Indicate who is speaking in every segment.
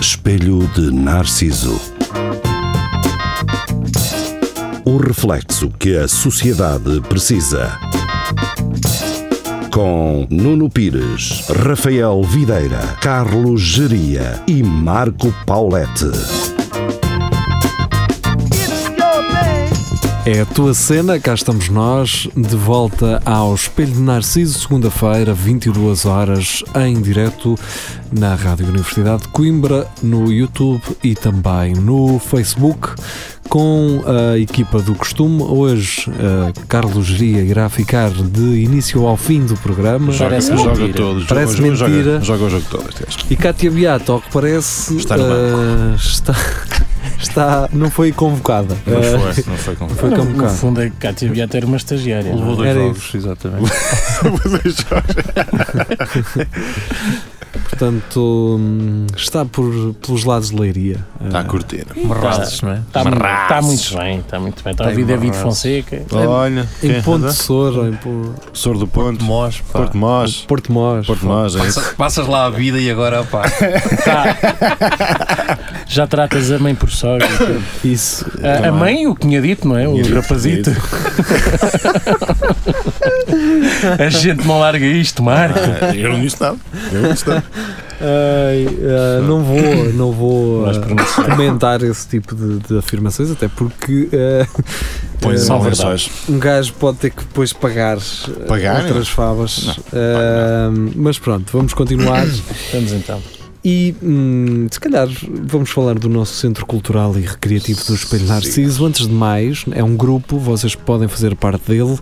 Speaker 1: Espelho de Narciso. O reflexo que a sociedade precisa. Com Nuno Pires, Rafael Videira, Carlos Geria e Marco Paulette.
Speaker 2: É a tua cena, cá estamos nós, de volta ao Espelho de Narciso, segunda-feira, 22 horas, em direto na Rádio Universidade de Coimbra, no YouTube e também no Facebook, com a equipa do costume. Hoje, eh, Carlos Geria irá ficar de início ao fim do programa.
Speaker 3: Parece
Speaker 4: joga
Speaker 3: mentira.
Speaker 4: todo,
Speaker 2: Parece
Speaker 4: joga,
Speaker 2: mentira.
Speaker 4: Joga, joga o jogo todo. este gajo.
Speaker 2: E Cátia Beato, ao que parece,
Speaker 4: Está no
Speaker 2: eh, está, está- não foi convocada.
Speaker 4: Não
Speaker 2: Eh,
Speaker 4: foi, não foi com
Speaker 2: foi
Speaker 3: No, no
Speaker 2: convocada.
Speaker 3: fundo, é a Cátia devia ter uma estagiária. não é?
Speaker 5: Levou dois
Speaker 2: Era
Speaker 5: jogos, exatamente.
Speaker 2: Portanto, hum, está por, pelos lados de Leiria.
Speaker 4: Está a
Speaker 2: Eh,
Speaker 4: curtir.
Speaker 5: Marrazes, não é?
Speaker 3: Está Tá- mu-
Speaker 4: Marrazos.
Speaker 3: está muito bem, está muito bem. Está a
Speaker 5: Tem
Speaker 3: ouvir David
Speaker 5: marrazos.
Speaker 3: Fonseca.
Speaker 4: Olha,
Speaker 2: Em Ponte de
Speaker 4: Ponte
Speaker 2: Soura, em Po-
Speaker 4: Sor do Ponte,
Speaker 5: Mós, pá.
Speaker 4: é? Porto Mós,
Speaker 2: Porto Mós.
Speaker 4: Porto Mós, é isso.
Speaker 5: Passa- Passas lá a vida e agora, pá.
Speaker 3: Tá. Já tratas a mãe por sogra.
Speaker 2: Isso.
Speaker 3: A, a mãe, o que tinha dito, não é? O
Speaker 4: Tinha dito,
Speaker 3: rapazito. a gente não larga isto, Marco.
Speaker 4: Ah, Eu não disse nada. Eu não disse nada.
Speaker 2: Ai, ah, não vou, não vou
Speaker 3: Mas
Speaker 2: ah,
Speaker 3: pronunciar.
Speaker 2: comentar esse tipo de, de afirmações, até porque ah,
Speaker 4: Põe
Speaker 2: São
Speaker 4: só
Speaker 3: verdade.
Speaker 4: lençóis.
Speaker 2: um gajo pode ter que depois pagar, ah,
Speaker 4: Pagar?
Speaker 2: outras favas.
Speaker 4: Não,
Speaker 2: Ah, mas pronto, vamos continuar.
Speaker 3: Vamos então.
Speaker 2: E hum, se calhar vamos falar do nosso Centro Cultural e Recreativo do Espelho Narciso. Antes de mais, é um grupo, vocês podem fazer parte dele,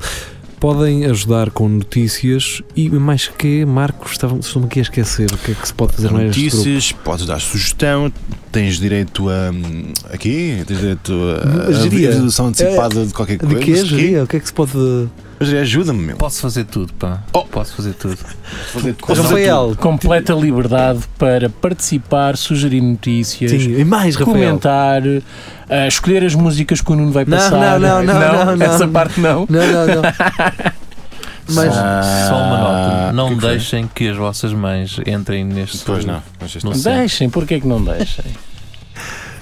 Speaker 2: podem ajudar com notícias e mais que, Marcos, estavam- estou-me aqui a esquecer o que é que se pode fazer mais neste grupo.
Speaker 4: Notícias, podes dar sugestão, tens direito a. hum, Aqui? Tens direito a. a
Speaker 2: Hum, Geria. Eh,
Speaker 4: visualização antecipada de qualquer coisa.
Speaker 2: De que
Speaker 4: não sei o quê.
Speaker 2: geria? O que é que se pode.
Speaker 4: Mas geria, ajuda-me, meu.
Speaker 5: Posso fazer tudo, pá.
Speaker 4: Oh.
Speaker 5: Posso fazer tudo.
Speaker 4: Fazer coisa.
Speaker 2: Rafael,
Speaker 3: Completa liberdade para participar, sugerir notícias,
Speaker 2: sim, e mais, Rafael.
Speaker 3: comentar, eh, escolher as músicas que o Nuno vai
Speaker 2: Não, não,
Speaker 3: passar.
Speaker 2: não, não, não,
Speaker 3: Essa
Speaker 2: não.
Speaker 3: parte não.
Speaker 2: Não, não, não. Mas-
Speaker 4: Ah,
Speaker 5: Só uma nota.
Speaker 4: o
Speaker 5: Não
Speaker 4: que é que foi?
Speaker 5: deixem que as vossas mães entrem neste.
Speaker 4: Pois não. mas isto-
Speaker 5: Não sei.
Speaker 3: Deixem, porquê que não deixem?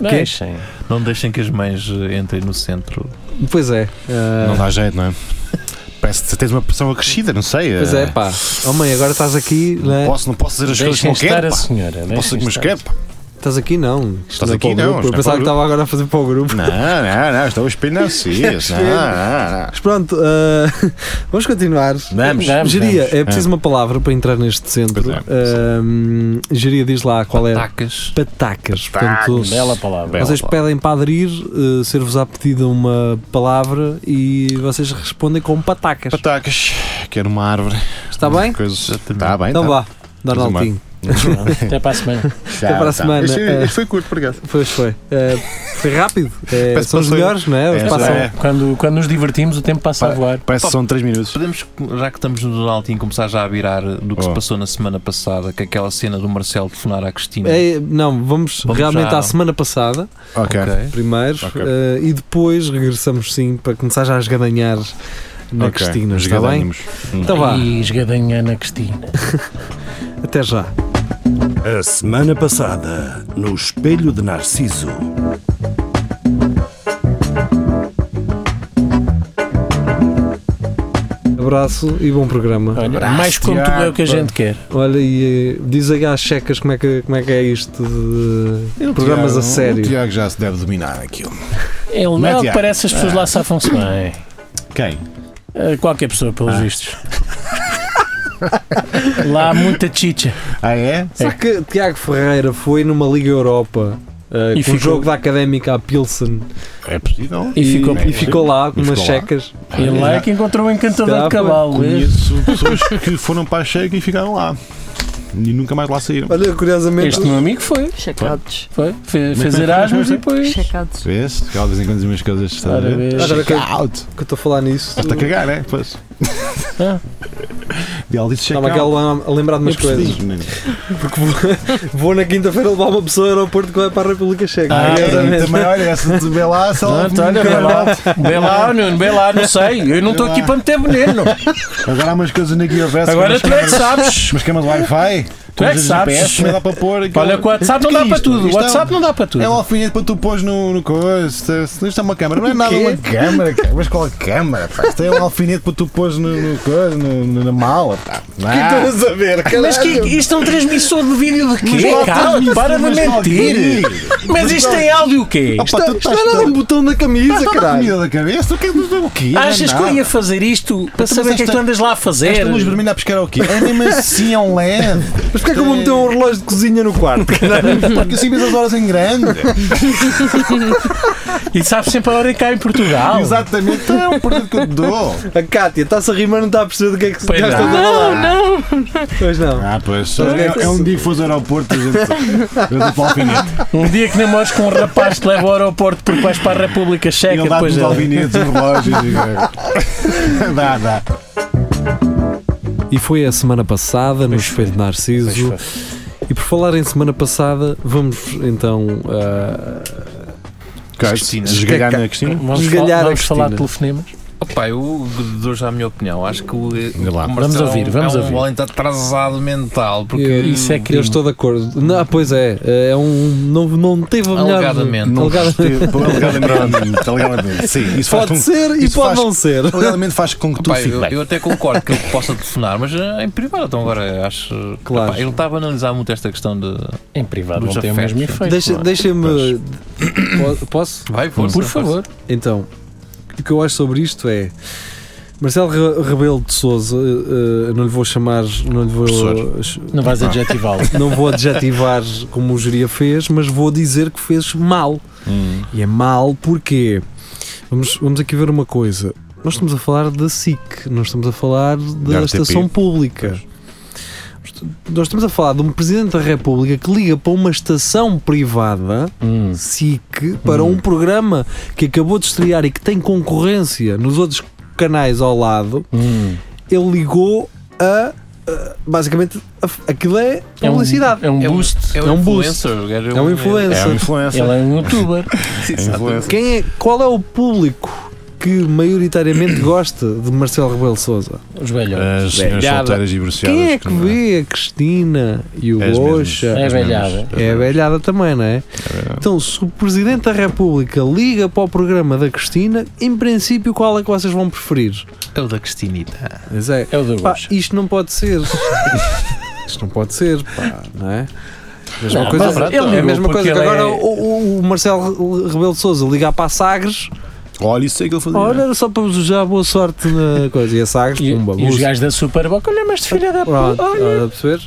Speaker 3: Deixem.
Speaker 5: Não deixem que as mães eh, entrem no centro.
Speaker 2: Pois é. ah,
Speaker 4: Não dá jeito, não é? Parece que tens uma pressão acrescida, não sei. eh.
Speaker 2: pois é, pá. Oh mãe, agora estás aqui, né?
Speaker 4: Posso, não posso dizer as coisas que
Speaker 3: Deixem
Speaker 4: não
Speaker 3: estar
Speaker 4: quero,
Speaker 3: a
Speaker 4: pá.
Speaker 3: senhora.
Speaker 4: Não Posso
Speaker 3: deixem
Speaker 4: dizer que
Speaker 3: estar.
Speaker 4: me quero, pá.
Speaker 2: Estás aqui não. Isto
Speaker 4: Estás
Speaker 2: é
Speaker 4: aqui,
Speaker 2: para o grupo.
Speaker 4: não, isto
Speaker 2: Eu
Speaker 4: não é
Speaker 2: pensava
Speaker 4: para
Speaker 2: que
Speaker 4: o
Speaker 2: estava agora a fazer para o grupo.
Speaker 4: Não, não, não, estou a espelhar Narciso. Não, não, não.
Speaker 2: Mas pronto, ah, vamos continuar.
Speaker 4: Vamos.
Speaker 3: Vamos,
Speaker 2: Geria,
Speaker 3: vamos.
Speaker 2: é preciso uma palavra para entrar neste centro.
Speaker 4: Pois é.
Speaker 2: Ah, Geria, diz lá qual é.
Speaker 5: Tacas.
Speaker 2: Patacas. Portanto,
Speaker 3: Bela palavra.
Speaker 4: Bela.
Speaker 2: vocês pedem para aderir, ah, ser-vos-á pedida uma palavra e vocês respondem com patacas.
Speaker 4: Patacas, quero uma árvore.
Speaker 2: Está Tá bem?
Speaker 4: Coisas.
Speaker 5: Exatamente.
Speaker 4: Está bem,
Speaker 2: Então
Speaker 4: tá.
Speaker 2: vá, Donaldinho.
Speaker 3: Até para a semana.
Speaker 4: Tá,
Speaker 2: para a
Speaker 4: tá.
Speaker 2: semana.
Speaker 4: Este,
Speaker 2: É.
Speaker 4: este foi curto, por acaso.
Speaker 2: Pois foi. Eh, foi rápido. Eh,
Speaker 4: Parece que
Speaker 2: são os
Speaker 4: passou-
Speaker 2: melhores, não é? Os
Speaker 4: É,
Speaker 2: passam.
Speaker 4: é.
Speaker 3: Quando, quando nos divertimos, o tempo passa a voar.
Speaker 4: Parece que são 3 minutos.
Speaker 5: Podemos, já que estamos no Donaldinho, começar já a virar do que se
Speaker 4: Oh.
Speaker 5: passou na semana passada, que é aquela cena do Marcelo telefonar à Cristina.
Speaker 2: Eh, não, vamos,
Speaker 5: Vamos
Speaker 2: realmente
Speaker 5: já.
Speaker 2: à semana passada,
Speaker 4: Ok.
Speaker 5: Ok.
Speaker 2: primeiro,
Speaker 4: Ok.
Speaker 2: eh, e depois regressamos sim para começar já a esgadanhar na
Speaker 4: ok.
Speaker 2: é Cristina,
Speaker 4: Os
Speaker 2: está bem?
Speaker 4: gadânimos.
Speaker 2: Então vá,
Speaker 3: E esgadanha na Cristina.
Speaker 2: até já.
Speaker 1: A semana passada, no Espelho de Narciso.
Speaker 2: Abraço e bom programa.
Speaker 3: Olha, mais como tudo é o que a gente quer.
Speaker 2: Olha, e eh, diz aí às checas como é que, como é, que é isto de programas a
Speaker 4: Tiago- O
Speaker 2: sério.
Speaker 4: Tiago já se deve dominar aquilo.
Speaker 3: Ele
Speaker 4: Mete
Speaker 3: não
Speaker 4: já.
Speaker 3: parece as pessoas lá safam-se bem.
Speaker 4: Quem?
Speaker 3: Ah, Qualquer pessoa, pelos vistos. lá há muita chicha.
Speaker 4: Ah, é?
Speaker 2: Será que Tiago Ferreira foi numa Liga Europa eh,
Speaker 3: E
Speaker 2: com o
Speaker 3: ficou-
Speaker 2: jogo da Académica à Pilsen
Speaker 4: É possível.
Speaker 3: E ficou-
Speaker 2: e ficou lá com
Speaker 4: E
Speaker 2: umas
Speaker 4: ficou lá.
Speaker 2: checas?
Speaker 3: Ele lá é que encontrou o encantador
Speaker 2: Está,
Speaker 3: de cavalo. Este
Speaker 4: Conheço pessoas que foram para a checa e ficaram lá. E nunca mais lá saíram.
Speaker 2: Olha, curiosamente.
Speaker 3: este meu amigo foi.
Speaker 6: Checados.
Speaker 3: foi fe- fez Erasmus e depois.
Speaker 6: Checados.
Speaker 4: Vês? Que ela de vez em quando diz umas coisas. estás a
Speaker 3: Ora,
Speaker 4: ver?
Speaker 3: vês.
Speaker 2: Agora que-
Speaker 4: out.
Speaker 2: que eu estou a falar nisso.
Speaker 4: Está a cagar, é? Pois.
Speaker 3: Ah.
Speaker 4: E ela disse check
Speaker 2: Estava aqui a
Speaker 4: out.
Speaker 2: lem- a lembrar de umas
Speaker 3: Eu percebi.
Speaker 2: coisas. Porque vou, vou na quinta-feira levar uma pessoa ao aeroporto que vai para a República Checa.
Speaker 4: Ah, é,
Speaker 2: Exatamente.
Speaker 4: também, olha, essa de Belá, se ela-
Speaker 3: Pronto, olha, vê lá, vê lá, Nuno, vê lá, não sei. Eu não estou aqui para meter veneno.
Speaker 4: Agora há umas coisas na Guia Versa.
Speaker 3: Agora
Speaker 4: umas
Speaker 3: tu é que
Speaker 4: câmaras-
Speaker 3: sabes.
Speaker 4: Umas camas de Wi-Fi.
Speaker 3: Tu é que
Speaker 4: coisas
Speaker 3: sabes.
Speaker 4: GPS, mas dá para pôr. aquilo.
Speaker 3: Olha, que o WhatsApp não
Speaker 4: Que
Speaker 3: dá
Speaker 4: é
Speaker 3: para
Speaker 4: isto?
Speaker 3: tudo. O
Speaker 4: Isto é-
Speaker 3: WhatsApp não dá para tudo.
Speaker 4: É um alfinete para tu pôs no, no coisa. Isto isto é uma câmara, não é nada
Speaker 7: Quê?
Speaker 4: uma
Speaker 7: câmara, cara.
Speaker 4: Mas
Speaker 3: é
Speaker 4: qual câmara? pá? Isto é um alfinete para tu pôs no, no coisa, no- no- na mala. pá. Não.
Speaker 7: estás a ver?
Speaker 3: Mas que, isto é um transmissor de vídeo de quê?
Speaker 4: qual
Speaker 3: Calma,
Speaker 4: transmissor?
Speaker 3: para de
Speaker 4: Mas qual
Speaker 3: mentir. Mas isto é- tem áudio o quê?
Speaker 4: Opa, tá
Speaker 7: Isto,
Speaker 4: tu
Speaker 7: isto
Speaker 4: estás
Speaker 7: era
Speaker 4: todo-
Speaker 7: um botão na camisa,
Speaker 4: Está na
Speaker 7: caralho.
Speaker 4: comida da cabeça? O que é que o quê?
Speaker 3: Achas que
Speaker 4: Não é
Speaker 3: eu ia
Speaker 4: nada.
Speaker 3: fazer isto para
Speaker 4: Mas
Speaker 3: saber o que é que
Speaker 4: esta-
Speaker 3: tu andas lá a fazer?
Speaker 4: Esta luz vermelha a pescar é o quê? É mesmo assim, é um LED.
Speaker 7: Mas porquê é que eu vou meter um relógio de cozinha no quarto?
Speaker 4: Porque assim vês as horas em grande.
Speaker 3: E sabes sempre a hora que cá em Portugal.
Speaker 4: Exatamente. Então É um produto que eu te dou.
Speaker 7: A Cátia está-se a rimar, não está a perceber do que é que se
Speaker 3: Pois
Speaker 7: já estás a
Speaker 3: não.
Speaker 7: falar. Não, não. Pois não.
Speaker 4: Ah, pois. É, é um difuso aeroporto, gente. Eu dou para o alfinete.
Speaker 3: Um dia que namores com um rapaz que te leva ao aeroporto porque vais para a República
Speaker 4: E
Speaker 3: Checa
Speaker 4: ele dá-te um
Speaker 3: depois é-
Speaker 4: os
Speaker 3: dele.
Speaker 4: alfinetes, os relógios. e- é- Dá, dá.
Speaker 2: E foi a semana passada no Espelho de Narciso. E por falar em semana passada, vamos então. ah,
Speaker 5: Cristina.
Speaker 4: Esgagar na é, Cristina?
Speaker 3: Vamos,
Speaker 7: Esgalhar
Speaker 3: falar-
Speaker 7: a
Speaker 3: vamos falar de
Speaker 7: Cristina.
Speaker 3: telefonemas?
Speaker 5: Opa, eu dou já a minha opinião. Acho que o, eh, o
Speaker 4: lá.
Speaker 5: Marcelo
Speaker 3: Vamos ouvir, vamos
Speaker 5: é um
Speaker 3: ouvir.
Speaker 5: valente atrasado mental. Porque
Speaker 2: Eu-
Speaker 3: Isso é
Speaker 2: eu
Speaker 3: crime.
Speaker 2: estou de acordo. Não, pois é, é um. Não, não teve a melhor.
Speaker 5: Alegadamente.
Speaker 4: Não
Speaker 2: Alegada-
Speaker 4: gostei. Pô, Alegadamente. Alegadamente. Sim, isso faz com
Speaker 2: Pode
Speaker 4: que.
Speaker 7: um-
Speaker 2: ser e
Speaker 4: isso
Speaker 2: pode
Speaker 4: faz-
Speaker 2: não ser.
Speaker 4: Alegadamente faz com que tu
Speaker 5: Pá,
Speaker 4: fiques
Speaker 5: eu,
Speaker 4: bem.
Speaker 5: eu até concordo que ele possa telefonar, mas eh, em privado, então agora acho.
Speaker 2: Claro.
Speaker 5: Epá, ele estava a analisar muito esta questão de.
Speaker 3: Em privado
Speaker 5: Dos
Speaker 3: não tem o mesmo
Speaker 5: afetos.
Speaker 3: efeito.
Speaker 2: Deixa-
Speaker 3: não é?
Speaker 2: Deixa-me. po- Posso?
Speaker 5: Vai, força,
Speaker 3: Por
Speaker 5: força.
Speaker 3: favor.
Speaker 2: Então, o que eu acho sobre isto é. Marcelo Re- Rebelo de Souza, não lhe vou chamar, não lhe vou,
Speaker 4: Professor.
Speaker 3: Não vais adjetivá-lo.
Speaker 2: não vou adjetivar como o Geria fez, mas vou dizer que fez mal.
Speaker 4: Hum.
Speaker 2: E é mal porque vamos, vamos aqui ver uma coisa. Nós estamos a falar da SIC, não estamos a falar da
Speaker 4: Da RTP.
Speaker 2: estação pública. Nós estamos a falar de um presidente da República que liga para uma estação privada
Speaker 3: Hum.
Speaker 2: SIC para um programa que acabou de estrear e que tem concorrência nos outros canais ao lado,
Speaker 3: Hum.
Speaker 2: ele ligou a. a- basicamente, a, aquilo é
Speaker 3: É um-
Speaker 2: publicidade.
Speaker 3: É um
Speaker 5: É um,
Speaker 3: boost.
Speaker 5: é um,
Speaker 2: É um boost.
Speaker 5: influencer. o gajo
Speaker 2: É um
Speaker 4: É
Speaker 2: influencer.
Speaker 4: uma influência.
Speaker 3: Ele é um youtuber.
Speaker 4: influencer.
Speaker 2: Quem é, qual é o público que maioritariamente gosta de Marcelo Rebelo de Souza?
Speaker 3: Os velhos.
Speaker 4: As senhoras
Speaker 2: Velhada.
Speaker 4: solteiras e divorciadas.
Speaker 2: Quem é que vê a Cristina e o
Speaker 4: É as mesmas.
Speaker 2: Rocha?
Speaker 3: É
Speaker 4: As
Speaker 3: velhada.
Speaker 4: mesmas.
Speaker 2: É a velhada também, não é? Então, se o Presidente da República liga para o programa da Cristina, em princípio, qual é que vocês vão preferir?
Speaker 5: É o da Cristinita.
Speaker 2: Mas é,
Speaker 3: É o da
Speaker 2: Pá,
Speaker 3: Gosta.
Speaker 2: isto não pode ser. isto não pode ser, pá, não é? Mesma
Speaker 3: Não,
Speaker 2: coisa,
Speaker 3: mas ele
Speaker 2: é a
Speaker 3: ligou
Speaker 2: mesma
Speaker 3: porque
Speaker 2: coisa que
Speaker 3: ele
Speaker 2: agora
Speaker 3: é-
Speaker 2: o, o- o Marcelo Rebelo de Souza ligar para a Sagres,
Speaker 4: Olha, isso é que ele fazia.
Speaker 2: olha, era só para vos desejar boa sorte na coisa. E a Sagres,
Speaker 3: E,
Speaker 2: pumba,
Speaker 3: e os
Speaker 2: gosto.
Speaker 3: gajos da Superboca, olha, mas de filha da
Speaker 2: Pronto,
Speaker 3: puta. olha.
Speaker 2: estás a perceber?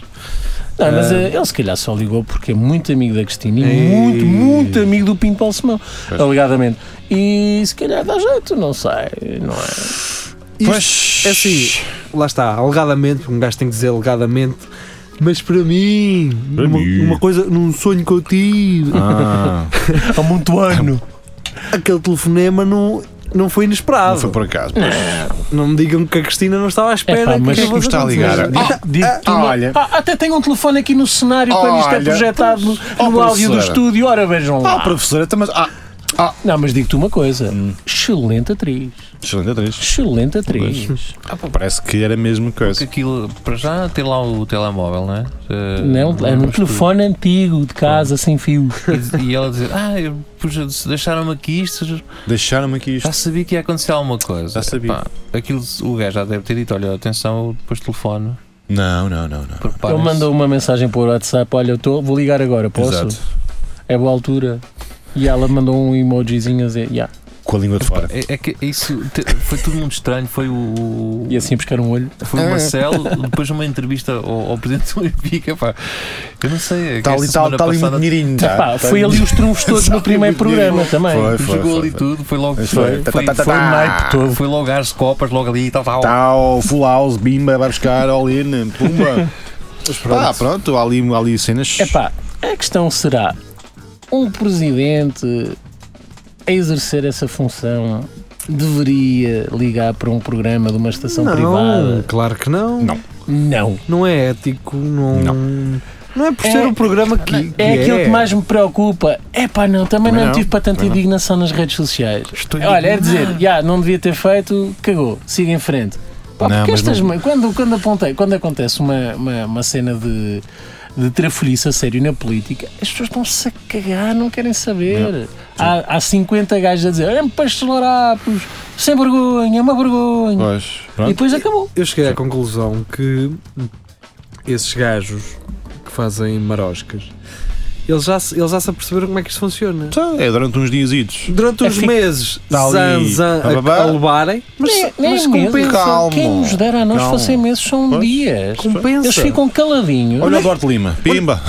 Speaker 3: Não, mas eh, ele se calhar só ligou porque é muito amigo da Cristina e
Speaker 2: Ei.
Speaker 3: muito, muito amigo do Pinto Paulo Simão,
Speaker 4: Pois.
Speaker 3: alegadamente. E se calhar dá jeito, não sei, não é?
Speaker 2: Isto
Speaker 4: Pois.
Speaker 2: é assim, lá está, alegadamente, porque um gajo tem que dizer alegadamente, mas para mim,
Speaker 4: Para
Speaker 2: uma,
Speaker 4: mim.
Speaker 2: uma coisa, num sonho que eu tive,
Speaker 4: Ah,
Speaker 3: Há muito ano.
Speaker 2: aquele telefonema não, não foi
Speaker 4: não
Speaker 2: inesperado.
Speaker 4: foi por acaso.
Speaker 3: é
Speaker 4: Mas
Speaker 2: Não me digam que a Cristina não estava à espera.
Speaker 3: Epá, mas
Speaker 2: que
Speaker 3: quem é que
Speaker 4: me está a ligar?
Speaker 2: acontecer.
Speaker 4: Ah, ah, olha.
Speaker 3: Ah, até tenho um telefone aqui no cenário quando isto é
Speaker 4: Olha.
Speaker 3: projetado no,
Speaker 4: Oh,
Speaker 3: no áudio do
Speaker 4: professora.
Speaker 3: estúdio. Ora, vejam
Speaker 4: Ah,
Speaker 3: lá. Hum.
Speaker 4: professora, então, mas. Ah,
Speaker 3: Não, mas digo-te uma coisa: excelente atriz.
Speaker 4: excelente atriz.
Speaker 3: Excelente atriz.
Speaker 5: Ah, pá,
Speaker 4: Parece que era a mesma
Speaker 5: porque
Speaker 4: coisa.
Speaker 5: aquilo, para já, ter lá o telemóvel, não é? Eh,
Speaker 3: Não, é um
Speaker 5: mas tudo.
Speaker 3: telefone antigo, de casa, sem fio.
Speaker 5: E, e ela dizer, ah, eu- puxa, se deixaram-me aqui isto,
Speaker 4: Deixaram-me aqui isto.
Speaker 5: já sabia que ia acontecer alguma coisa.
Speaker 4: Já sabia.
Speaker 5: Pá, aquilo, o gajo já deve ter dito, olha, atenção, depois telefone,
Speaker 4: Não, não, não, não.
Speaker 5: prepara
Speaker 3: Ele mandou uma mensagem para o WhatsApp: Olha, eu tô, vou ligar agora, posso?
Speaker 4: Exato.
Speaker 3: É boa altura. E ela mandou um emojizinho a dizer: "Ya."
Speaker 4: Com a língua de fora.
Speaker 5: É, é que isso te- foi tudo muito estranho. Foi o.
Speaker 3: E assim a buscar um olho.
Speaker 5: Foi
Speaker 4: É.
Speaker 5: o Marcelo, depois uma entrevista ao, ao presidente do Benfica, pá. Eu não sei. é que
Speaker 4: Está Tá ali, está,
Speaker 5: esta semana
Speaker 4: está ali muito
Speaker 5: passada
Speaker 4: dinheirinho.
Speaker 3: Tá, pá, foi ali os trunfos todos no primeiro programa também.
Speaker 4: Foi, foi,
Speaker 5: é Jogou ali
Speaker 4: foi. foi.
Speaker 5: tudo, foi logo.
Speaker 4: Mas
Speaker 5: Foi,
Speaker 4: foi. Tá,
Speaker 5: foi,
Speaker 4: tá, tá,
Speaker 5: foi,
Speaker 4: tá.
Speaker 5: o naipe todo. Foi logo às copas, logo ali e tal, tal.
Speaker 4: Tal, Tá, full house, bimba, vai buscar, all in, pumba. Pá, pronto, há ali, há ali cenas.
Speaker 3: É pá, a questão será: um presidente a exercer essa função deveria ligar para um programa de uma estação
Speaker 2: não,
Speaker 3: privada?
Speaker 2: claro que não.
Speaker 4: Não.
Speaker 2: Não,
Speaker 3: Não.
Speaker 2: é ético, não. Não, é por
Speaker 3: É-
Speaker 2: ser o programa que. que
Speaker 3: É aquilo que mais me preocupa. É pá, não, também
Speaker 4: Também
Speaker 3: não,
Speaker 4: não,
Speaker 3: tive para tanta
Speaker 4: também não.
Speaker 3: indignação nas redes sociais.
Speaker 5: Estou
Speaker 3: Olha, é dizer,
Speaker 5: indignado.
Speaker 3: já, não devia ter feito, cagou, siga em frente. Pá,
Speaker 4: Não,
Speaker 3: porque
Speaker 4: mas
Speaker 3: estas,
Speaker 4: não-
Speaker 3: ma- quando, quando, apontei, quando acontece uma, uma, uma cena de de trafolhice a sério na política, as pessoas estão-se a cagar, não querem saber. Há, há 50 gajos a dizer, é pastelorapos, sem vergonha, é uma vergonha.
Speaker 4: Pois,
Speaker 3: E
Speaker 4: pronto.
Speaker 3: depois acabou.
Speaker 2: Eu cheguei à conclusão que esses gajos que fazem maroscas, eles já, se- eles já se aperceberam como é que isto funciona.
Speaker 4: Então, É durante uns dias idos.
Speaker 2: Durante
Speaker 3: É
Speaker 2: uns
Speaker 3: fic-
Speaker 2: meses,
Speaker 4: Tá ali,
Speaker 2: zanzan,
Speaker 4: pá, pá,
Speaker 2: a,
Speaker 4: pá.
Speaker 2: a levarem, mas,
Speaker 3: Nem- nem
Speaker 2: mas
Speaker 3: meses.
Speaker 2: compensa.
Speaker 4: Calma.
Speaker 3: Quem nos der a nós
Speaker 4: Calma.
Speaker 3: fossem meses são
Speaker 4: Pois.
Speaker 3: dias.
Speaker 2: Compensa.
Speaker 3: Eles ficam caladinhos.
Speaker 4: Olha o Duarte Lima, pimba.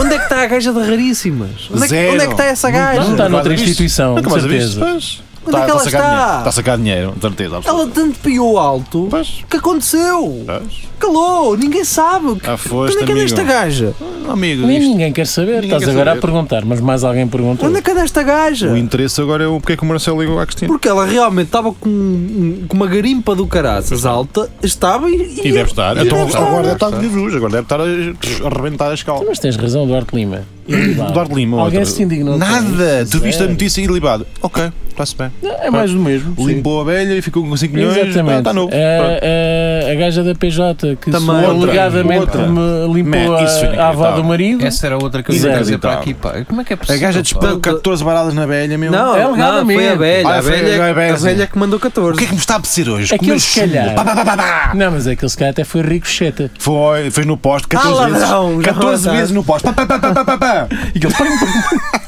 Speaker 2: Onde é que está a gaja de raríssimas? Onde é que,
Speaker 4: Zero.
Speaker 2: onde é que está essa gaja?
Speaker 3: não está
Speaker 4: Nunca
Speaker 3: noutra
Speaker 4: mais a viste.
Speaker 3: instituição,
Speaker 4: Nunca
Speaker 3: de
Speaker 4: mais a viste,
Speaker 3: certeza.
Speaker 4: pois.
Speaker 2: Onde é que ela
Speaker 4: Tá, a sacar dinheiro, Está a
Speaker 2: está?
Speaker 4: sacar dinheiro, de certeza.
Speaker 2: Ela
Speaker 4: absoluta.
Speaker 2: tanto piou alto.
Speaker 4: Pois,
Speaker 2: O que aconteceu?
Speaker 4: pois.
Speaker 2: Calou, ninguém sabe.
Speaker 4: Ah, foste,
Speaker 2: Onde é que anda
Speaker 4: amigo.
Speaker 2: esta gaja?
Speaker 4: Ah, Amigo,
Speaker 3: Nem
Speaker 4: isto-
Speaker 3: ninguém quer saber.
Speaker 4: Ninguém
Speaker 3: Estás
Speaker 4: quer
Speaker 3: agora
Speaker 4: saber.
Speaker 3: a perguntar, mas mais alguém perguntou.
Speaker 2: Onde é que anda esta gaja?
Speaker 4: o interesse agora é o porque é que o Marcelo ligou à Cristina.
Speaker 2: Porque ela realmente estava com, com uma garimpa do caraças alta, estava e.
Speaker 4: E deve estar.
Speaker 2: deve
Speaker 4: Então,
Speaker 2: estar.
Speaker 4: agora deve estar de Jesus, agora deve estar a, a arrebentar a escala.
Speaker 3: Mas tens razão, Duarte Lima.
Speaker 4: Eduardo Lima,
Speaker 3: Alguém
Speaker 4: outra.
Speaker 3: se indignou com
Speaker 4: Nada!
Speaker 3: isso.
Speaker 4: Tu viste a
Speaker 3: Zero.
Speaker 4: notícia e libado. Ok, está-se bem.
Speaker 3: É mais do mesmo. sim.
Speaker 4: Limpou a velha e ficou com 5 milhões.
Speaker 3: Exatamente. É-
Speaker 4: Está novo. Pronto.
Speaker 3: a, a, a gaja da PJ que
Speaker 2: Também.
Speaker 3: se
Speaker 2: Outra,
Speaker 3: alegadamente
Speaker 4: outra.
Speaker 3: me limpou
Speaker 4: Man, isso é
Speaker 3: a, a avó do
Speaker 4: inacreditável.
Speaker 3: marido.
Speaker 5: Essa era outra que eu ia
Speaker 3: Zero.
Speaker 5: trazer para aqui, pá. Como é que
Speaker 4: A
Speaker 5: é possível?
Speaker 4: gaja
Speaker 5: pá?
Speaker 4: despediu 14 baradas na velha, meu.
Speaker 2: Não,
Speaker 3: É
Speaker 2: não,
Speaker 3: alegadamente.
Speaker 2: foi a velha.
Speaker 4: Ah,
Speaker 2: a,
Speaker 4: foi a
Speaker 2: velha
Speaker 4: velha.
Speaker 2: a velha que mandou 14.
Speaker 4: O que é que me está a apetecer hoje?
Speaker 3: Aquilo
Speaker 4: Comer
Speaker 3: se
Speaker 4: chumbo.
Speaker 3: calhar.
Speaker 4: Pá, pá, pá, pá, pá.
Speaker 3: Não, mas é aquele se calhar até foi ricocheta.
Speaker 4: Foi, fez no posto 14
Speaker 2: Ah,
Speaker 4: vezes.
Speaker 2: ladrão, não,
Speaker 4: 14
Speaker 2: não.
Speaker 4: vezes no posto. Pá, pá, pá, pá, pá, pá, pá. E ele. pum, pum.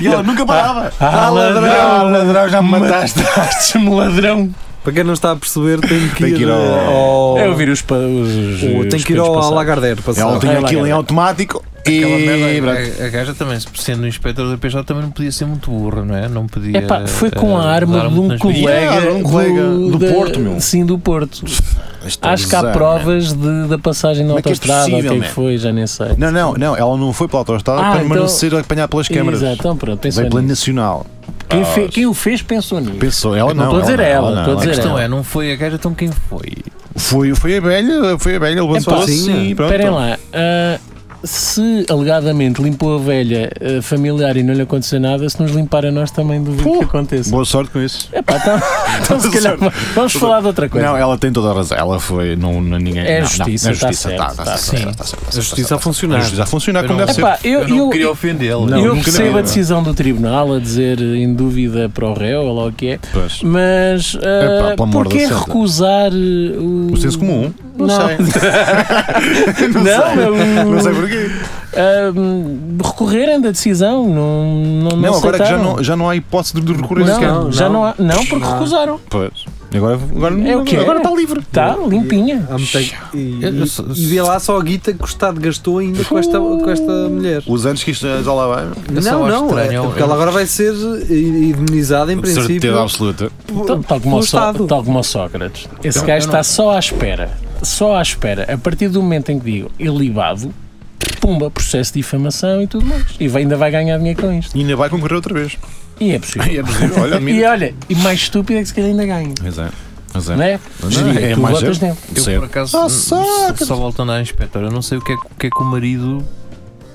Speaker 4: E ela nunca parava.
Speaker 3: Ah,
Speaker 4: Ah, ladrão, já me mataste.
Speaker 3: Mataste-me ladrão.
Speaker 2: Para quem não está a perceber, tem que
Speaker 4: Tem que
Speaker 2: ir
Speaker 4: ir ao-
Speaker 2: ao.
Speaker 3: É ouvir os. pa- os,
Speaker 2: ao-
Speaker 3: os
Speaker 2: Tem que ir ao
Speaker 3: peitos passados.
Speaker 2: Lagardère passar.
Speaker 4: Ela tinha
Speaker 3: Vai lá,
Speaker 4: aquilo em
Speaker 3: galera.
Speaker 4: automático e.
Speaker 5: Aquela merda,
Speaker 4: pronto.
Speaker 5: a- a, gaja também, se- sendo um inspetor da PJ, também não podia ser muito burra, não é? Não podia.
Speaker 3: Epá, foi com a
Speaker 5: eh,
Speaker 3: arma
Speaker 5: dar
Speaker 3: de
Speaker 5: muito
Speaker 3: um
Speaker 5: nas medidas.
Speaker 3: colega,
Speaker 4: Yeah, de um colega do
Speaker 3: da-
Speaker 4: Porto, meu.
Speaker 3: Sim, do Porto.
Speaker 4: Isto é
Speaker 3: Acho que há
Speaker 4: bizarro, man.
Speaker 3: provas de- da passagem na
Speaker 4: Como é que é
Speaker 3: autostrada, ou o que é
Speaker 4: possível,
Speaker 3: que
Speaker 4: man?
Speaker 3: foi, já nem sei.
Speaker 4: Não, não, não, ela não foi pela autostrada
Speaker 3: Ah,
Speaker 4: para
Speaker 3: então-
Speaker 4: não ser apanhada pelas câmaras.
Speaker 3: Exato, então pronto, pensou
Speaker 4: Veio pela
Speaker 3: nisso.
Speaker 4: Nacional.
Speaker 3: Quem, fe- quem o fez pensou nisso.
Speaker 4: Pensou, ela
Speaker 3: Não
Speaker 4: não.
Speaker 3: estou a dizer ela,
Speaker 4: não, é,
Speaker 3: estou a
Speaker 5: A
Speaker 3: dizer
Speaker 5: questão
Speaker 3: ela.
Speaker 5: é, não foi a gaja, então quem foi?
Speaker 4: Foi, foi a velha, foi a velha, levantou
Speaker 3: Epá,
Speaker 4: assim e pronto.
Speaker 3: É Esperem lá. ah, se alegadamente limpou a velha ah, familiar e não lhe aconteceu nada, se nos limpar a nós também duvido que aconteça.
Speaker 4: Boa sorte com isso.
Speaker 3: Epá, então, então se calhar vamos falar de outra coisa.
Speaker 4: Não, é ela tem toda a razão. Ela foi. Não, não, ninguém,
Speaker 3: É
Speaker 4: não,
Speaker 3: justiça,
Speaker 4: não, é
Speaker 3: tá
Speaker 4: justiça.
Speaker 3: certo, tá
Speaker 4: tá, certo, tá
Speaker 5: sim.
Speaker 4: certo, tá
Speaker 2: A
Speaker 4: certo,
Speaker 2: justiça a
Speaker 4: tá certo.
Speaker 2: funcionar.
Speaker 4: A justiça a funcionar como
Speaker 5: Eu
Speaker 4: deve
Speaker 5: não-
Speaker 4: ser.
Speaker 3: Epá, eu,
Speaker 5: não
Speaker 3: eu,
Speaker 5: queria ofendê-la.
Speaker 4: Não,
Speaker 3: eu
Speaker 4: nunca
Speaker 3: percebo
Speaker 4: não.
Speaker 3: a decisão do tribunal a dizer eh, em dúvida para o réu, ou lá o que é,
Speaker 4: Pois.
Speaker 3: mas ah,
Speaker 4: Epá, pelo amor
Speaker 3: porquê
Speaker 4: da santa.
Speaker 3: recusar eh, o.
Speaker 4: O senso comum. Não,
Speaker 3: Não.
Speaker 4: sei. não, é sei.
Speaker 3: Não, hum, não,
Speaker 4: Não sei porquê.
Speaker 3: ah, recorrerem da decisão, não, não, não,
Speaker 4: Não, agora é que já
Speaker 3: aceitaram.
Speaker 4: não, já não há hipótese de recorrer
Speaker 3: Não,
Speaker 4: sequer.
Speaker 2: não,
Speaker 3: já
Speaker 2: não.
Speaker 3: não há. Não, porque
Speaker 4: Ah.
Speaker 2: Não.
Speaker 3: recusaram.
Speaker 4: Pois. E Agora, agora,
Speaker 3: É o que é.
Speaker 4: agora tá está livre.
Speaker 3: Está limpinha.
Speaker 2: Há muita- E,
Speaker 5: Eu- eu sou-
Speaker 2: e, e vê lá só a guita que o Estado gastou ainda com esta, com esta mulher.
Speaker 4: Os anos que isto já lá vai.
Speaker 5: Eu só
Speaker 2: Não,
Speaker 5: acho
Speaker 2: não,
Speaker 5: estranho,
Speaker 2: é,
Speaker 5: eu-
Speaker 2: porque ela agora vai ser indemnizada em princípio.
Speaker 4: Certeza absoluta.
Speaker 2: por-
Speaker 3: Tal, tal como
Speaker 2: pelo
Speaker 3: o Só-
Speaker 2: Estado.
Speaker 3: tal como o Sócrates. Esse
Speaker 5: Então,
Speaker 3: gajo
Speaker 5: eu não-
Speaker 3: está só à espera. Só à espera. A partir do momento em que digo ilibado, pumba, processo de difamação e tudo mais. E vai- ainda vai ganhar dinheiro com isto.
Speaker 4: E ainda vai concorrer outra vez.
Speaker 3: E é possível.
Speaker 4: E é possível. Olha,
Speaker 3: E
Speaker 4: mira.
Speaker 3: olha, e mais estúpido é que se calhar ainda ganha.
Speaker 4: Pois é. Pois
Speaker 3: Não
Speaker 4: é.
Speaker 3: é? Geria,
Speaker 4: é
Speaker 3: tu
Speaker 4: mais
Speaker 3: votas
Speaker 4: gente.
Speaker 3: nele.
Speaker 5: Eu,
Speaker 4: Certo.
Speaker 5: por acaso,
Speaker 4: Ah,
Speaker 5: n-
Speaker 4: saca.
Speaker 5: só voltando à inspetora, eu não sei o que é, o que, é que o marido,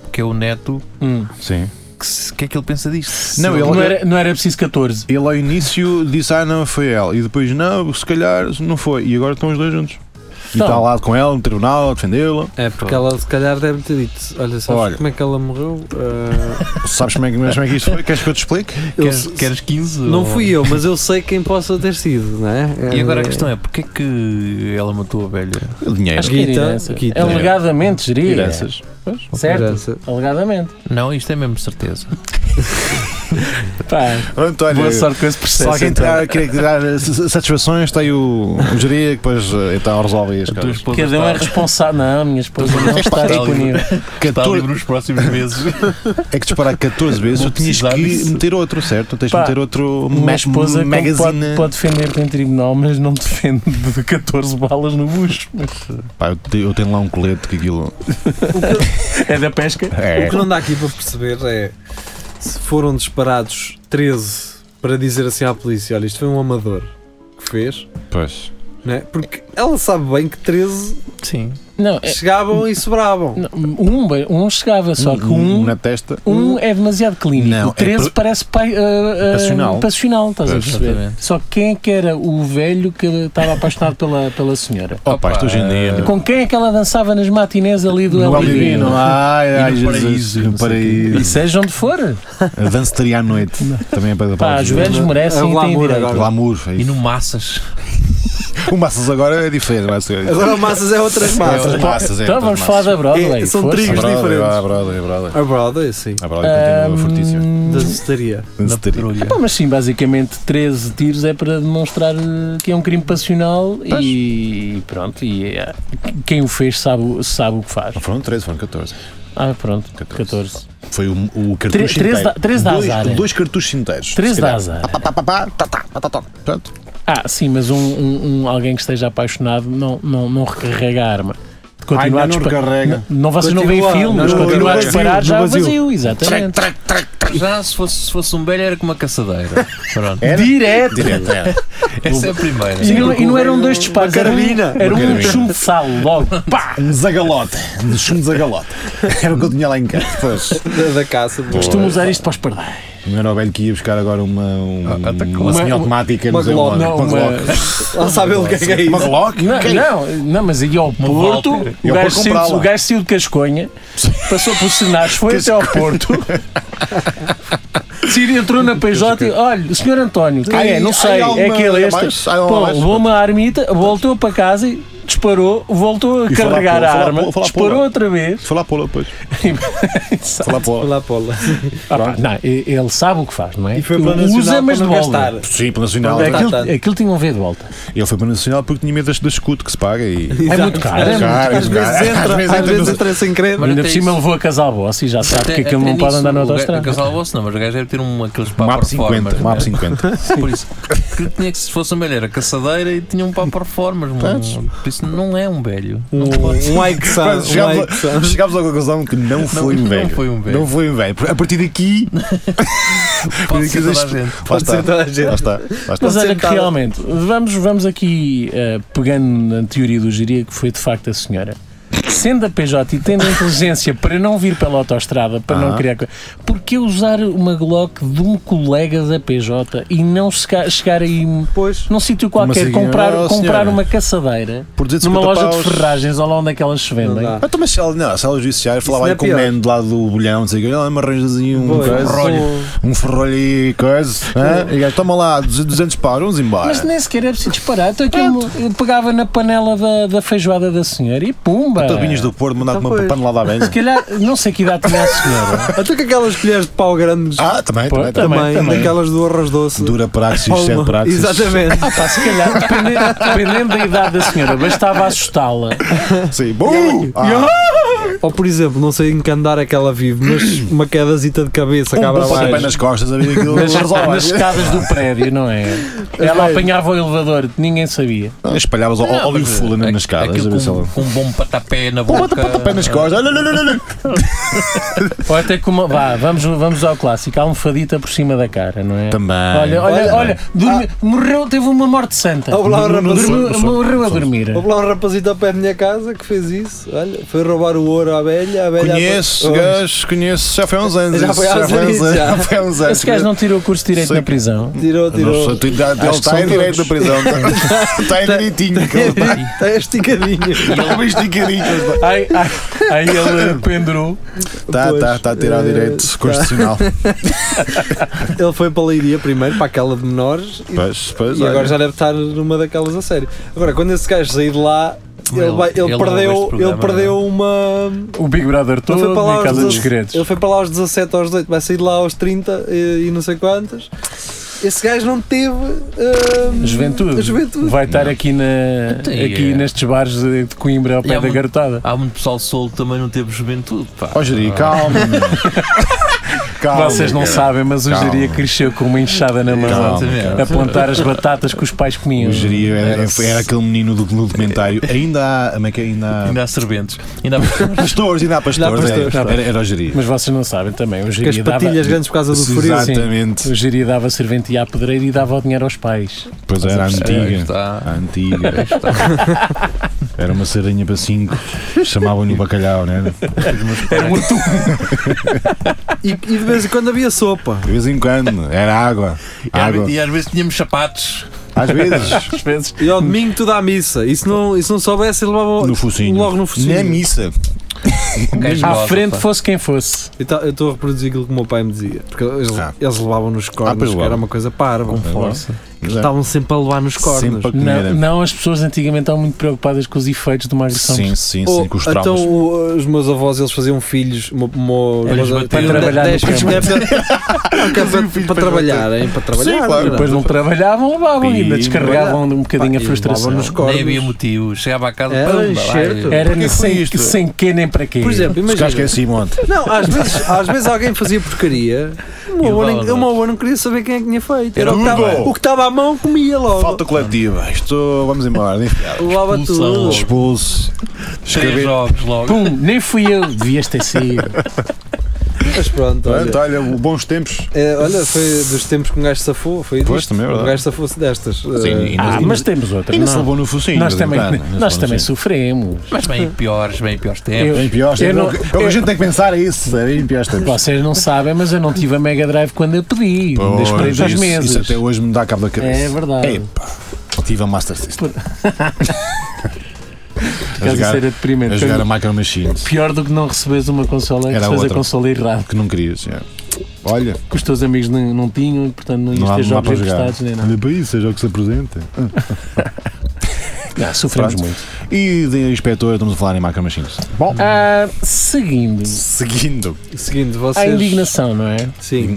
Speaker 5: que é o neto,
Speaker 3: Hum.
Speaker 4: Sim.
Speaker 5: que, se- o que é que ele pensa disto.
Speaker 4: Não,
Speaker 5: Se-
Speaker 4: ele-
Speaker 3: Não, era, não era preciso 14.
Speaker 4: Ele ao início disse, ah não, foi ela. E depois, não, se calhar não foi. E agora estão os dois juntos. E
Speaker 3: Então.
Speaker 4: está lá com ela no tribunal, a defendê-la.
Speaker 2: É, porque ela se calhar deve ter dito: Olha, sabes
Speaker 4: Olha.
Speaker 2: como é que ela morreu? Ah,
Speaker 4: Sabes como é, que- mas como é que isto foi? Queres que eu te explique?
Speaker 2: eu
Speaker 5: Queres,
Speaker 2: se-
Speaker 5: queres 15?
Speaker 2: não
Speaker 5: ou-
Speaker 2: fui eu, mas eu sei quem possa ter sido, não é?
Speaker 5: E agora a
Speaker 2: É,
Speaker 5: questão é, porque é que ela matou a velha?
Speaker 4: O dinheiro.
Speaker 3: Acho que era
Speaker 2: Guita,
Speaker 3: herança.
Speaker 2: guita.
Speaker 3: Alegadamente geria.
Speaker 4: Heranças.
Speaker 2: É
Speaker 3: Certo?
Speaker 2: Herança.
Speaker 3: Alegadamente.
Speaker 5: Não, isto é mesmo certeza.
Speaker 3: Pá,
Speaker 4: Pronto, olha,
Speaker 3: boa sorte com esse
Speaker 4: se
Speaker 3: processo.
Speaker 4: alguém
Speaker 3: então.
Speaker 4: tirar, querer tirar eh, s- satisfações, tem o, o geria que depois eh, então resolve as
Speaker 5: A tua
Speaker 4: coisas.
Speaker 5: esposa
Speaker 3: Cada um é
Speaker 5: está,
Speaker 3: responsável. Não, minha esposa não
Speaker 4: é
Speaker 3: está
Speaker 5: Está
Speaker 3: disponível.
Speaker 2: é
Speaker 5: está
Speaker 4: 14
Speaker 5: livre nos próximos meses.
Speaker 4: É que disparar 14 vezes,
Speaker 5: Vou
Speaker 4: tu tinhas
Speaker 5: precisar
Speaker 4: que
Speaker 5: disso.
Speaker 4: meter outro, certo? Tens de
Speaker 3: Pá,
Speaker 4: meter outro
Speaker 3: Uma
Speaker 4: ma-
Speaker 3: esposa que
Speaker 4: magazine.
Speaker 3: pode, pode defender-te em tribunal, mas não defende de 14 balas no bucho.
Speaker 4: Pá, eu, te- eu tenho lá um colete que aquilo.
Speaker 3: É da pesca?
Speaker 4: É.
Speaker 2: O que não dá aqui para perceber é se foram disparados 13 para dizer assim à polícia: Olha, isto foi um amador que fez, né?
Speaker 4: Pois.
Speaker 2: não é? Porque ela sabe bem que 13
Speaker 5: Sim.
Speaker 3: Não, é-
Speaker 2: Chegavam e sobravam.
Speaker 3: não, um, ba- um chegava, só que um,
Speaker 4: na testa.
Speaker 3: um é demasiado clínico.
Speaker 4: Não,
Speaker 3: o 13
Speaker 4: é pa-
Speaker 3: parece pai, ah, ah,
Speaker 4: Passional.
Speaker 3: passional, estás a perceber?
Speaker 5: Exatamente.
Speaker 3: Só que quem é que era o velho que estava apaixonado pela, pela senhora?
Speaker 4: Opa, isto hoje em dia.
Speaker 3: Com quem é que ela dançava nas matinés ali do
Speaker 4: No
Speaker 3: El
Speaker 4: El Divino.
Speaker 3: Divino?
Speaker 4: Ai, ai,
Speaker 5: no
Speaker 4: Jesus.
Speaker 5: paraíso,
Speaker 4: No
Speaker 5: não sei o quê.
Speaker 3: E
Speaker 4: paraíso.
Speaker 3: seja onde for.
Speaker 4: Danceteria à noite. Também é para
Speaker 3: Pá,
Speaker 4: para-
Speaker 3: os velhos merecem
Speaker 2: É o
Speaker 3: e têm
Speaker 2: glamour
Speaker 3: direito.
Speaker 2: agora.
Speaker 4: Glamour. é
Speaker 5: E
Speaker 4: isso.
Speaker 5: no Massas.
Speaker 4: O Massas agora é diferente. Vai ser.
Speaker 2: Agora o Massas é outras
Speaker 4: É outras
Speaker 2: massas.
Speaker 4: massas. é
Speaker 3: Então
Speaker 4: outras
Speaker 3: vamos falar da
Speaker 4: massas.
Speaker 3: Broadway.
Speaker 2: É, são
Speaker 3: força.
Speaker 2: trigos.
Speaker 4: A Broadway,
Speaker 2: diferentes.
Speaker 4: a Broadway, a Broadway.
Speaker 2: A Broadway, sim.
Speaker 4: A Broadway É continua fortíssima.
Speaker 3: Ahm,
Speaker 2: Da cestaria.
Speaker 5: Na
Speaker 4: Danceteria.
Speaker 5: patrulha.
Speaker 3: Pá, mas sim, basicamente 13 tiros é para demonstrar eh, que é um crime passional e pronto, e eh, quem o fez sabe, o- sabe o que faz.
Speaker 4: Não foram 13, foram 14.
Speaker 3: Ah, pronto,
Speaker 4: 14.
Speaker 3: 14.
Speaker 4: Foi o, o
Speaker 3: Três-
Speaker 4: cartucho
Speaker 3: três
Speaker 4: inteiro.
Speaker 3: dá- três dá
Speaker 4: dois,
Speaker 3: azar, é?
Speaker 4: dois cartuchos inteiros.
Speaker 3: 13
Speaker 4: Se
Speaker 3: dá
Speaker 4: calhar.
Speaker 3: azar.
Speaker 4: Pá, pá, pá, pá, tá, tá, tá, tá, tá. Pronto.
Speaker 3: Ah, sim, mas um, um- um- alguém que esteja apaixonado não, não, não recarrega a arma.
Speaker 4: Ai,
Speaker 3: Continua a
Speaker 4: não
Speaker 3: disparar.
Speaker 4: recarrega.
Speaker 3: Não, vocês não veem
Speaker 2: Continua,
Speaker 3: filmes,
Speaker 2: não, não,
Speaker 3: continua
Speaker 2: no
Speaker 3: a
Speaker 2: vazio,
Speaker 3: disparar
Speaker 2: no
Speaker 3: já é um
Speaker 2: vazio.
Speaker 3: vazio, exatamente.
Speaker 5: Já se fosse, se fosse um velho era com uma caçadeira. Pronto.
Speaker 4: Era?
Speaker 3: Direto!
Speaker 4: Direto, é.
Speaker 5: Essa é a primeira.
Speaker 3: E não, e não eram dois disparos,
Speaker 2: Uma
Speaker 3: era um-
Speaker 2: carabina.
Speaker 3: era
Speaker 4: Uma
Speaker 3: um
Speaker 4: carabina.
Speaker 3: chumbo de sal logo. Pá!
Speaker 4: Um desagalote. Um chum desagalote. Era o que eu tinha lá em casa. Pois.
Speaker 2: Da, da caça.
Speaker 3: Costumo usar isto para os pardais.
Speaker 4: O meu era o velho que ia buscar agora uma, um,
Speaker 5: Ah, tá com-
Speaker 4: uma,
Speaker 5: uma-
Speaker 4: semiautomática.
Speaker 2: uma
Speaker 4: não sei
Speaker 2: Glock,
Speaker 4: onde.
Speaker 3: não,
Speaker 4: Uma
Speaker 3: uma-
Speaker 4: Glock.
Speaker 2: Lá sabe ele o que é que é
Speaker 4: Uma
Speaker 2: isso.
Speaker 4: Glock?
Speaker 3: Não,
Speaker 4: Quem?
Speaker 3: não, não, mas aí ao Porto,
Speaker 5: Walter.
Speaker 3: o
Speaker 4: Eu
Speaker 3: gajo,
Speaker 4: vou
Speaker 3: saiu,
Speaker 4: comprá-la.
Speaker 3: o gajo saiu de Casconha, passou por Senares, foi até ao Porto. Siri entrou na PJ e olha, o senhor António, quem é? Não
Speaker 4: Ai,
Speaker 3: sei,
Speaker 4: ai, alguma-
Speaker 3: é aquele este.
Speaker 4: mais? Ai, alguma
Speaker 3: Pô,
Speaker 4: mais?
Speaker 3: levou uma armita, voltou para casa e disparou, voltou a
Speaker 4: E foi lá
Speaker 3: carregar
Speaker 4: pô-
Speaker 3: a
Speaker 4: foi lá
Speaker 3: arma,
Speaker 4: pô- foi lá
Speaker 3: disparou
Speaker 4: pô-la.
Speaker 3: outra vez.
Speaker 4: Foi lá pô-la, pois.
Speaker 3: Exato.
Speaker 4: Foi lá pô-la.
Speaker 2: Lá, Paula.
Speaker 3: Ah, pá, não, e- ele sabe o que faz, não é?
Speaker 2: E foi para o Nacional
Speaker 3: Usa, mas
Speaker 2: para não
Speaker 3: devolve.
Speaker 2: gastar.
Speaker 4: Sim, pelo Nacional.
Speaker 2: Onde é que-
Speaker 3: Aquilo,
Speaker 2: Tá, tá.
Speaker 3: aquilo tinha um V de volta.
Speaker 4: Ele foi para o Nacional porque tinha medo deste- deste escudo que se paga e.
Speaker 3: É muito caro, é
Speaker 4: Às vezes
Speaker 3: muito
Speaker 4: entra,
Speaker 2: Às vezes entra sem querer.
Speaker 5: Mas
Speaker 3: Ainda por
Speaker 5: até
Speaker 3: cima
Speaker 5: isso-
Speaker 3: levou a casal bossa e já sabe que aquilo não pode andar na autostrada.
Speaker 5: é Casal vosso, não, mas o gajo deve ter um, aqueles né?
Speaker 4: Uma
Speaker 5: pá
Speaker 4: app
Speaker 5: performers.
Speaker 4: 50. Uma app 50.
Speaker 5: Por isso, que tinha que se fosse um velho era caçadeira e tinha um pá performers. mano. Por isso não é um velho.
Speaker 2: Um, um Ike Sun.
Speaker 4: Mas
Speaker 2: Um Ike Sun.
Speaker 4: Chegámos chegámos à conclusão que não foi um
Speaker 5: não
Speaker 4: velho.
Speaker 5: foi um velho.
Speaker 4: Não foi um velho. A partir daqui.
Speaker 5: Pode ser toda a gente.
Speaker 4: Lá
Speaker 2: Pode
Speaker 4: está.
Speaker 2: ser toda a gente.
Speaker 4: Lá está. Lá está.
Speaker 3: Mas olha que
Speaker 2: sentada.
Speaker 3: realmente, vamos, vamos aqui eh, pegando na teoria do Giria, que foi de facto a senhora. Sendo a PJ e tendo a inteligência para não vir pela autostrada, para não
Speaker 4: Ah.
Speaker 3: criar coisa, porquê usar uma Glock de um colega da PJ e não chegar, chegar aí
Speaker 2: Pois.
Speaker 3: num sítio
Speaker 4: Mas,
Speaker 3: qualquer,
Speaker 4: senhora,
Speaker 3: comprar,
Speaker 4: oh,
Speaker 3: comprar
Speaker 4: senhora.
Speaker 3: uma caçadeira
Speaker 4: Por
Speaker 3: numa
Speaker 4: 250
Speaker 3: loja
Speaker 4: paus.
Speaker 3: de ferragens, olha lá onde é que elas se
Speaker 2: Não
Speaker 3: vendem.
Speaker 2: dá.
Speaker 4: Ah, Então, mas se ela, não, se ela judiciária falava
Speaker 2: não é
Speaker 4: aí com o
Speaker 2: pior.
Speaker 4: man de lá do bolhão, não sei o que, ela me arranjas aí um
Speaker 2: Pois.
Speaker 4: coisa, um ferrolho e coisa, hã? e o gajo, toma lá 200, 200 paus, vamos embora.
Speaker 3: Mas nem sequer é preciso disparar. Então aquilo eu pagava na panela da, da feijoada da senhora e pumba!
Speaker 4: Então vinhas do Porto, mandar
Speaker 2: Então,
Speaker 4: uma
Speaker 2: pois.
Speaker 4: panelada à benção.
Speaker 3: Se calhar, não sei que idade tinha a senhora.
Speaker 2: Até que Ah, aquelas colheres de pau grandes
Speaker 4: Ah, também,
Speaker 3: Pô,
Speaker 4: também, também.
Speaker 2: também,
Speaker 3: também, também.
Speaker 2: daquelas do arroz doce.
Speaker 4: Dura praxis,
Speaker 2: Palma.
Speaker 4: sempre praxis.
Speaker 2: Exatamente.
Speaker 3: Ah, pá, se calhar, dependendo, dependendo da idade da senhora, bastava assustá-la.
Speaker 4: Sim, bum! Ah,
Speaker 2: Ou por exemplo, não sei em que andar é que ela vive, mas uma quedazita de cabeça
Speaker 4: um
Speaker 2: cabra
Speaker 4: pontapé
Speaker 2: abaixo.
Speaker 4: nas costas, a vida aquilo
Speaker 3: Nas, nas
Speaker 4: resolve.
Speaker 3: escadas do prédio, não é? Ela apanhava o elevador, ninguém sabia.
Speaker 4: Espalhavas ó-
Speaker 5: Não,
Speaker 4: óleo
Speaker 5: mas,
Speaker 4: fula
Speaker 5: é-
Speaker 4: nas escadas, a
Speaker 5: aquilo
Speaker 4: ver se ela... um
Speaker 5: com, com um bom patapé na
Speaker 4: Pum,
Speaker 5: boca.
Speaker 4: bota pontapé nas costas, olha, olha, olha, olha.
Speaker 3: Ou até como. Vá, vamos, vamos ao clássico, a almofadita por cima da cara, não é?
Speaker 4: Também.
Speaker 3: Olha, olha, olha, dormi- morreu, teve uma morte santa.
Speaker 2: Houve lá um
Speaker 3: Dormiu-
Speaker 2: rapaz-
Speaker 3: dormiu-
Speaker 4: no sono,
Speaker 3: Morreu a
Speaker 4: no sono.
Speaker 3: dormir.
Speaker 2: Houve lá um rapazito ao pé da minha casa que fez isso. Olha, foi roubar o ouro à abelha. A abelha
Speaker 4: Conheço,
Speaker 2: Oh,
Speaker 4: gajo, conheço, já foi há uns anos.
Speaker 2: Já
Speaker 4: isso,
Speaker 2: foi há uns anos, já.
Speaker 4: Já foi há uns anos.
Speaker 3: Esse gajo não tirou o curso de direito
Speaker 4: Sei
Speaker 3: na
Speaker 4: que-
Speaker 3: prisão.
Speaker 2: Tirou,
Speaker 4: Não sei,
Speaker 2: tirou.
Speaker 4: tu ainda- ele
Speaker 3: que são
Speaker 4: está em direito da
Speaker 3: todos.
Speaker 4: prisão. está- Está em direitinho.
Speaker 2: Está esticadinho.
Speaker 4: Está bem esticadinho.
Speaker 3: Aí, aí, aí ele pendurou.
Speaker 4: Está, está, está Tá, a tirar
Speaker 2: eh,
Speaker 4: direito
Speaker 2: tá.
Speaker 4: constitucional.
Speaker 2: Ele foi para a Leiria primeiro, para aquela de menores, e
Speaker 4: Pois, pois.
Speaker 2: E agora
Speaker 4: olha.
Speaker 2: já deve estar numa daquelas a sério. Agora, quando esse gajo sair de lá, ele,
Speaker 5: Ele-
Speaker 2: vai- ele
Speaker 5: ele ouve
Speaker 2: perdeu,
Speaker 5: este programa,
Speaker 2: ele perdeu uma.
Speaker 3: O Big Brother
Speaker 2: Ele foi,
Speaker 3: todo
Speaker 2: para lá
Speaker 3: na
Speaker 2: aos
Speaker 3: Casa dos
Speaker 2: 17
Speaker 3: Segredos.
Speaker 2: ele foi para lá aos 17, aos 18, vai sair de lá aos 30 e, e não sei quantos. Esse gajo não teve. hum,
Speaker 3: Juventude.
Speaker 2: juventude.
Speaker 3: Vai estar aqui, na,
Speaker 5: Então,
Speaker 3: aqui
Speaker 5: é.
Speaker 3: nestes bares de de Coimbra ao
Speaker 5: E é
Speaker 3: pé
Speaker 5: há
Speaker 3: da
Speaker 5: muito-
Speaker 3: garotada.
Speaker 5: Há muito pessoal solto também não teve juventude. Pá.
Speaker 4: Ó, Jeri, calma. meu. Calma.
Speaker 3: Vocês não
Speaker 4: cara.
Speaker 3: sabem, mas o
Speaker 4: Calma.
Speaker 3: Jeria cresceu com uma enxada na mão
Speaker 4: Calma,
Speaker 5: Exatamente.
Speaker 3: a plantar as batatas que os pais comiam.
Speaker 4: O Jeri era, era aquele menino do do documentário. Ainda há. Como é que é? Ainda há.
Speaker 5: Ainda há serventes. Ainda há...
Speaker 4: Pastores, ainda há pastores.
Speaker 2: Ainda há
Speaker 4: é.
Speaker 2: pastores.
Speaker 4: Era era o Jeri.
Speaker 3: Mas vocês não sabem também, o
Speaker 2: Com as
Speaker 3: Jeria dava.
Speaker 2: patilhas grandes por causa do frio.
Speaker 3: Sim.
Speaker 4: Exatamente.
Speaker 3: O Jeria dava serventia à pedreira e dava o dinheiro aos pais.
Speaker 4: Pois era a
Speaker 5: Aí
Speaker 4: antiga.
Speaker 5: está.
Speaker 4: A antiga.
Speaker 5: Aí está.
Speaker 4: Era uma sardinha para cinco, chamavam-lhe o bacalhau, né?
Speaker 5: Era um atum.
Speaker 2: E, e de vez em quando havia sopa.
Speaker 4: De vez em quando, era água.
Speaker 5: E às
Speaker 4: água.
Speaker 5: ve- E às vezes tínhamos sapatos.
Speaker 4: Às vezes,
Speaker 5: Às vezes.
Speaker 2: E ao domingo tudo à missa. E se não, e se não soubesse, ele levava
Speaker 4: no focinho.
Speaker 2: logo no focinho.
Speaker 4: Na missa.
Speaker 5: Um gajo
Speaker 3: À
Speaker 5: goza,
Speaker 3: frente,
Speaker 5: pá.
Speaker 3: fosse quem fosse.
Speaker 2: Eu ta- eu estou a reproduzir aquilo que o meu pai me dizia. Porque eles,
Speaker 4: Ah.
Speaker 2: eles levavam nos
Speaker 4: Ah,
Speaker 2: cornos,
Speaker 4: pois
Speaker 2: que era
Speaker 4: levavam.
Speaker 2: uma coisa parva. um
Speaker 3: Força.
Speaker 2: Estavam sempre a levar nos cornos.
Speaker 4: Sempre a
Speaker 3: Não,
Speaker 4: comer.
Speaker 3: não, as pessoas antigamente estavam muito preocupadas com os efeitos do Mário Santos.
Speaker 4: Sim, sim,
Speaker 2: Ou,
Speaker 4: sim, com os traumas.
Speaker 2: então o- os meus avós eles faziam filhos mo- mo-
Speaker 3: Eles
Speaker 2: meus-
Speaker 3: bateram.
Speaker 2: para trabalhar
Speaker 3: Para
Speaker 2: dez-
Speaker 3: trabalhar no
Speaker 2: dez- Não, que é para, para trabalharem para trabalhar
Speaker 4: claro.
Speaker 2: não é?
Speaker 3: Depois não trabalhavam, levavam
Speaker 4: Sim,
Speaker 3: ainda descarregavam um bocadinho a
Speaker 2: Pá, e
Speaker 3: frustração.
Speaker 2: levavam nos
Speaker 5: Nem havia
Speaker 2: cornos
Speaker 5: motivo. Chegava a casa,
Speaker 4: É,
Speaker 2: Era
Speaker 5: pumba, vai.
Speaker 2: enxerto.
Speaker 3: Era
Speaker 4: Porquê que foi
Speaker 3: sem,
Speaker 4: isto?
Speaker 3: sem quê nem para quê.
Speaker 2: por exemplo
Speaker 4: Se
Speaker 2: imagina
Speaker 4: cá esqueci, monte.
Speaker 2: não às vezes às vezes alguém fazia porcaria uma
Speaker 5: E
Speaker 2: avó nem-
Speaker 5: levava-nos.
Speaker 2: uma avó não queria saber quem é que tinha feito
Speaker 4: Era
Speaker 2: Era o que
Speaker 4: tudo.
Speaker 2: estava- o que estava à mão comia logo
Speaker 4: Falta Ah. coletiva. Isto, vamos embora. nem fiar.
Speaker 2: levava
Speaker 5: expulsão.
Speaker 4: Oh.
Speaker 2: tudo
Speaker 4: Expulso.
Speaker 5: Três
Speaker 4: Escrever.
Speaker 5: jogos logo.
Speaker 3: Pum, nem fui eu, devias ter sido.
Speaker 2: mas pronto olha,
Speaker 4: Pronto, olha, o bons tempos.
Speaker 2: É, olha, foi dos tempos que um gajo safou foi
Speaker 4: Pois,
Speaker 2: disto.
Speaker 4: também é
Speaker 2: um
Speaker 4: verdade.
Speaker 2: gajo safou-se destas
Speaker 4: Sim,
Speaker 2: Eh,
Speaker 4: ainda-
Speaker 3: Ah, mas temos outra.
Speaker 4: Ainda se
Speaker 3: não.
Speaker 4: levou no focinho.
Speaker 3: Nós
Speaker 4: de
Speaker 3: também,
Speaker 4: vez em quando, ainda se
Speaker 3: nós
Speaker 4: levou no
Speaker 3: também
Speaker 4: focinho.
Speaker 3: sofremos.
Speaker 5: Mas bem piores, bem piores
Speaker 3: Eu-
Speaker 5: tempos.
Speaker 4: Em piores tempos.
Speaker 3: Eu
Speaker 4: É o que- é o que
Speaker 3: não-
Speaker 4: a gente tem que pensar, é isso. Era em piores tempos.
Speaker 3: Vocês não sabem, mas eu não tive a Mega Drive quando eu pedi.
Speaker 4: Pois,
Speaker 3: Ainda esperei dois
Speaker 4: isso-
Speaker 3: meses.
Speaker 4: Isso até hoje me dá cabo da cabeça.
Speaker 3: É verdade.
Speaker 4: Epá, eu tive a Master System. a, jogar,
Speaker 3: Caso isso era deprimente.
Speaker 4: a jogar a Micro Machines,
Speaker 3: Pior do que não receberes uma consola é que
Speaker 4: Era
Speaker 3: recebes a
Speaker 4: outra.
Speaker 3: consola errada,
Speaker 4: que não querias. é. Olha,
Speaker 3: que os teus amigos não, não tinham e portanto não
Speaker 4: não
Speaker 3: ias
Speaker 4: há,
Speaker 3: ter
Speaker 4: não há
Speaker 3: jogos
Speaker 4: para jogar.
Speaker 3: emprestados nem nada.
Speaker 4: Olha para isso, seja o que se apresenta.
Speaker 3: Não, Ah, sofremos
Speaker 4: Pronto.
Speaker 3: muito.
Speaker 4: E de inspetor, estamos a falar em Micro Machines. Bom,
Speaker 3: Ah, seguindo,
Speaker 4: seguindo.
Speaker 2: seguindo
Speaker 3: há
Speaker 2: vocês
Speaker 3: indignação, não é?
Speaker 2: sim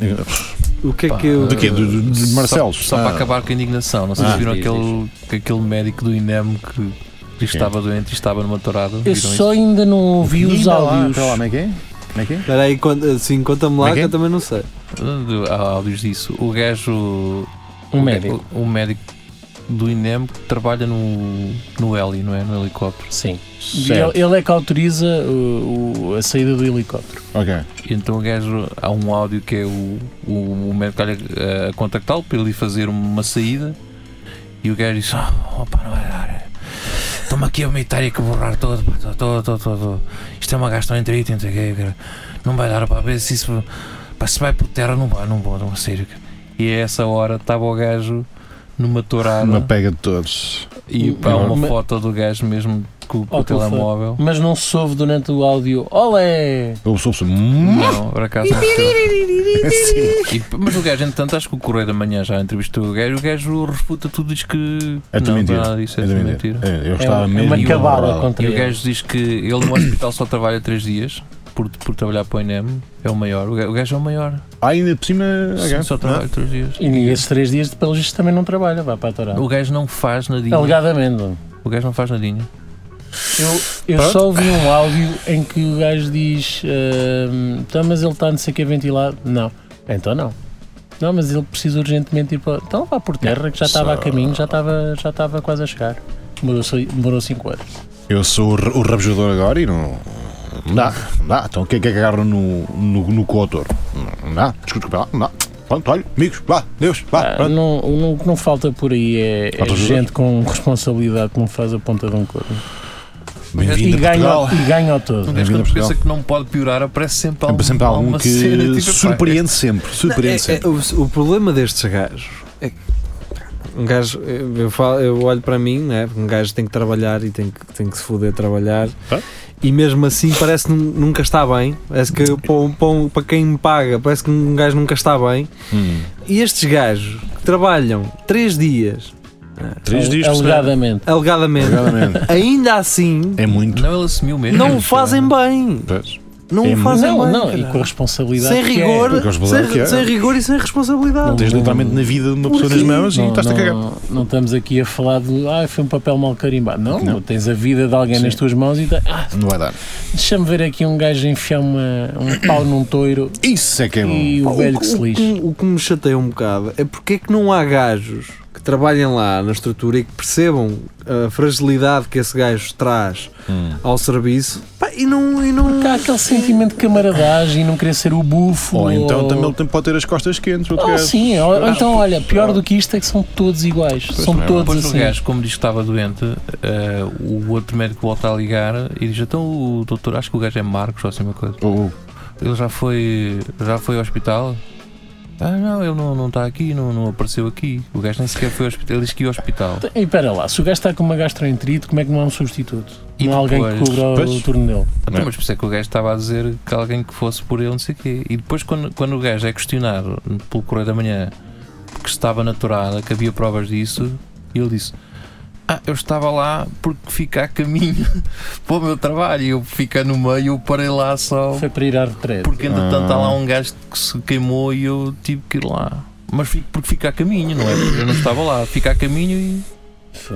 Speaker 2: o que é que eu
Speaker 4: De quê? Do, do, de Marcelos?
Speaker 5: Só, só
Speaker 4: Ah,
Speaker 5: para acabar com a indignação. Não sei
Speaker 4: Ah.
Speaker 5: se viram
Speaker 2: Diz,
Speaker 5: aquele, que aquele médico do INEM que que estava doente e estava numa tourada.
Speaker 3: Eu
Speaker 5: Viram
Speaker 3: só
Speaker 5: isso?
Speaker 3: ainda não ouvi
Speaker 4: ainda
Speaker 3: os
Speaker 4: lá,
Speaker 3: áudios.
Speaker 4: espera lá, como é que é? Como é que é?
Speaker 2: Espera aí, conta- assim, conta-me
Speaker 4: Como
Speaker 2: lá
Speaker 4: é que
Speaker 2: que
Speaker 4: é?
Speaker 2: eu também não sei.
Speaker 5: Ah, Há áudios disso. O gajo
Speaker 3: Um
Speaker 5: o-
Speaker 3: médico.
Speaker 5: O, o médico do INEM que trabalha no, no heli, não é? No helicóptero.
Speaker 3: Sim. E Ele, ele é que autoriza o- o- a saída do helicóptero.
Speaker 4: Ok.
Speaker 5: E então o gajo, há um áudio que é o, o, o médico olha, eh, a contactá-lo para ele fazer uma saída e o gajo diz, oh, opa, não vai dar. Estou-me aqui a vomitar e a borrar todo, pá, todo, todo, todo, todo. Isto é uma gastroenterite, não sei o quê, cara. Não vai dar para ver se isso pá, se vai por terra, não vai, não vou, não a sério. cara. E a essa hora estava o gajo numa tourada
Speaker 4: Uma pega de todos.
Speaker 5: e pá, uma
Speaker 3: Uma-
Speaker 5: foto do gajo mesmo com, com
Speaker 3: Ao
Speaker 5: o telemóvel.
Speaker 3: Mas não se ouve durante o áudio. Olé!
Speaker 4: Eu sou pessoa.
Speaker 5: Não, por acaso não sei. E, Mas o gajo, entretanto, acho que o Correio da Manhã já entrevistou o gajo. O gajo refuta tudo, diz que.
Speaker 4: É tudo
Speaker 5: não,
Speaker 4: mentira.
Speaker 5: Nada disso, é,
Speaker 4: É
Speaker 5: tudo
Speaker 4: mentira.
Speaker 5: mentira.
Speaker 4: É, eu
Speaker 3: É
Speaker 4: estava
Speaker 3: uma- é
Speaker 4: mesmo.
Speaker 3: uma cabala contra
Speaker 5: E o
Speaker 3: ele.
Speaker 5: gajo diz que ele no hospital só trabalha 3 dias por, por trabalhar para o INEM. É o maior. O ga- o gajo é o maior.
Speaker 4: Ah, ainda por cima.
Speaker 5: Sim,
Speaker 4: ok.
Speaker 5: só trabalha 3 dias.
Speaker 3: E nesses três dias, pelo visto, também não trabalha, vai para a Torá.
Speaker 5: O gajo não faz
Speaker 3: É
Speaker 5: nadinha.
Speaker 3: Alegadamente.
Speaker 5: O gajo não faz nadinha.
Speaker 3: Eu
Speaker 4: Pronto.
Speaker 3: só ouvi um áudio em que o gajo diz: ehm, Então, mas ele está não sei o que ventilado. Não, então não. Não, mas ele precisa urgentemente ir para. Então vá por terra, que já estava a caminho, já estava, já estava quase a chegar. Demorou, só- demorou cinco anos.
Speaker 4: é? Eu sou o, re- o rabejador agora e não. Não dá, não dá. Então o que é que agarra no, no, no coautor? Não, não dá. Desculpa, desculpa, não dá. Pronto, olha, amigos, vá, Deus, vá.
Speaker 3: Ah,
Speaker 4: pronto.
Speaker 3: não, não- o que não falta por aí é, é
Speaker 4: Falta os
Speaker 3: gente com responsabilidade que não faz a ponta de um corno. E
Speaker 4: Bem-vindo a
Speaker 3: ganha,
Speaker 4: Portugal. Um
Speaker 3: e ganha ao
Speaker 5: O
Speaker 3: todo.
Speaker 5: gajo,
Speaker 4: Bem-vindo a
Speaker 5: quando pensa
Speaker 4: Portugal.
Speaker 5: que não pode piorar, aparece sempre algum,
Speaker 4: Há sempre algum
Speaker 5: alguma
Speaker 4: que
Speaker 5: cena, tipo, pá,
Speaker 4: surpreende sempre. Surpreende
Speaker 2: É- é-
Speaker 4: sempre.
Speaker 2: o, o problema destes gajos é que um gajo, eu, eu falo- eu olho para mim, né? porque um gajo tem que trabalhar e tem que, tem que se foder a trabalhar
Speaker 4: Ah.
Speaker 2: e mesmo assim parece que nun- nunca está bem. Parece que eu, para, um- para um- para quem me paga, parece que um gajo nunca está bem.
Speaker 4: Hum,
Speaker 2: E estes gajos que trabalham 3 dias,
Speaker 5: é-
Speaker 4: Três dias por semana.
Speaker 3: Alegadamente.
Speaker 2: alegadamente,
Speaker 4: Alegadamente.
Speaker 2: ainda assim
Speaker 4: É muito.
Speaker 5: Não, ele assumiu mesmo.
Speaker 2: não o fazem bem.
Speaker 4: Pois.
Speaker 2: Não
Speaker 4: É
Speaker 2: o fazem
Speaker 3: É. Não,
Speaker 2: bem.
Speaker 3: não, e
Speaker 2: caralho.
Speaker 3: com a responsabilidade.
Speaker 2: sem
Speaker 3: que é.
Speaker 2: rigor,
Speaker 4: Porque eles mudaram o que
Speaker 2: sem,
Speaker 4: é.
Speaker 2: sem rigor e sem responsabilidade.
Speaker 4: Tens literalmente na vida de uma pessoa nas mãos e
Speaker 3: Não,
Speaker 4: estás-te a cagar.
Speaker 3: não, não estamos aqui a falar de ah, foi um papel mal carimbado. Não,
Speaker 4: Não.
Speaker 3: tens a vida de alguém
Speaker 4: Sim.
Speaker 3: nas tuas mãos e tá, ah,
Speaker 4: Não vai dar.
Speaker 3: deixa-me ver aqui um gajo enfiar uma, um pau num toiro
Speaker 4: Isso é que é
Speaker 3: e
Speaker 4: bom.
Speaker 3: o
Speaker 2: Pá,
Speaker 3: velho
Speaker 2: o,
Speaker 3: que se
Speaker 2: o
Speaker 3: lixe.
Speaker 2: que- o que me chateia um bocado é porque é que não há gajos que trabalhem lá na estrutura e que percebam a fragilidade que esse gajo traz
Speaker 4: Hum.
Speaker 2: ao serviço pá, e não. E não...
Speaker 3: Porque há aquele sentimento de camaradagem e não querer ser o bufo.
Speaker 4: Ou então também ele tem- pode ter as costas quentes. outro
Speaker 3: Ah,
Speaker 4: gajo.
Speaker 3: sim, ou, ou então, olha, pior do que isto é que são todos iguais. são
Speaker 4: também.
Speaker 3: todos
Speaker 5: Depois o
Speaker 3: assim.
Speaker 5: gajo, como diz que estava doente, eh, o outro médico volta a ligar e diz: Então, o doutor, acho que o gajo é Marcos ou assim uma coisa.
Speaker 4: Ou-
Speaker 5: Ele já foi, já foi ao hospital? Ah, não, ele não, não está aqui, não, não apareceu aqui. O gajo nem sequer foi ao hospital. Ele disse que ia ao hospital.
Speaker 3: Então, E espera lá, se o gajo está com uma gastroenterite, como é que não há um substituto?
Speaker 5: E
Speaker 3: não há alguém que
Speaker 5: depois?
Speaker 3: cubra o
Speaker 4: Pois.
Speaker 3: turno dele.
Speaker 5: Então,
Speaker 4: Não.
Speaker 5: mas por isso é que o gajo estava a dizer que alguém que fosse por ele, não sei o quê. E depois, quando, quando o gajo é questionado pelo Correio da Manhã que estava naturada, que havia provas disso, ele disse: Ah, eu estava lá porque fica a caminho para o meu trabalho. E eu fiquei no meio, eu parei lá só.
Speaker 3: Foi para ir à retrete.
Speaker 5: Porque entretanto
Speaker 4: Ah.
Speaker 5: há lá um gajo que se queimou e eu tive que ir lá. Mas fi- porque fica a caminho, não é? Porque eu não estava lá, fica a caminho e. Tá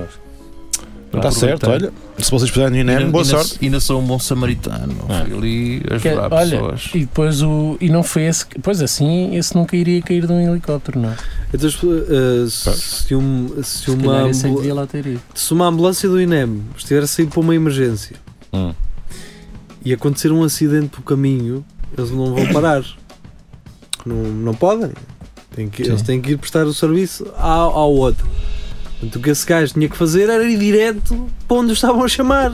Speaker 4: Está Tá certo, olha. Se vocês puserem no
Speaker 5: E ainda,
Speaker 4: INEM, boa
Speaker 5: ainda-
Speaker 4: sorte.
Speaker 5: Ainda sou um bom samaritano.
Speaker 4: É.
Speaker 5: Fui ali
Speaker 3: Que-
Speaker 5: ajudar
Speaker 3: olha,
Speaker 5: pessoas.
Speaker 3: e depois o. E não foi esse. que- Pois assim, esse nunca iria cair de um helicóptero, não.
Speaker 2: Então, eh, se, um- se
Speaker 3: Se
Speaker 2: uma,
Speaker 3: calhar esse é que
Speaker 2: ambu-
Speaker 3: devia lá ter ido.
Speaker 2: se uma ambulância do INEM estiver a sair para uma emergência
Speaker 4: Hum.
Speaker 2: e acontecer um acidente pelo caminho, eles não vão parar. não, não podem. Têm que- eles têm que ir prestar o serviço ao, ao outro. Portanto, o que esse gajo tinha que fazer era ir direto para onde o estavam a chamar.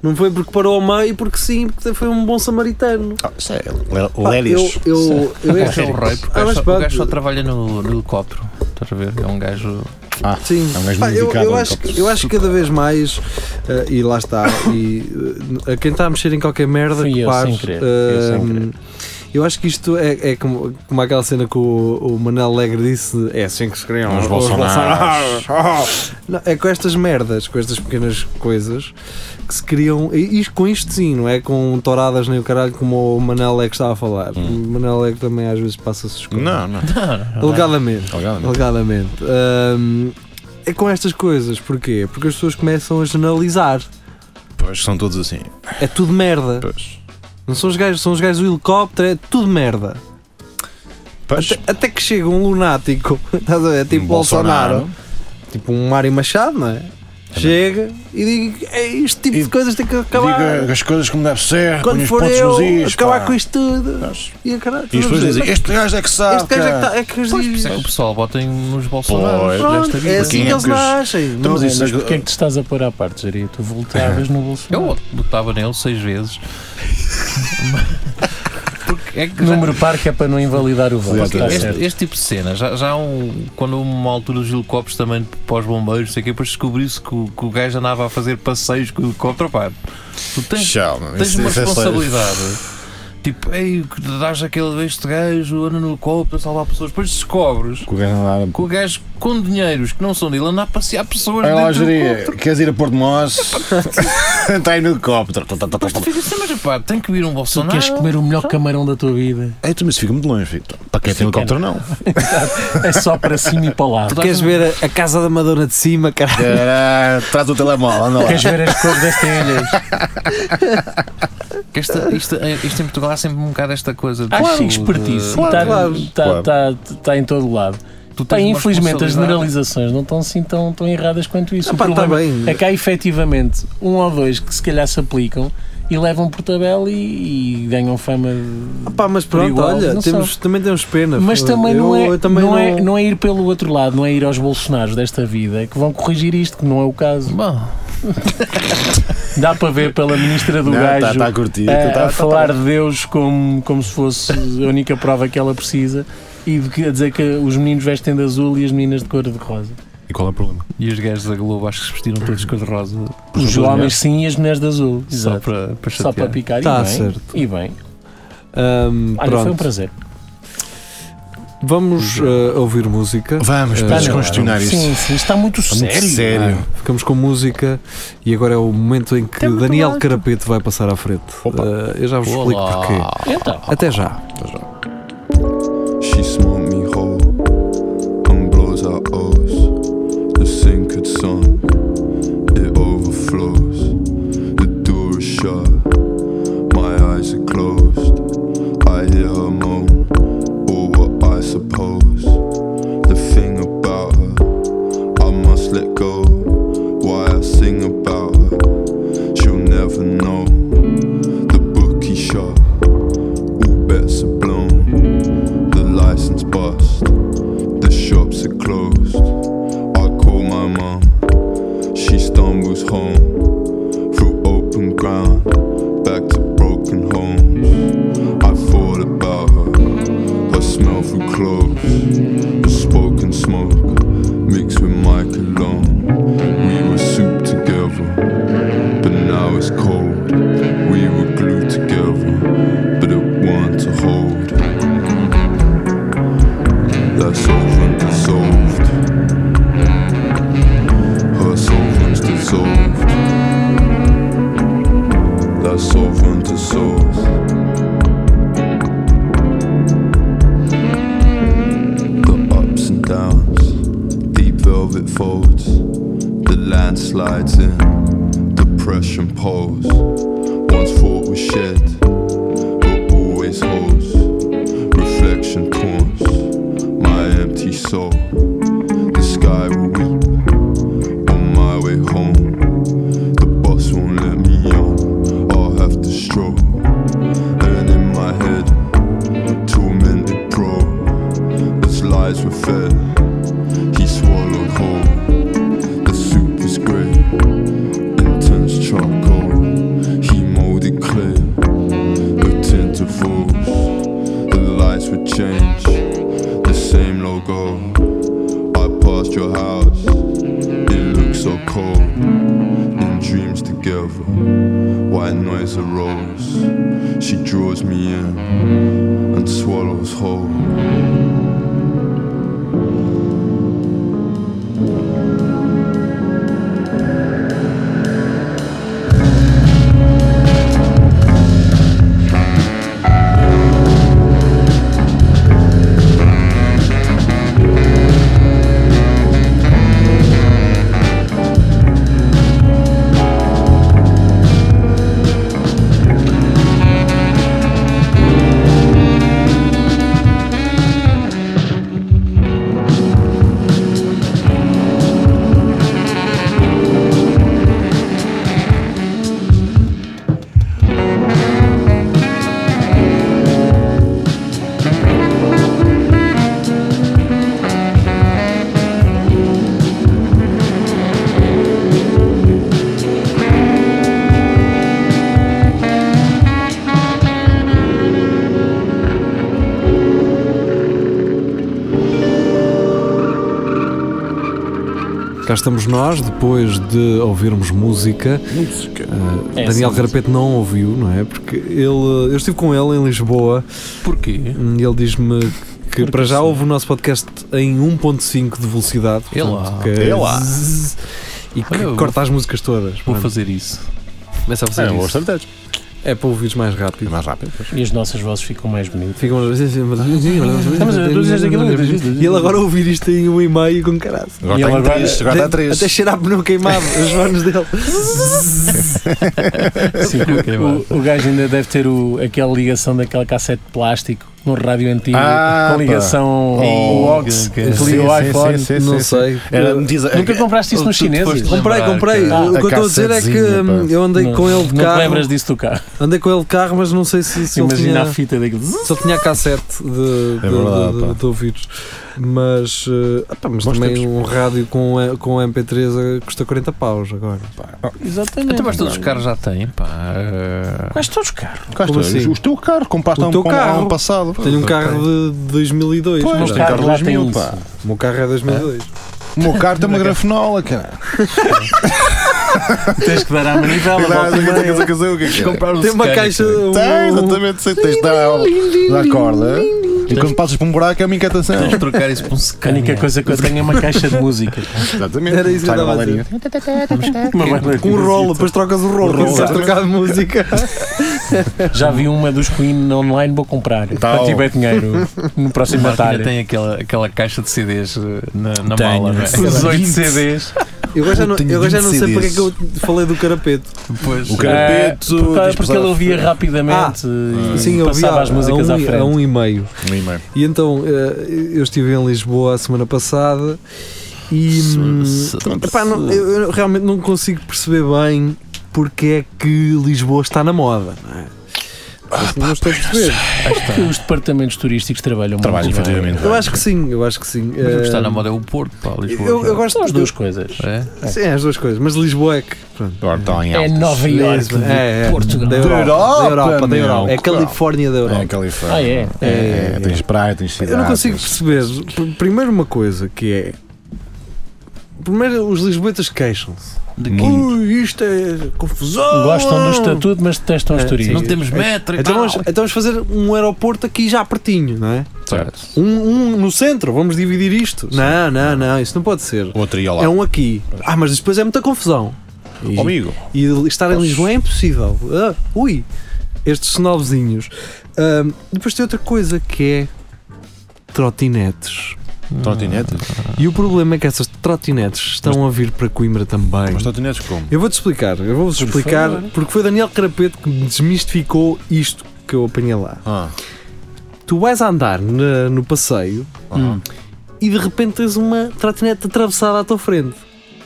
Speaker 2: Não foi porque parou ao meio, porque sim, porque foi um bom samaritano.
Speaker 4: Ah, isso é le-
Speaker 2: Pá,
Speaker 4: Lélix.
Speaker 2: eu, eu, eu,
Speaker 5: O gajo é o rei, porque
Speaker 2: Ah, mas
Speaker 5: o gajo só- o
Speaker 2: pronto.
Speaker 5: gajo só trabalha no, no helicóptero. Estás a ver? É um gajo.
Speaker 2: Sim,
Speaker 4: É um gajo
Speaker 2: Pá,
Speaker 4: muito
Speaker 2: eu,
Speaker 4: dedicado
Speaker 2: eu,
Speaker 4: ao
Speaker 2: acho,
Speaker 4: helicóptero.
Speaker 2: eu acho que cada vez mais, eh, e lá está, e eh, a quem está a mexer em qualquer merda,
Speaker 3: Fui eu,
Speaker 2: pare,
Speaker 3: sem querer,
Speaker 2: eh,
Speaker 3: eu sem querer.
Speaker 2: eu acho que isto é, é como, como aquela cena que o, o Manel Alegre disse: é assim que se criam
Speaker 4: Os
Speaker 2: os
Speaker 4: Bolsonaros. ah.
Speaker 2: Não, é com estas merdas, com estas pequenas coisas que se criam, e, e com isto sim, não é com touradas nem o caralho, como o Manel Alegre estava a falar. O Manel Alegre também às vezes passa-se os coisas.
Speaker 4: Hum. Não,
Speaker 5: tá
Speaker 4: não.
Speaker 2: Alegadamente.
Speaker 4: Alegadamente.
Speaker 2: Alegadamente. Ahm, é com estas coisas, porquê? Porque as pessoas começam a generalizar.
Speaker 4: Pois são todos assim.
Speaker 2: É tudo merda.
Speaker 4: Pois.
Speaker 2: Não são os gajos, são os gajos do helicóptero, é tudo merda.
Speaker 4: Pois. Um
Speaker 2: Até, até que chega um lunático, estás a ver? Tipo Bolsonaro. tipo um Mário Machado, não é? Chega e diz: "É, este tipo
Speaker 4: E
Speaker 2: de coisas tem que acabar.
Speaker 4: Diga as coisas como deve ser.
Speaker 2: Quando
Speaker 4: Quando
Speaker 2: for
Speaker 4: pontos
Speaker 2: eu,
Speaker 4: nos is,
Speaker 2: acabar
Speaker 4: pá.
Speaker 2: com isto tudo.
Speaker 4: Pois.
Speaker 2: E, caralho,
Speaker 4: E as pessoas dizem:
Speaker 2: este,
Speaker 4: Este gajo é que sabe.
Speaker 2: gajo é que,
Speaker 4: cara."
Speaker 2: tá, é que os
Speaker 5: Pois, por
Speaker 2: diz.
Speaker 5: isso é que o pessoal bota nos Bolsonaros
Speaker 4: Pois.
Speaker 5: desta
Speaker 2: Pronto,
Speaker 5: vida.
Speaker 2: é assim
Speaker 4: Quem é
Speaker 2: que eles
Speaker 4: que os-
Speaker 2: nascem.
Speaker 4: Então, mas
Speaker 3: Não,
Speaker 4: isso
Speaker 3: mas
Speaker 4: é que-
Speaker 3: porque é que te estás a pôr à parte, Jeria? Tu voltavas no Bolsonaro.
Speaker 5: Eu botava nele seis vezes. Porque é que já-
Speaker 3: Número par que é para não invalidar o voto.
Speaker 4: Sim,
Speaker 3: Está
Speaker 4: sim.
Speaker 5: este,
Speaker 3: certo.
Speaker 5: este tipo de cena, já, já há um, quando houve uma altura dos helicópteros também para os bombeiros, não sei o quê, depois descobriu-se que, o- que o gajo andava a fazer passeios com o helicóptero, pá, tu tens,
Speaker 4: Tchau, mano.
Speaker 5: tens
Speaker 4: Isso-
Speaker 5: uma
Speaker 4: isso é sério.
Speaker 5: responsabilidade. Tipo, ei, que dás aquele este gajo, anda no helicóptero a salvar pessoas, depois descobres
Speaker 4: Que o gajo andava-
Speaker 5: que o gajo com dinheiros que não são dele anda a passear pessoas
Speaker 3: É
Speaker 4: Olha lá,
Speaker 5: dentro do helicóptero.
Speaker 4: Jeria, queres ir a Porto Mós? Está aí no helicóptero. Tá,
Speaker 5: Mas tu ficas assim, mas pá, tem que vir um
Speaker 3: Tu
Speaker 5: Bolsonaro.
Speaker 3: queres comer o melhor camarão da tua vida.
Speaker 4: É, tu, mas fica muito longe. Fica. Para quem tem helicóptero, não.
Speaker 3: É só para cima e para lá.
Speaker 5: Tu dás
Speaker 2: Queres
Speaker 5: um-
Speaker 2: ver a, a casa da Madonna de cima, caralho?
Speaker 4: Era, Traz o telemóvel, anda lá.
Speaker 3: Queres ver as cores das telhas?
Speaker 5: que esta- isto, isto em Portugal há sempre um bocado esta coisa. de-
Speaker 3: Acho que
Speaker 5: de-
Speaker 3: expertise. Tá-
Speaker 5: de-
Speaker 3: Está
Speaker 2: claro.
Speaker 4: Claro.
Speaker 3: tá em todo lado.
Speaker 5: tu
Speaker 3: Pá,
Speaker 5: tens uma
Speaker 3: Ah, infelizmente as
Speaker 5: responsabilidade.
Speaker 3: generalizações não estão assim tão, tão erradas quanto isso.
Speaker 2: Ah,
Speaker 3: o
Speaker 2: pá, tá
Speaker 3: problema
Speaker 2: bem.
Speaker 3: é que há efetivamente um ou dois que se calhar se aplicam e levam por tabela e, e ganham fama. de-
Speaker 2: Ah pá, mas pronto,
Speaker 3: Igual,
Speaker 2: olha,
Speaker 3: não
Speaker 2: temos, também temos pena.
Speaker 3: Mas
Speaker 2: Eu-
Speaker 3: também, não, é,
Speaker 2: eu também
Speaker 3: não, É, não é ir pelo outro lado, não é ir aos Bolsonaros desta vida é que vão corrigir isto, que não é o caso.
Speaker 5: Bom,
Speaker 3: Dá para ver pela ministra do
Speaker 4: Está
Speaker 3: gajo eh,
Speaker 4: tá a curtir.
Speaker 3: a,
Speaker 4: tá-
Speaker 3: a
Speaker 4: tá- tá-
Speaker 3: falar de Deus como, como se fosse a única prova que ela precisa e de que- a dizer que os meninos vestem de azul e as meninas de cor de rosa.
Speaker 4: E qual é o problema?
Speaker 5: e os gajos da Globo acho que se vestiram todos de cor-de-rosa.
Speaker 3: Os homens sim e as mulheres de azul.
Speaker 5: Só
Speaker 3: Exato.
Speaker 5: para, para
Speaker 3: Só
Speaker 5: chatear.
Speaker 3: para picar
Speaker 2: Tá
Speaker 3: e bem.
Speaker 2: certo.
Speaker 3: E bem.
Speaker 2: Ahm,
Speaker 3: Olha, foi um
Speaker 2: pronto,
Speaker 3: prazer.
Speaker 2: vamos eh, ouvir música.
Speaker 4: Vamos,
Speaker 2: Tá
Speaker 4: para
Speaker 2: na
Speaker 4: descongestionar isso.
Speaker 3: Sim, sim, está muito
Speaker 4: Está muito
Speaker 3: sério.
Speaker 4: sério.
Speaker 2: Ah, ficamos com música e agora é o momento em que Daniel Carapeto vai passar à frente.
Speaker 4: Opa.
Speaker 2: Ah, eu já vos explico
Speaker 5: Olá.
Speaker 2: porquê.
Speaker 3: Então,
Speaker 2: Até já.
Speaker 8: She smote me whole and blows out O's. The sink it's on, it overflows. The door is shut, my eyes are closed. I hear her moan, or what I suppose. The thing about her, I must let go. Why I sing about her, she'll never know. I solve unto souls. The ups and downs, deep velvet folds, the landslides in, depression pulls. Once thought was shed, but always holds. Reflection taunts my empty soul. The sky will weep on my way home. The bus won't let me on, I'll have to stroll. And in my head, tormented pro, as lies were fed, he swallowed whole. The soup was grey, intense charcoal. He molded clay, no tint of rose. The lights would change, the same logo. I passed your house, it looked so cold in dreams together. White noise arose. She draws me in and swallows whole.
Speaker 2: Cá estamos nós, depois de ouvirmos música.
Speaker 4: Música.
Speaker 2: Ah,
Speaker 3: É,
Speaker 2: Daniel
Speaker 3: sim.
Speaker 2: Carapete não ouviu, não é? Porque ele, eu estive com ele em Lisboa
Speaker 5: Porquê?
Speaker 2: hum, e ele diz-me que
Speaker 5: Porque
Speaker 2: para já
Speaker 5: sim.
Speaker 2: houve o nosso podcast em 1.5 de velocidade.
Speaker 5: É lá,
Speaker 2: portanto, que
Speaker 4: é lá.
Speaker 2: zzz, E que
Speaker 5: Olha, eu
Speaker 2: corta as músicas todas.
Speaker 5: Vou
Speaker 2: Pronto,
Speaker 5: fazer isso.
Speaker 2: Começa a
Speaker 4: É
Speaker 2: fazer
Speaker 4: uma boa
Speaker 2: isso.
Speaker 4: estratégia.
Speaker 2: É para ouvires mais
Speaker 4: É
Speaker 2: rápido.
Speaker 4: mais rápido. pois.
Speaker 3: E as nossas vozes ficam mais bonitas.
Speaker 2: Ficam...
Speaker 3: aquilo-
Speaker 2: E ele agora ouvir isto em um e-mail com caralho.
Speaker 4: Agora está
Speaker 3: E ele
Speaker 4: em
Speaker 3: agora-
Speaker 4: três. Agora está em três.
Speaker 2: Até cheirar a pneu queimado, os manos dele.
Speaker 3: Sim, o, o gajo ainda deve ter o, aquela ligação daquela cassete de plástico num rádio antigo
Speaker 4: Ah, pá.
Speaker 3: com ligação
Speaker 4: Oh,
Speaker 3: ao aux, que
Speaker 5: que- que-
Speaker 3: liga
Speaker 4: Sim,
Speaker 3: o
Speaker 4: sim,
Speaker 3: iPhone.
Speaker 4: sim, sim,
Speaker 2: Não
Speaker 4: sim.
Speaker 2: sei.
Speaker 4: Era, me diz,
Speaker 3: Nunca compraste isso
Speaker 5: Ou
Speaker 3: nos
Speaker 5: tu
Speaker 3: chineses?
Speaker 5: depois te
Speaker 2: Comprei,
Speaker 5: lembrar,
Speaker 2: comprei.
Speaker 5: cara.
Speaker 2: o que eu estou a dizer é que
Speaker 4: cassetezinha,
Speaker 2: hum,
Speaker 4: pá.
Speaker 2: eu andei
Speaker 3: Não,
Speaker 2: com ele de
Speaker 3: Não te
Speaker 2: carro.
Speaker 3: lembras disso do carro?
Speaker 2: Andei com ele de carro, mas não sei se, se ele
Speaker 3: Imagina
Speaker 2: tinha,
Speaker 3: a fita daquilo. Zzz.
Speaker 2: se ele tinha cassete de, de,
Speaker 4: É verdade,
Speaker 2: de- de-
Speaker 4: pá.
Speaker 2: de ouvidos. Mas, eh, ah, pá, mas
Speaker 4: Bons
Speaker 2: também
Speaker 4: tempos.
Speaker 2: um rádio com, a- com MP3 eh, custa 40 paus agora.
Speaker 5: Até
Speaker 3: Exatamente.
Speaker 5: mais Então, todos os caras já têm, pá. Eh,
Speaker 3: Quais todos os carros?
Speaker 4: Cá
Speaker 2: Como
Speaker 4: está,
Speaker 2: assim?
Speaker 4: O teu carro, compraste
Speaker 2: O
Speaker 4: há um,
Speaker 2: teu
Speaker 4: com- há
Speaker 2: carro.
Speaker 4: um passado.
Speaker 2: Tenho um carro de 2002.
Speaker 4: Pois,
Speaker 2: não
Speaker 4: mas
Speaker 2: é?
Speaker 4: tem carro
Speaker 3: carro lá
Speaker 4: 2000,
Speaker 3: tem
Speaker 4: pá.
Speaker 2: O meu carro é 2002.
Speaker 4: O meu carro tem uma grafenola, cara.
Speaker 3: Tens que dar à manivela.
Speaker 4: assim,
Speaker 3: volta e meia.
Speaker 5: comprar um
Speaker 2: Tem uma
Speaker 5: Scania,
Speaker 2: caixa.
Speaker 5: cara.
Speaker 2: um-
Speaker 4: Tem, exatamente. Sei que é tens de dar ao- na corda. E quando passas por um buraco é uma inquietação.
Speaker 5: Tens de trocar isso por um
Speaker 3: A
Speaker 5: Scania.
Speaker 3: única coisa que eu tenho é uma caixa de música.
Speaker 4: Exatamente.
Speaker 2: Era isso que eu
Speaker 4: Sai
Speaker 2: estava
Speaker 4: na
Speaker 2: a
Speaker 4: balaria.
Speaker 3: Uma banda de
Speaker 2: Com um
Speaker 3: música.
Speaker 2: rolo, depois trocas o rolo.
Speaker 4: rolo,
Speaker 2: Quando sabes trocar de música.
Speaker 3: Já vi uma dos Queen online, vou comprar.
Speaker 4: Tal.
Speaker 3: Quando tiver dinheiro no próximo
Speaker 5: Marco ainda
Speaker 3: Natal.
Speaker 5: tem aquela, aquela caixa de CDs eh, na, na
Speaker 3: Tenho,
Speaker 5: mala, não é?
Speaker 3: sei lá,
Speaker 5: 18
Speaker 3: 20.
Speaker 5: CDs.
Speaker 2: Eu agora já não,
Speaker 4: tenho
Speaker 2: eu agora já
Speaker 4: 20
Speaker 2: não sei porque é que eu
Speaker 4: CDs.
Speaker 2: falei do carapete.
Speaker 5: Depois,
Speaker 4: O
Speaker 3: Ah,
Speaker 4: carapeto.
Speaker 3: por causa-
Speaker 4: diz
Speaker 3: porque ele
Speaker 4: passar-
Speaker 3: ouvia rapidamente e
Speaker 2: Ah, Sim, eu vi
Speaker 3: Hum. passava
Speaker 2: há-
Speaker 3: as músicas
Speaker 2: há
Speaker 3: à
Speaker 2: um, e-
Speaker 3: frente.
Speaker 2: há um e meio.
Speaker 4: Um e-mail.
Speaker 2: E então eh, eu estive em Lisboa a semana passada e hum, epá, não- eu eu realmente não consigo perceber bem porque é que Lisboa está na moda, não é? Assim, não estou a perceber.
Speaker 3: Porque os departamentos turísticos trabalham
Speaker 4: Trabalho,
Speaker 3: muito bem.
Speaker 4: efetivamente.
Speaker 2: Eu acho que sim, eu acho que sim.
Speaker 5: Mas o que está
Speaker 2: Eh,
Speaker 5: na moda é o Porto, pá, Lisboa. então.
Speaker 2: eu, eu gosto
Speaker 3: São as duas coisas.
Speaker 5: É?
Speaker 2: Sim, as duas coisas, mas Lisboa é que. Pronto.
Speaker 4: Agora está em
Speaker 3: É
Speaker 4: altas.
Speaker 3: Nova Iorque,
Speaker 2: Lisboa- é, é,
Speaker 3: Portugal.
Speaker 2: Da Europa,
Speaker 4: Europa,
Speaker 2: da Europa, da
Speaker 4: meu,
Speaker 2: Europa. É
Speaker 4: claro.
Speaker 2: Califórnia da
Speaker 4: É
Speaker 2: Europa.
Speaker 4: a Califórnia.
Speaker 3: Ah, é?
Speaker 4: É,
Speaker 2: É.
Speaker 4: Tens praia, tens cidade.
Speaker 2: Eu não consigo
Speaker 4: tens-
Speaker 2: perceber. Pr- Primeiro uma coisa que é. Primeiro os lisboetas queixam-se.
Speaker 5: De
Speaker 4: Muito.
Speaker 2: Ui, isto é confusão.
Speaker 3: Gostam do estatuto, mas detestam
Speaker 2: É,
Speaker 3: os
Speaker 5: Não
Speaker 3: turistas.
Speaker 5: temos metro e
Speaker 2: Então
Speaker 5: tal.
Speaker 2: vamos, então vamos fazer um aeroporto aqui já pertinho, não é?
Speaker 4: Certo.
Speaker 2: Um, um no centro, vamos dividir isto. Não, não, não, isso não pode ser. um
Speaker 4: Outro ia lá.
Speaker 2: É um aqui. Ah, mas depois é muita confusão. E,
Speaker 4: Ó, amigo,
Speaker 2: e estar em Lisboa é impossível. Ah, ui, estes snobzinhos. Ahm, depois tem outra coisa que é trotinetes.
Speaker 4: trotinetes?
Speaker 2: E o problema é que essas trotinetes estão a vir para Coimbra também.
Speaker 4: Mas trotinetes como?
Speaker 2: Eu vou-te explicar, eu vou-vos explicar, porque foi Daniel Carapeto que me desmistificou isto que eu apanhei lá.
Speaker 4: Ah,
Speaker 2: Tu vais andar na- no passeio
Speaker 4: Uhum.
Speaker 2: e de repente tens uma trotinete atravessada à tua frente.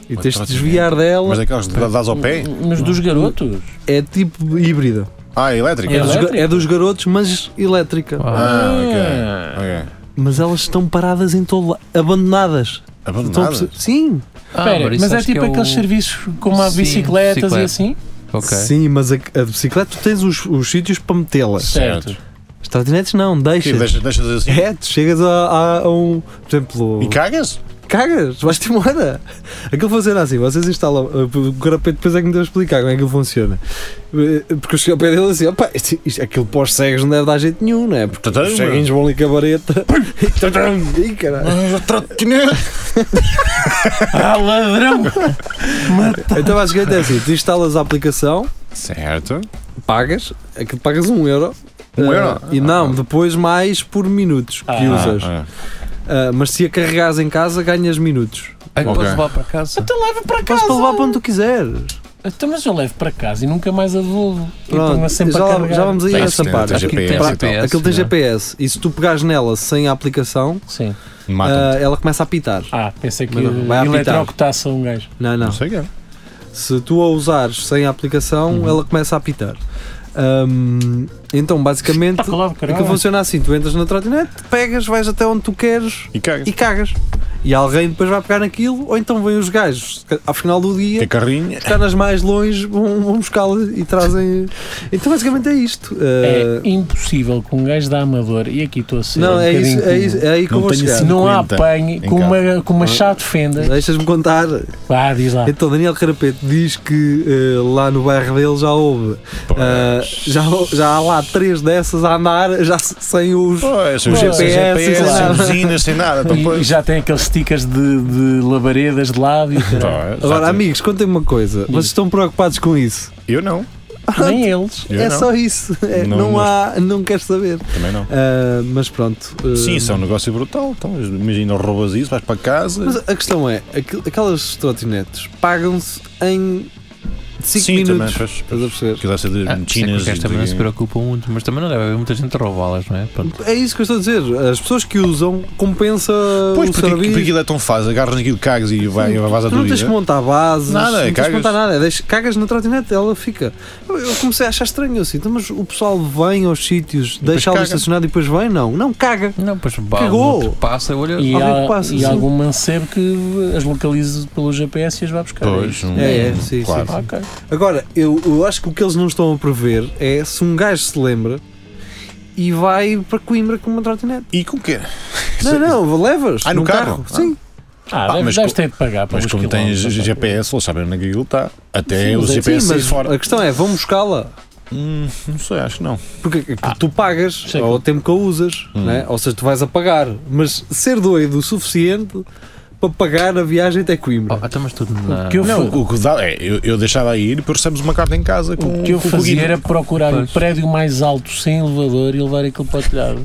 Speaker 2: E
Speaker 4: Uma
Speaker 2: tens de
Speaker 4: trotinete.
Speaker 2: desviar dela,
Speaker 4: mas é daquelas que dás ao pé?
Speaker 3: Mas dos garotos?
Speaker 2: é tipo híbrida.
Speaker 4: Ah, é elétrica?
Speaker 2: É dos, ga-
Speaker 3: Elétrica?
Speaker 2: é dos garotos, mas elétrica.
Speaker 4: Ah, ok.
Speaker 3: Ah.
Speaker 4: ok.
Speaker 2: Mas elas estão paradas em todo lado, abandonadas.
Speaker 4: Ah,
Speaker 2: Estão a
Speaker 4: Abandonada?
Speaker 2: perce- Sim,
Speaker 3: Espera, mas é
Speaker 5: Ah, acho que
Speaker 3: tipo
Speaker 5: o-
Speaker 3: aqueles serviços como há
Speaker 5: Sim,
Speaker 3: bicicletas
Speaker 5: bicicleta.
Speaker 3: e assim?
Speaker 5: Ok.
Speaker 2: sim, mas a, a de bicicleta tu tens os, os sítios para metê-las.
Speaker 4: Certo.
Speaker 2: As trotinetes não,
Speaker 4: Sim,
Speaker 2: deixas.
Speaker 4: deixas, deixas assim.
Speaker 2: É, tu chegas a, a- a um. Por exemplo.
Speaker 4: E cagas?
Speaker 2: cagas, vais-te embora. Aquilo funciona assim, vocês instalam, o carapeto depois é que me deu a explicar como é que aquilo funciona. Eh, Porque eu cheguei ao pé dele assim, opa, isto, isto- aquilo para os cegos não deve dar jeito nenhum, não é? Porque
Speaker 4: Tadam,
Speaker 2: os ceguinhos vão ali com a vareta e tadam, e caralho.
Speaker 4: Trotinete!
Speaker 3: Ah, ladrão!
Speaker 2: Então basicamente é assim, tu instalas a aplicação,
Speaker 4: Certo.
Speaker 2: pagas, aquilo pagas um euro.
Speaker 4: Um
Speaker 2: eh,
Speaker 4: euro?
Speaker 2: E não, depois mais por minutos que
Speaker 3: Ah.
Speaker 2: usas.
Speaker 4: Ah,
Speaker 2: Ah, mas se a carregares em casa, ganhas minutos.
Speaker 5: Aí
Speaker 4: Ok.
Speaker 5: É podes levar para casa.
Speaker 3: Então leva para
Speaker 2: Podes
Speaker 3: casa!
Speaker 2: levar para onde tu quiseres.
Speaker 3: Então, mas eu levo para casa e nunca mais a devolvo. e ponho
Speaker 2: Pronto,
Speaker 3: sempre
Speaker 2: já,
Speaker 3: a
Speaker 2: lá-
Speaker 3: carregar.
Speaker 2: já vamos aí a
Speaker 4: Tem-
Speaker 2: essa
Speaker 4: tem-
Speaker 2: parte.
Speaker 4: tem
Speaker 5: tem
Speaker 4: GPS e tal.
Speaker 5: GPS.
Speaker 2: Aquilo tem
Speaker 5: não é?
Speaker 2: GPS e se tu pegares nela sem a aplicação,
Speaker 3: Sim.
Speaker 4: Mata.
Speaker 2: ah, ela começa a apitar.
Speaker 3: Ah, pensei que
Speaker 2: Mas não, vai apitar.
Speaker 3: eletrocutasse um gajo.
Speaker 2: Não, não.
Speaker 4: Não sei o que é.
Speaker 2: Se tu a usares sem a aplicação,
Speaker 4: Uhum.
Speaker 2: ela começa a apitar. Ahm, então, basicamente,
Speaker 3: Está colado, caralho.
Speaker 2: aquilo funciona assim: tu entras na trotinete, pegas, vais até onde tu queres
Speaker 4: E cagas.
Speaker 2: e cagas. E alguém depois vai pegar naquilo, ou então vêm os gajos ao final do dia.
Speaker 4: Tem carrinho.
Speaker 2: os Caras mais longe vão, vão buscá-la e trazem. Então, basicamente, é isto. Ah,
Speaker 3: É impossível que um gajo da Amador, e aqui estou a ser
Speaker 2: não,
Speaker 3: um
Speaker 2: é, isso,
Speaker 3: bocadinho
Speaker 2: é, isso, é aí que
Speaker 4: Não
Speaker 2: eu vou
Speaker 4: tenho
Speaker 2: chegar.
Speaker 3: Se não assim- há
Speaker 4: 50
Speaker 3: apanhe
Speaker 4: em
Speaker 3: com
Speaker 4: casa.
Speaker 3: uma, com uma chá de fenda,
Speaker 2: Deixas-me contar.
Speaker 3: vá, diz lá.
Speaker 2: Então, Daniel Carapeto diz que eh, lá no bairro dele já houve. eh, já, já há lá três dessas a andar, já se- sem os.
Speaker 4: Pois, sem
Speaker 2: Pois,
Speaker 4: GPS, sem
Speaker 2: GPS,
Speaker 4: GPS,
Speaker 2: sem
Speaker 4: sem
Speaker 2: nada.
Speaker 4: buzinas, sem nada. Então,
Speaker 3: E
Speaker 4: pois.
Speaker 3: já tem aqueles stickers de, de labaredas de lábio. caralho.
Speaker 4: Pois,
Speaker 2: Agora,
Speaker 4: já tem-
Speaker 2: amigos, contem-me uma coisa. Vocês estão preocupados com isso?
Speaker 4: Eu não.
Speaker 3: Nem eles.
Speaker 4: Eu
Speaker 2: é
Speaker 4: não.
Speaker 2: só isso. É, não,
Speaker 4: Não- não-
Speaker 2: há. Não quero saber.
Speaker 4: Também não.
Speaker 2: Ah, mas pronto. ah,
Speaker 4: Sim, isso é um negócio brutal. Então, imagina, roubas isso, vais para casa.
Speaker 2: Mas a questão é: aqu- aquelas trotinetes pagam-se em 5
Speaker 4: Sim, também,
Speaker 2: minutos. é
Speaker 4: pois,
Speaker 2: Estás a perceber?
Speaker 4: Quiser ser de
Speaker 5: Ah, sei que
Speaker 4: mentinas.
Speaker 5: os gajos também não se
Speaker 4: de-
Speaker 5: preocupam muito, mas também não deve haver muita gente a roubá-las, não é? Pronto.
Speaker 2: É isso que eu estou a dizer. As pessoas que usam compensa
Speaker 4: Pois,
Speaker 2: o
Speaker 4: porque
Speaker 2: serviço.
Speaker 4: porque aquilo é tão fácil. Agarras naquilo, cagas e vai, vais à
Speaker 2: Tu
Speaker 4: tua
Speaker 2: não tens que
Speaker 4: vida.
Speaker 2: montar bases,
Speaker 4: Nada,
Speaker 2: não tens que
Speaker 4: cagas.
Speaker 2: montar nada, deixa, cagas na trotinete, ela fica. Eu, eu comecei a achar estranho assim, então, mas o pessoal vem aos sítios, deixa ela
Speaker 4: caga.
Speaker 2: estacionada e depois vem? Não, não, caga.
Speaker 5: Não, pois pá,
Speaker 2: Cagou!
Speaker 5: um outro passa, olha.
Speaker 3: E,
Speaker 2: Alguém
Speaker 3: há,
Speaker 2: que passa,
Speaker 3: e
Speaker 2: sim.
Speaker 3: algum mancebo que as localize pelo GPS e as vai buscar. é
Speaker 4: Pois,
Speaker 3: isso?
Speaker 4: um-
Speaker 2: É, é, sim,
Speaker 4: claro.
Speaker 2: sim,
Speaker 3: Ok.
Speaker 2: Agora, eu, eu acho que o que eles não estão a prever é se um gajo se lembra e vai para Coimbra com uma trotinete.
Speaker 4: E com o quê?
Speaker 2: Não, não, levas.
Speaker 4: Ah, no
Speaker 2: num
Speaker 4: carro?
Speaker 2: Sim.
Speaker 3: Ah,
Speaker 4: Ah,
Speaker 3: deve-
Speaker 4: mas
Speaker 3: deves
Speaker 4: co-
Speaker 3: ter de pagar para
Speaker 4: Mas como tens
Speaker 3: tá.
Speaker 4: GPS, eles sabem onde é que aquilo está. Até
Speaker 2: Sim,
Speaker 4: os
Speaker 2: mas-
Speaker 4: GPS
Speaker 2: sim,
Speaker 4: saem
Speaker 2: mas
Speaker 4: fora.
Speaker 2: A questão é, vão buscá-la.
Speaker 4: Hum, não sei, acho que não.
Speaker 2: Porque aquilo tu pagas
Speaker 3: sei
Speaker 2: ao tempo que a usas, né? ou seja, tu vais a pagar, mas ser doido o suficiente para pagar a viagem até Coimbra.
Speaker 5: Oh, então, mas tudo na.
Speaker 3: que eu
Speaker 4: Não,
Speaker 3: fui-
Speaker 4: o que dá é, eu, eu deixava ir e depois recebemos uma carta em casa com
Speaker 3: O que eu
Speaker 4: com o
Speaker 3: fazia
Speaker 4: guia.
Speaker 3: era procurar o
Speaker 5: Pois.
Speaker 3: prédio mais alto sem elevador e levar aquilo para o telhado.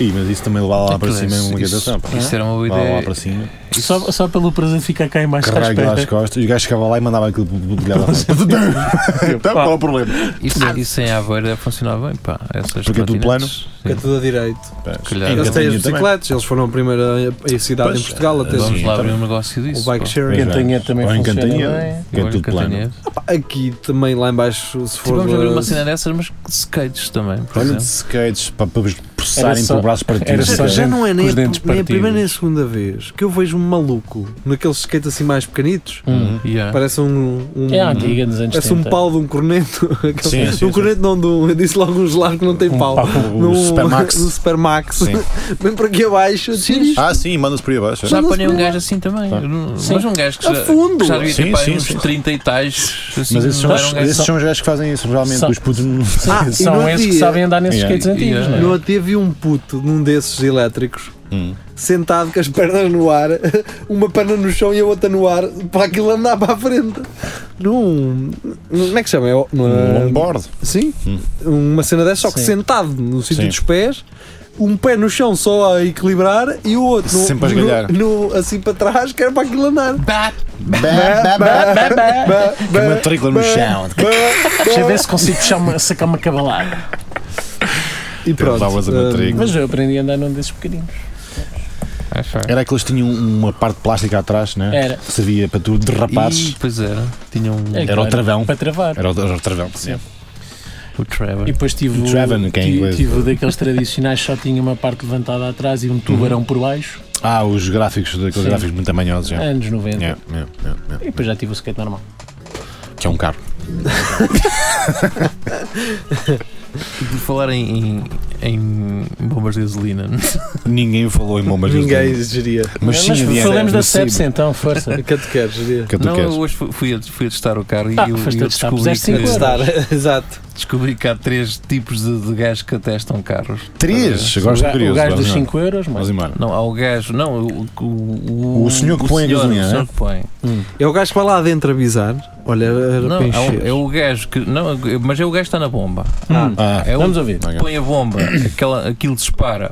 Speaker 4: Ih, mas isso também levava lá para
Speaker 5: Aquilo
Speaker 4: cima
Speaker 5: é-
Speaker 4: uma
Speaker 5: isso- Ah, é.
Speaker 4: ligação. pá.
Speaker 5: Isso era uma boa
Speaker 4: Levava lá
Speaker 5: ideia.
Speaker 4: para cima,
Speaker 5: Isso-
Speaker 3: Só, só pelo prazer de ficar cá em mais à
Speaker 4: carrega lá as
Speaker 3: espera.
Speaker 4: costas e o gajo chegava lá e mandava aquilo para o telhado. lá fora. Então, qual é o problema?
Speaker 5: Isso, isso em Aveiro deve funcionar bem, pá. Essas
Speaker 4: Porque é tudo
Speaker 5: trotinetes.
Speaker 2: Fica
Speaker 5: Sim.
Speaker 2: tudo a direito.
Speaker 5: calhar.
Speaker 2: Eles
Speaker 4: Em
Speaker 5: Eles
Speaker 2: têm as
Speaker 4: Cantanhete também.
Speaker 2: bicicletas, eles foram a primeira eh, cidade
Speaker 4: Pois,
Speaker 2: em Portugal a ter
Speaker 4: sim.
Speaker 5: Vamos lá abrir
Speaker 4: também.
Speaker 5: um negócio disso.
Speaker 2: o bike
Speaker 5: pá.
Speaker 2: sharing.
Speaker 4: Pois é.
Speaker 3: Cantanhete também
Speaker 4: Ou em
Speaker 3: funciona
Speaker 4: Cantanhete, que é
Speaker 5: Olha,
Speaker 4: tudo plano.
Speaker 5: Cantanhete.
Speaker 2: Aqui também lá em baixo, se for.
Speaker 5: Tipo, Vamos abrir uma
Speaker 2: se-
Speaker 5: cena dessas, mas de skates também, por
Speaker 4: Olha
Speaker 5: exemplo.
Speaker 4: de skates para, para vos
Speaker 3: Era
Speaker 4: processarem
Speaker 3: só-
Speaker 4: pelo braço
Speaker 3: era
Speaker 4: partido.
Speaker 3: só
Speaker 2: Já, já
Speaker 3: gente
Speaker 2: não é
Speaker 3: com
Speaker 2: nem,
Speaker 3: os
Speaker 2: a- nem
Speaker 3: dentes
Speaker 2: a primeira
Speaker 3: partidos.
Speaker 2: nem a segunda vez que eu vejo um maluco naqueles skates assim mais pequenitos,
Speaker 3: Hum.
Speaker 5: Yeah.
Speaker 2: parece um. um
Speaker 3: É a antiga nos anos
Speaker 2: Parece um
Speaker 3: 70.
Speaker 2: pau de um corneto. Aquele-
Speaker 4: Sim, sim,
Speaker 2: um
Speaker 4: sim.
Speaker 2: corneto não, de um, eu disse logo um gelado que não tem
Speaker 3: Um
Speaker 2: pau.
Speaker 3: pau.
Speaker 4: O Supermax.
Speaker 2: No Supermax.
Speaker 4: Sim.
Speaker 2: Vem para aqui abaixo, sim.
Speaker 4: Ah, sim, manda-se por aí abaixo.
Speaker 5: Já
Speaker 2: não
Speaker 5: apanhei
Speaker 2: se
Speaker 5: um
Speaker 2: vê.
Speaker 5: gajo assim também.
Speaker 4: Tá.
Speaker 5: Não-
Speaker 3: Sim.
Speaker 5: Mas um gajo que
Speaker 2: A
Speaker 5: já,
Speaker 2: fundo.
Speaker 5: que já devia ter
Speaker 4: Sim,
Speaker 5: pá, aí
Speaker 4: sim,
Speaker 5: uns
Speaker 4: sim.
Speaker 5: 30 e tais. Assim,
Speaker 4: Mas esses são,
Speaker 5: não
Speaker 4: os,
Speaker 5: era um gajo
Speaker 4: esses são os gajos que fazem isso, realmente.
Speaker 3: Só-
Speaker 4: Os putos não-
Speaker 2: Ah, e
Speaker 3: São
Speaker 2: no
Speaker 3: esses que
Speaker 2: dia-
Speaker 3: sabem andar nesses
Speaker 4: Yeah.
Speaker 3: skates antigos,
Speaker 5: Yeah.
Speaker 3: não
Speaker 2: No
Speaker 3: é?
Speaker 2: outro dia vi vi um puto num desses elétricos
Speaker 4: Hum.
Speaker 2: sentado com as pernas no ar, uma perna no chão e a outra no ar, para aquilo andar para a frente. Num. Como é que chama? É, o- no-
Speaker 4: Um longboard.
Speaker 2: Sim,
Speaker 4: Hum.
Speaker 2: uma cena dessa, só que
Speaker 3: Sim.
Speaker 2: sentado no sítio
Speaker 4: Sim.
Speaker 2: dos pés, um pé no chão só a equilibrar e o outro no-
Speaker 4: Sempre a esgalhar.
Speaker 2: no, no- assim para trás, que era para aquilo andar.
Speaker 4: Ba, ba, ba,
Speaker 2: Bah,
Speaker 4: Que
Speaker 2: bah,
Speaker 4: matrícula É no chão.
Speaker 3: Deixa eu ver se consigo puxar uma, sacar uma cabalada.
Speaker 2: E pronto.
Speaker 4: Tentavas a
Speaker 2: ah,
Speaker 4: matrícula.
Speaker 3: Mas eu aprendi a andar num desses pequeninos.
Speaker 5: Acho.
Speaker 4: Era aqueles que tinham uma parte plástica atrás, né?
Speaker 3: Era.
Speaker 4: Que servia para tu
Speaker 5: E,
Speaker 4: derrapares.
Speaker 5: pois era, tinha um,
Speaker 3: É,
Speaker 4: Era o
Speaker 3: claro,
Speaker 4: travão.
Speaker 3: Para travar.
Speaker 4: Era o, era o travão, sim.
Speaker 5: o Trevor.
Speaker 3: E depois tive o,
Speaker 4: Travan, que é em
Speaker 3: ti-
Speaker 4: inglês.
Speaker 3: tive o daqueles tradicionais que só tinha uma parte levantada atrás e um tubarão
Speaker 4: Uhum.
Speaker 3: por baixo.
Speaker 4: Ah, os gráficos, aqueles
Speaker 3: Sim. É.
Speaker 4: gráficos muito amanhosos. Yeah.
Speaker 3: Anos 90.
Speaker 4: Yeah, yeah, yeah, yeah.
Speaker 3: E depois já tive o skate normal.
Speaker 4: é, Que é um carro.
Speaker 5: E por falar em, em, em bombas de gasolina,
Speaker 4: Ninguém falou em bombas de
Speaker 2: ah, Ninguém
Speaker 4: gasolina.
Speaker 2: geria.
Speaker 4: Mas sim, havia-
Speaker 3: falamos da
Speaker 4: mas sim,
Speaker 3: Sepsi então, força.
Speaker 2: Que tu queres, geria.
Speaker 4: Que é tu
Speaker 5: não,
Speaker 4: queres.
Speaker 5: eu hoje fui, fui, a, fui a testar o carro e
Speaker 3: Ah,
Speaker 5: eu,
Speaker 3: foste
Speaker 5: eu
Speaker 3: a testar,
Speaker 5: descobri,
Speaker 3: puseste cinco
Speaker 5: que,
Speaker 3: euros.
Speaker 2: Estar, exato.
Speaker 5: descobri que há três tipos de, de gajos que testam carros.
Speaker 4: Três, agora
Speaker 3: o,
Speaker 4: estou
Speaker 3: ga- o
Speaker 4: curioso.
Speaker 3: gajo
Speaker 4: vamos
Speaker 3: dos
Speaker 4: lá.
Speaker 3: 5 euros, mano.
Speaker 4: Vamos embora.
Speaker 5: Não, há o gajo, não, é o, o,
Speaker 4: O senhor que põe a
Speaker 5: senhor,
Speaker 4: gasolina,
Speaker 5: o senhor
Speaker 4: né?
Speaker 5: que põe.
Speaker 2: É o gajo que vai lá dentro avisar. Olha, era
Speaker 5: Não,
Speaker 2: para
Speaker 5: há o-
Speaker 2: encher.
Speaker 5: é o gajo que. Não, mas é o gajo que está na bomba.
Speaker 3: Hum.
Speaker 4: Ah,
Speaker 5: É o
Speaker 3: Vamos ouvir.
Speaker 4: ok.
Speaker 5: põe a bomba, aquela, aquilo dispara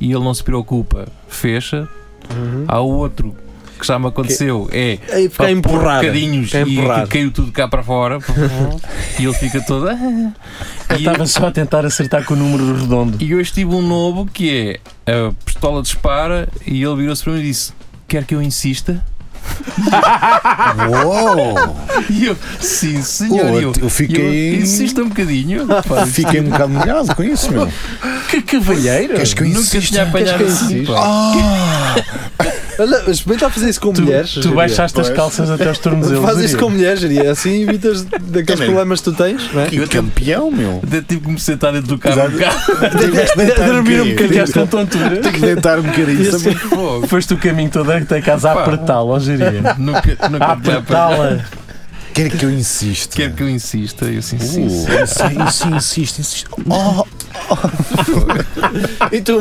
Speaker 5: e ele não se preocupa, fecha.
Speaker 2: Uhum.
Speaker 5: Há o outro que já me aconteceu, é
Speaker 2: Aí fica a
Speaker 5: pá, um
Speaker 2: empurrar.
Speaker 5: bocadinhos
Speaker 2: Fica Uhum. a
Speaker 5: e
Speaker 2: empurrar.
Speaker 5: que caiu tudo cá para fora e ele fica todo. "Ah".
Speaker 3: Eu
Speaker 5: E,
Speaker 2: tá
Speaker 3: estava só a tentar acertar com o número redondo.
Speaker 5: e hoje tive um novo que é a pistola dispara e ele virou-se para mim e disse: Quer que eu insista?
Speaker 4: Uou!
Speaker 5: E eu, sim, senhor. E eu,
Speaker 4: Eu
Speaker 5: e eu,
Speaker 4: fiquei.
Speaker 5: insista um bocadinho.
Speaker 4: Fiquei um bocado molhado com isso, meu.
Speaker 3: Que cavalheiro!
Speaker 4: Queres que eu
Speaker 5: Nunca
Speaker 4: insista?
Speaker 5: tinha apanhado
Speaker 2: Queres que eu
Speaker 5: assim.
Speaker 2: insista?
Speaker 5: pá.
Speaker 2: Olha, experimenta a fazer isso com
Speaker 3: Tu,
Speaker 2: mulheres.
Speaker 3: tu
Speaker 2: geria.
Speaker 3: baixaste as calças até os tornozelos.
Speaker 2: Faz isso
Speaker 3: diria.
Speaker 2: com mulheres, geria. Assim evitas daqueles
Speaker 4: Também.
Speaker 2: problemas que tu tens, não é?
Speaker 4: Que campeão, meu.
Speaker 5: Até tive que tipo, me sentar dentro do carro.
Speaker 4: Exato.
Speaker 5: Um bocado.
Speaker 4: Tiveste de deitar um
Speaker 3: Dormir um
Speaker 4: bocadinho.
Speaker 3: bocadinho esta tontura.
Speaker 4: Tenho que deitar um bocadinho.
Speaker 5: Isso é fogo.
Speaker 3: Foste o caminho todo até casa a
Speaker 5: Pá.
Speaker 3: apertá-la, ó geria.
Speaker 5: Nunca,
Speaker 3: A
Speaker 4: Ah,
Speaker 5: nunca tinha apanhado.
Speaker 3: apertá-la.
Speaker 4: Quer que eu insista?
Speaker 5: Quer que eu insista? Eu assim,
Speaker 4: Uh.
Speaker 5: sim, sim.
Speaker 4: Isso, insisto, insisto. Oh,
Speaker 2: E tu,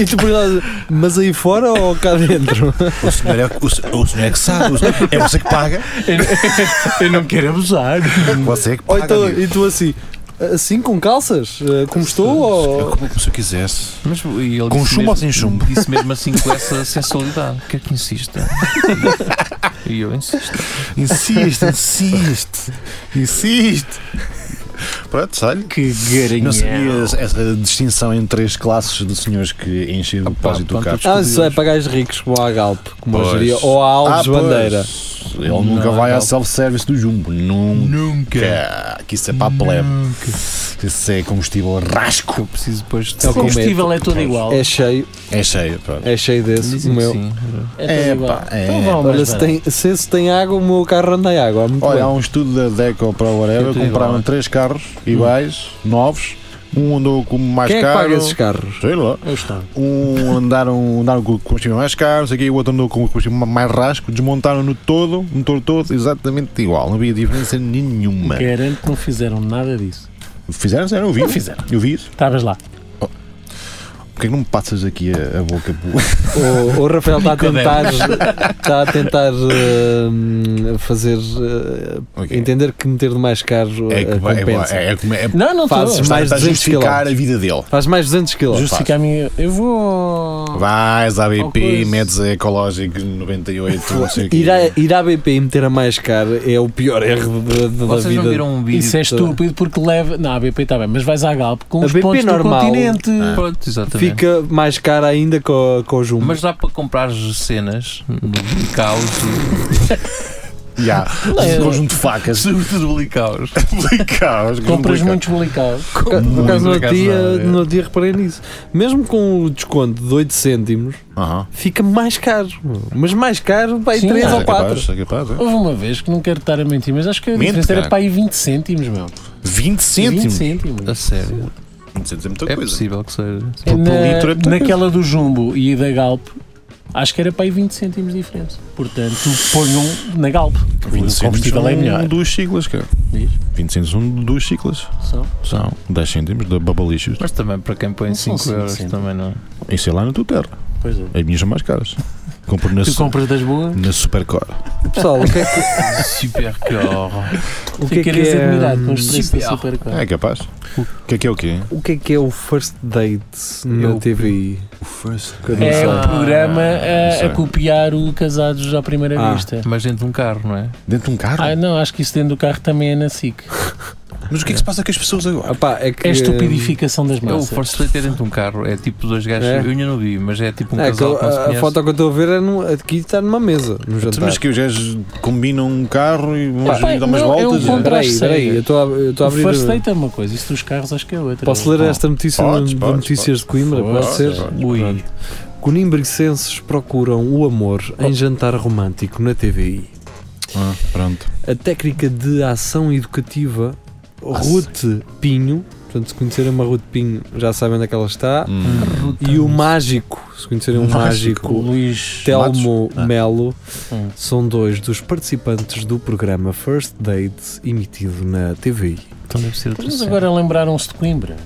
Speaker 2: e tu perguntas, mas aí fora ou cá dentro?
Speaker 4: o senhor é, o, se- o senhor é que sabe, o senhor- é você que paga.
Speaker 3: Eu- Eu não quero abusar.
Speaker 4: Você é que
Speaker 2: Ou
Speaker 4: paga.
Speaker 2: então,
Speaker 4: amigo.
Speaker 2: e tu assim, assim com calças? Eh, Como estou? Ou...
Speaker 4: Como é o senhor quisesse.
Speaker 5: Mas, e ele
Speaker 4: Com
Speaker 5: disse
Speaker 4: chumbo
Speaker 5: mesmo-
Speaker 4: ou sem chumbo?
Speaker 5: Disse mesmo assim com essa sensualidade. Quer que insista? E eu insisto.
Speaker 4: Insiste, insiste, insiste. Pronto, olha.
Speaker 3: Que
Speaker 4: Não
Speaker 3: garinha.
Speaker 4: sabia essa distinção entre três classes de senhores que enchem o depósito do
Speaker 5: pronto,
Speaker 4: carro.
Speaker 5: eu
Speaker 2: Ah, isso é para gajos ricos, como a Galp, como a
Speaker 4: Pois.
Speaker 2: geria, ou a Alves
Speaker 4: Ah, pois.
Speaker 2: Bandeira.
Speaker 4: Ele nunca
Speaker 5: Não,
Speaker 4: vai
Speaker 5: não.
Speaker 4: ao self-service do Jumbo. Nunca.
Speaker 5: Nunca.
Speaker 4: Que isso é para a plebe. Isso é combustível rasco.
Speaker 5: Eu preciso depois de
Speaker 2: É
Speaker 3: O
Speaker 2: o cometo.
Speaker 3: combustível é todo igual.
Speaker 2: É cheio,
Speaker 4: É cheio, pronto.
Speaker 2: é cheio desse, o
Speaker 5: Dizem que
Speaker 2: meu.
Speaker 5: sim.
Speaker 3: É tudo igual.
Speaker 4: pá, é.
Speaker 3: Então vá,
Speaker 2: Olha,
Speaker 3: mas
Speaker 2: se
Speaker 3: vá.
Speaker 2: tem, se esse tem água, o meu carro anda em água. Muito
Speaker 4: Olha,
Speaker 2: bem.
Speaker 4: há um estudo da Deco para o Areva,
Speaker 5: Eu tô
Speaker 4: compraram
Speaker 5: igual.
Speaker 4: três carros iguais, novos. Um andou com mais
Speaker 2: Quem é que
Speaker 4: caro.
Speaker 2: paga esses carros?
Speaker 4: Sei lá.
Speaker 3: Eu estava.
Speaker 4: Um andaram, andaram com o combustível mais caro, não sei o quê, o outro andou com o combustível mais rasco, desmontaram-no todo, o motor todo, exatamente igual. Não havia diferença nenhuma.
Speaker 3: Garanto que não fizeram nada disso.
Speaker 4: Fizeram, fizeram, eu vi.
Speaker 3: fizeram.
Speaker 4: Eu vi isso.
Speaker 3: Estavas lá.
Speaker 4: Porquê que não me passas aqui a, a boca?
Speaker 2: O, o Rafael está a
Speaker 5: Nicodemo.
Speaker 2: tentar, está a tentar eh, fazer eh,
Speaker 4: Ok.
Speaker 2: entender que meter de mais carro
Speaker 4: É
Speaker 2: eh,
Speaker 4: que vai, é,
Speaker 2: compensa.
Speaker 4: é, é, como é, é,
Speaker 3: Não, não
Speaker 2: Fazes
Speaker 3: estou.
Speaker 4: está-
Speaker 2: mais
Speaker 4: está a
Speaker 2: 200
Speaker 4: justificar a vida dele.
Speaker 2: Faz mais 200 kg.
Speaker 3: Justifica a minha. Eu vou.
Speaker 4: Vais à
Speaker 3: Ou
Speaker 4: BP,
Speaker 3: coisa.
Speaker 4: medes a Ecologic 98, não sei o quê.
Speaker 2: Ir à, ir à BP e meter a mais cara é o pior erro de- de- da
Speaker 5: Vocês
Speaker 2: vida.
Speaker 5: não viram um vídeo?
Speaker 3: Isso é estúpido porque leva. Não, a BP está bem, mas vais à Galp com
Speaker 2: A
Speaker 3: os
Speaker 2: BP
Speaker 3: pontos
Speaker 2: normal.
Speaker 3: do continente.
Speaker 5: Pronto, exatamente.
Speaker 2: Ah. Fica mais cara ainda com, a- com o Jumbo.
Speaker 5: né? Mas dá para comprar cenas no Blicaus,
Speaker 4: Já.
Speaker 3: Não,
Speaker 4: Um conjunto de facas.
Speaker 5: sobretudo Blicaus.
Speaker 4: Complicados.
Speaker 3: Compras muitos bolicados.
Speaker 2: Ca- Por acaso, no outro
Speaker 5: Por acaso
Speaker 2: dia,
Speaker 5: não, é.
Speaker 2: no outro dia reparei nisso. Mesmo com o desconto de 8 cêntimos,
Speaker 4: Aham.
Speaker 2: fica mais caro. Mas mais caro, vai
Speaker 3: Sim,
Speaker 2: 3
Speaker 3: ah,
Speaker 2: ou 4.
Speaker 4: Capaz, é capaz, é.
Speaker 3: Houve uma vez que não quero estar a mentir, mas acho que a
Speaker 4: Mente,
Speaker 3: diferença era
Speaker 4: cara.
Speaker 3: para aí 20 cêntimos, meu.
Speaker 4: 20
Speaker 3: 20
Speaker 4: cêntimos.
Speaker 5: A
Speaker 3: cêntimos.
Speaker 5: sério.
Speaker 4: 20 é. cêntimos é muita
Speaker 5: É
Speaker 4: coisa.
Speaker 5: possível que seja.
Speaker 4: por litro é muita
Speaker 3: naquela do Jumbo e da Galp, Acho que era para aí 20 cêntimos de diferença. Portanto, ponham na Galp. O combustível é melhor.
Speaker 4: Um dos ciclas, cara.
Speaker 3: Diz.
Speaker 4: 20 cêntimos um dos ciclas.
Speaker 3: São.
Speaker 4: São 10 cêntimos da babalixos.
Speaker 5: Mas também para quem põe
Speaker 3: Não são
Speaker 2: assim
Speaker 5: 5 euros
Speaker 3: cinco
Speaker 5: também não.
Speaker 4: Isso é lá na tua terra.
Speaker 3: Pois é.
Speaker 4: As minhas são mais caras. Compro na,
Speaker 3: Tu
Speaker 4: su
Speaker 3: compras das boas?
Speaker 4: na Supercore.
Speaker 2: Pessoal, o que é que,
Speaker 5: Super caro.
Speaker 2: o que é, que
Speaker 3: Ficarias
Speaker 2: é,
Speaker 3: admirado com os
Speaker 2: hum,
Speaker 3: preços da Supercar.
Speaker 4: É capaz. O que é que é o quê?
Speaker 2: o que é que é o first date na
Speaker 8: Eu-
Speaker 2: TVI?
Speaker 8: O first
Speaker 2: Que eu não
Speaker 3: É
Speaker 2: sei.
Speaker 3: um programa
Speaker 4: não
Speaker 3: a,
Speaker 4: sei.
Speaker 3: a copiar o Casados à Primeira
Speaker 2: Ah.
Speaker 3: Vista.
Speaker 5: Mas dentro de um carro, não é?
Speaker 4: Dentro de um carro?
Speaker 3: Ah, não, acho que isso dentro do carro também é na SIC.
Speaker 4: Mas o que é que se passa com as pessoas agora?
Speaker 2: Ah pá, é que,
Speaker 3: É a estupidificação das
Speaker 5: É o
Speaker 3: massas.
Speaker 5: Force Leite é dentro de um carro. É tipo dois gajos.
Speaker 2: É?
Speaker 5: Eu ainda não vi, mas é tipo um
Speaker 2: é que
Speaker 5: casal que não se
Speaker 2: a, a
Speaker 5: conhece.
Speaker 2: foto que eu estou a ver é num- aqui está numa mesa, no jantar.
Speaker 4: Então, Mas que os gajos combinam um carro e vão
Speaker 3: Ah, bem,
Speaker 4: dar umas
Speaker 3: não, é
Speaker 4: voltas.
Speaker 3: um ponto-
Speaker 2: Espera aí,
Speaker 3: Contraste
Speaker 2: espera aí,
Speaker 3: cega.
Speaker 2: eu estou a, eu estou a
Speaker 3: O
Speaker 2: abrir.
Speaker 3: first date é uma coisa, isso dos carros acho que é outra.
Speaker 2: Posso ler esta notícia
Speaker 4: Podes,
Speaker 2: da
Speaker 4: podes,
Speaker 2: Notícias de Coimbra? Pode,
Speaker 4: Podes,
Speaker 2: ser?
Speaker 4: podes,
Speaker 5: Ui.
Speaker 2: Pronto. Conimbricenses procuram o amor em jantar romântico na TVI.
Speaker 4: Ah, pronto.
Speaker 2: A técnica de ação educativa Ruth Pinho, portanto, se conhecerem uma Ruth Pinho já sabem onde é que ela está.
Speaker 4: Hum.
Speaker 2: E o mágico, se conhecerem um mágico,
Speaker 3: Luís.
Speaker 2: Telmo
Speaker 4: Ah.
Speaker 2: Melo,
Speaker 3: Hum.
Speaker 2: são dois dos participantes do programa First Date emitido na TVI.
Speaker 5: Então deve ser outra
Speaker 3: Mas
Speaker 5: cena.
Speaker 3: agora lembraram-se de Coimbra.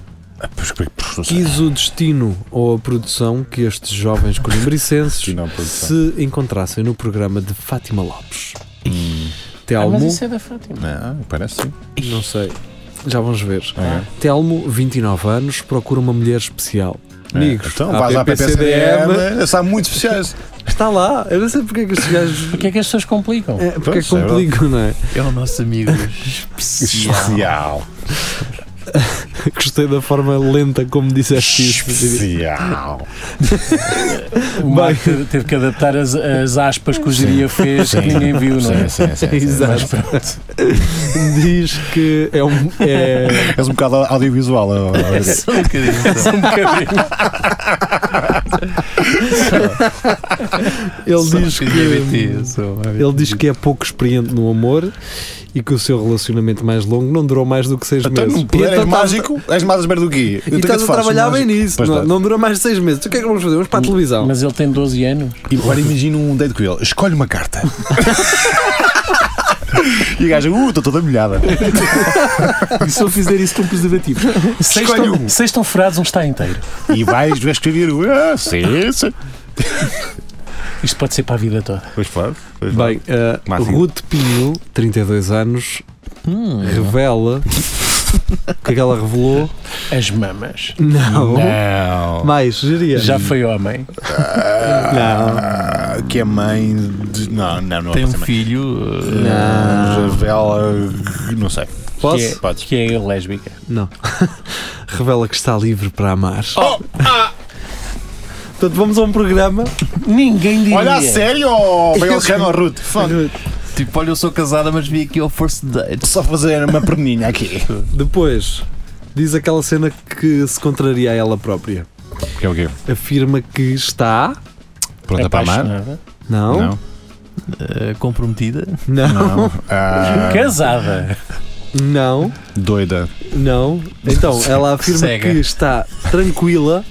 Speaker 4: Ah, pois, pois, pois, não sei.
Speaker 2: Quis o destino ou a produção que estes jovens colimbricenses
Speaker 4: Não, produção.
Speaker 2: se encontrassem no programa de Fátima Lopes.
Speaker 4: Hum.
Speaker 3: Ah, mas
Speaker 2: Telmo,
Speaker 3: isso é da Fátima.
Speaker 4: Ah, parece sim.
Speaker 2: não sei, já vamos ver.
Speaker 4: Ah,
Speaker 2: Telmo, 29 anos, procura uma mulher especial.
Speaker 4: é.
Speaker 2: Amigos,
Speaker 4: então vais à PPCDM, são né? muito especiais.
Speaker 2: está lá. Eu não sei porque é que estes gajos.
Speaker 3: Porquê é que as pessoas complicam?
Speaker 2: É, porque é
Speaker 4: Pois,
Speaker 2: que
Speaker 4: é verdade.
Speaker 2: complicam, não é?
Speaker 5: É o nosso amigo especial.
Speaker 4: Especial.
Speaker 2: Gostei da forma lenta como disseste isso.
Speaker 4: Especial.
Speaker 3: O Marco teve que adaptar as, as aspas que o Jiria fez que ninguém viu, não é?
Speaker 4: Sim, sim, sim, sim.
Speaker 2: Exato. Diz que é um. É,
Speaker 4: És um bocado audiovisual. ó, ó, Então,
Speaker 5: É só um bocadinho. só.
Speaker 3: Um bocadinho.
Speaker 2: ele
Speaker 5: Só um
Speaker 2: diz
Speaker 5: bocadinho
Speaker 2: que.
Speaker 5: ABT, só.
Speaker 2: Ele diz que é pouco experiente no amor e que o seu relacionamento mais longo não durou mais do que seis
Speaker 4: Então,
Speaker 2: meses.
Speaker 4: não poder,
Speaker 2: então
Speaker 4: és
Speaker 2: estás-
Speaker 4: mágico, és mais esperto do que eu.
Speaker 2: E estás a trabalhar bem nisso,
Speaker 4: Pois
Speaker 2: não, é?
Speaker 4: tá.
Speaker 2: não durou mais de seis meses. O que é que vamos fazer? Vamos para a televisão.
Speaker 3: Mas ele tem 12 anos.
Speaker 4: E agora imagina um date com ele. Escolhe uma carta. e o gajo, uh, estou toda molhada.
Speaker 2: E se eu fizer isso com preservativo?
Speaker 3: Seis
Speaker 4: Escolhe
Speaker 3: estão,
Speaker 4: um.
Speaker 3: seis estão furados, um está inteiro.
Speaker 4: E vais, vais escrever o. Ah, sim, sim.
Speaker 3: Isto pode ser para a vida toda.
Speaker 4: Pois faz. Pois
Speaker 2: Bem, eh,
Speaker 4: Máximo.
Speaker 2: Ruth Pinho, 32 anos,
Speaker 5: Hum,
Speaker 2: revela. O que é que ela revelou?
Speaker 3: As mamas.
Speaker 2: Não.
Speaker 4: Não.
Speaker 2: Mais, geria.
Speaker 3: Já foi homem.
Speaker 4: Ah, que é mãe de. Não, não, não.
Speaker 5: tem
Speaker 4: é
Speaker 5: um
Speaker 4: mãe.
Speaker 5: filho. uh,
Speaker 4: Ah, Revela. Não sei.
Speaker 2: Posso?
Speaker 3: Que é,
Speaker 4: Podes.
Speaker 3: que é lésbica.
Speaker 2: Não. Revela que está livre para amar.
Speaker 4: Oh,
Speaker 2: ah. Portanto, vamos a um programa.
Speaker 3: Ninguém diria.
Speaker 4: olha a sério, Miguel Cano Ruth. Fuck.
Speaker 5: Tipo, olha, eu sou casada, mas vim aqui ao First Date.
Speaker 4: Só fazer uma perninha aqui.
Speaker 2: Depois, diz aquela cena que se contraria a ela própria.
Speaker 4: Que é o quê?
Speaker 2: Afirma que está.
Speaker 4: Pronta para amar?
Speaker 3: Apaixonada.
Speaker 2: Não. Não.
Speaker 5: Uh, comprometida.
Speaker 2: Não.
Speaker 4: Não. Ah,
Speaker 3: Casada.
Speaker 2: Não.
Speaker 4: doida.
Speaker 2: Então, ela afirma
Speaker 5: Cega.
Speaker 2: que está tranquila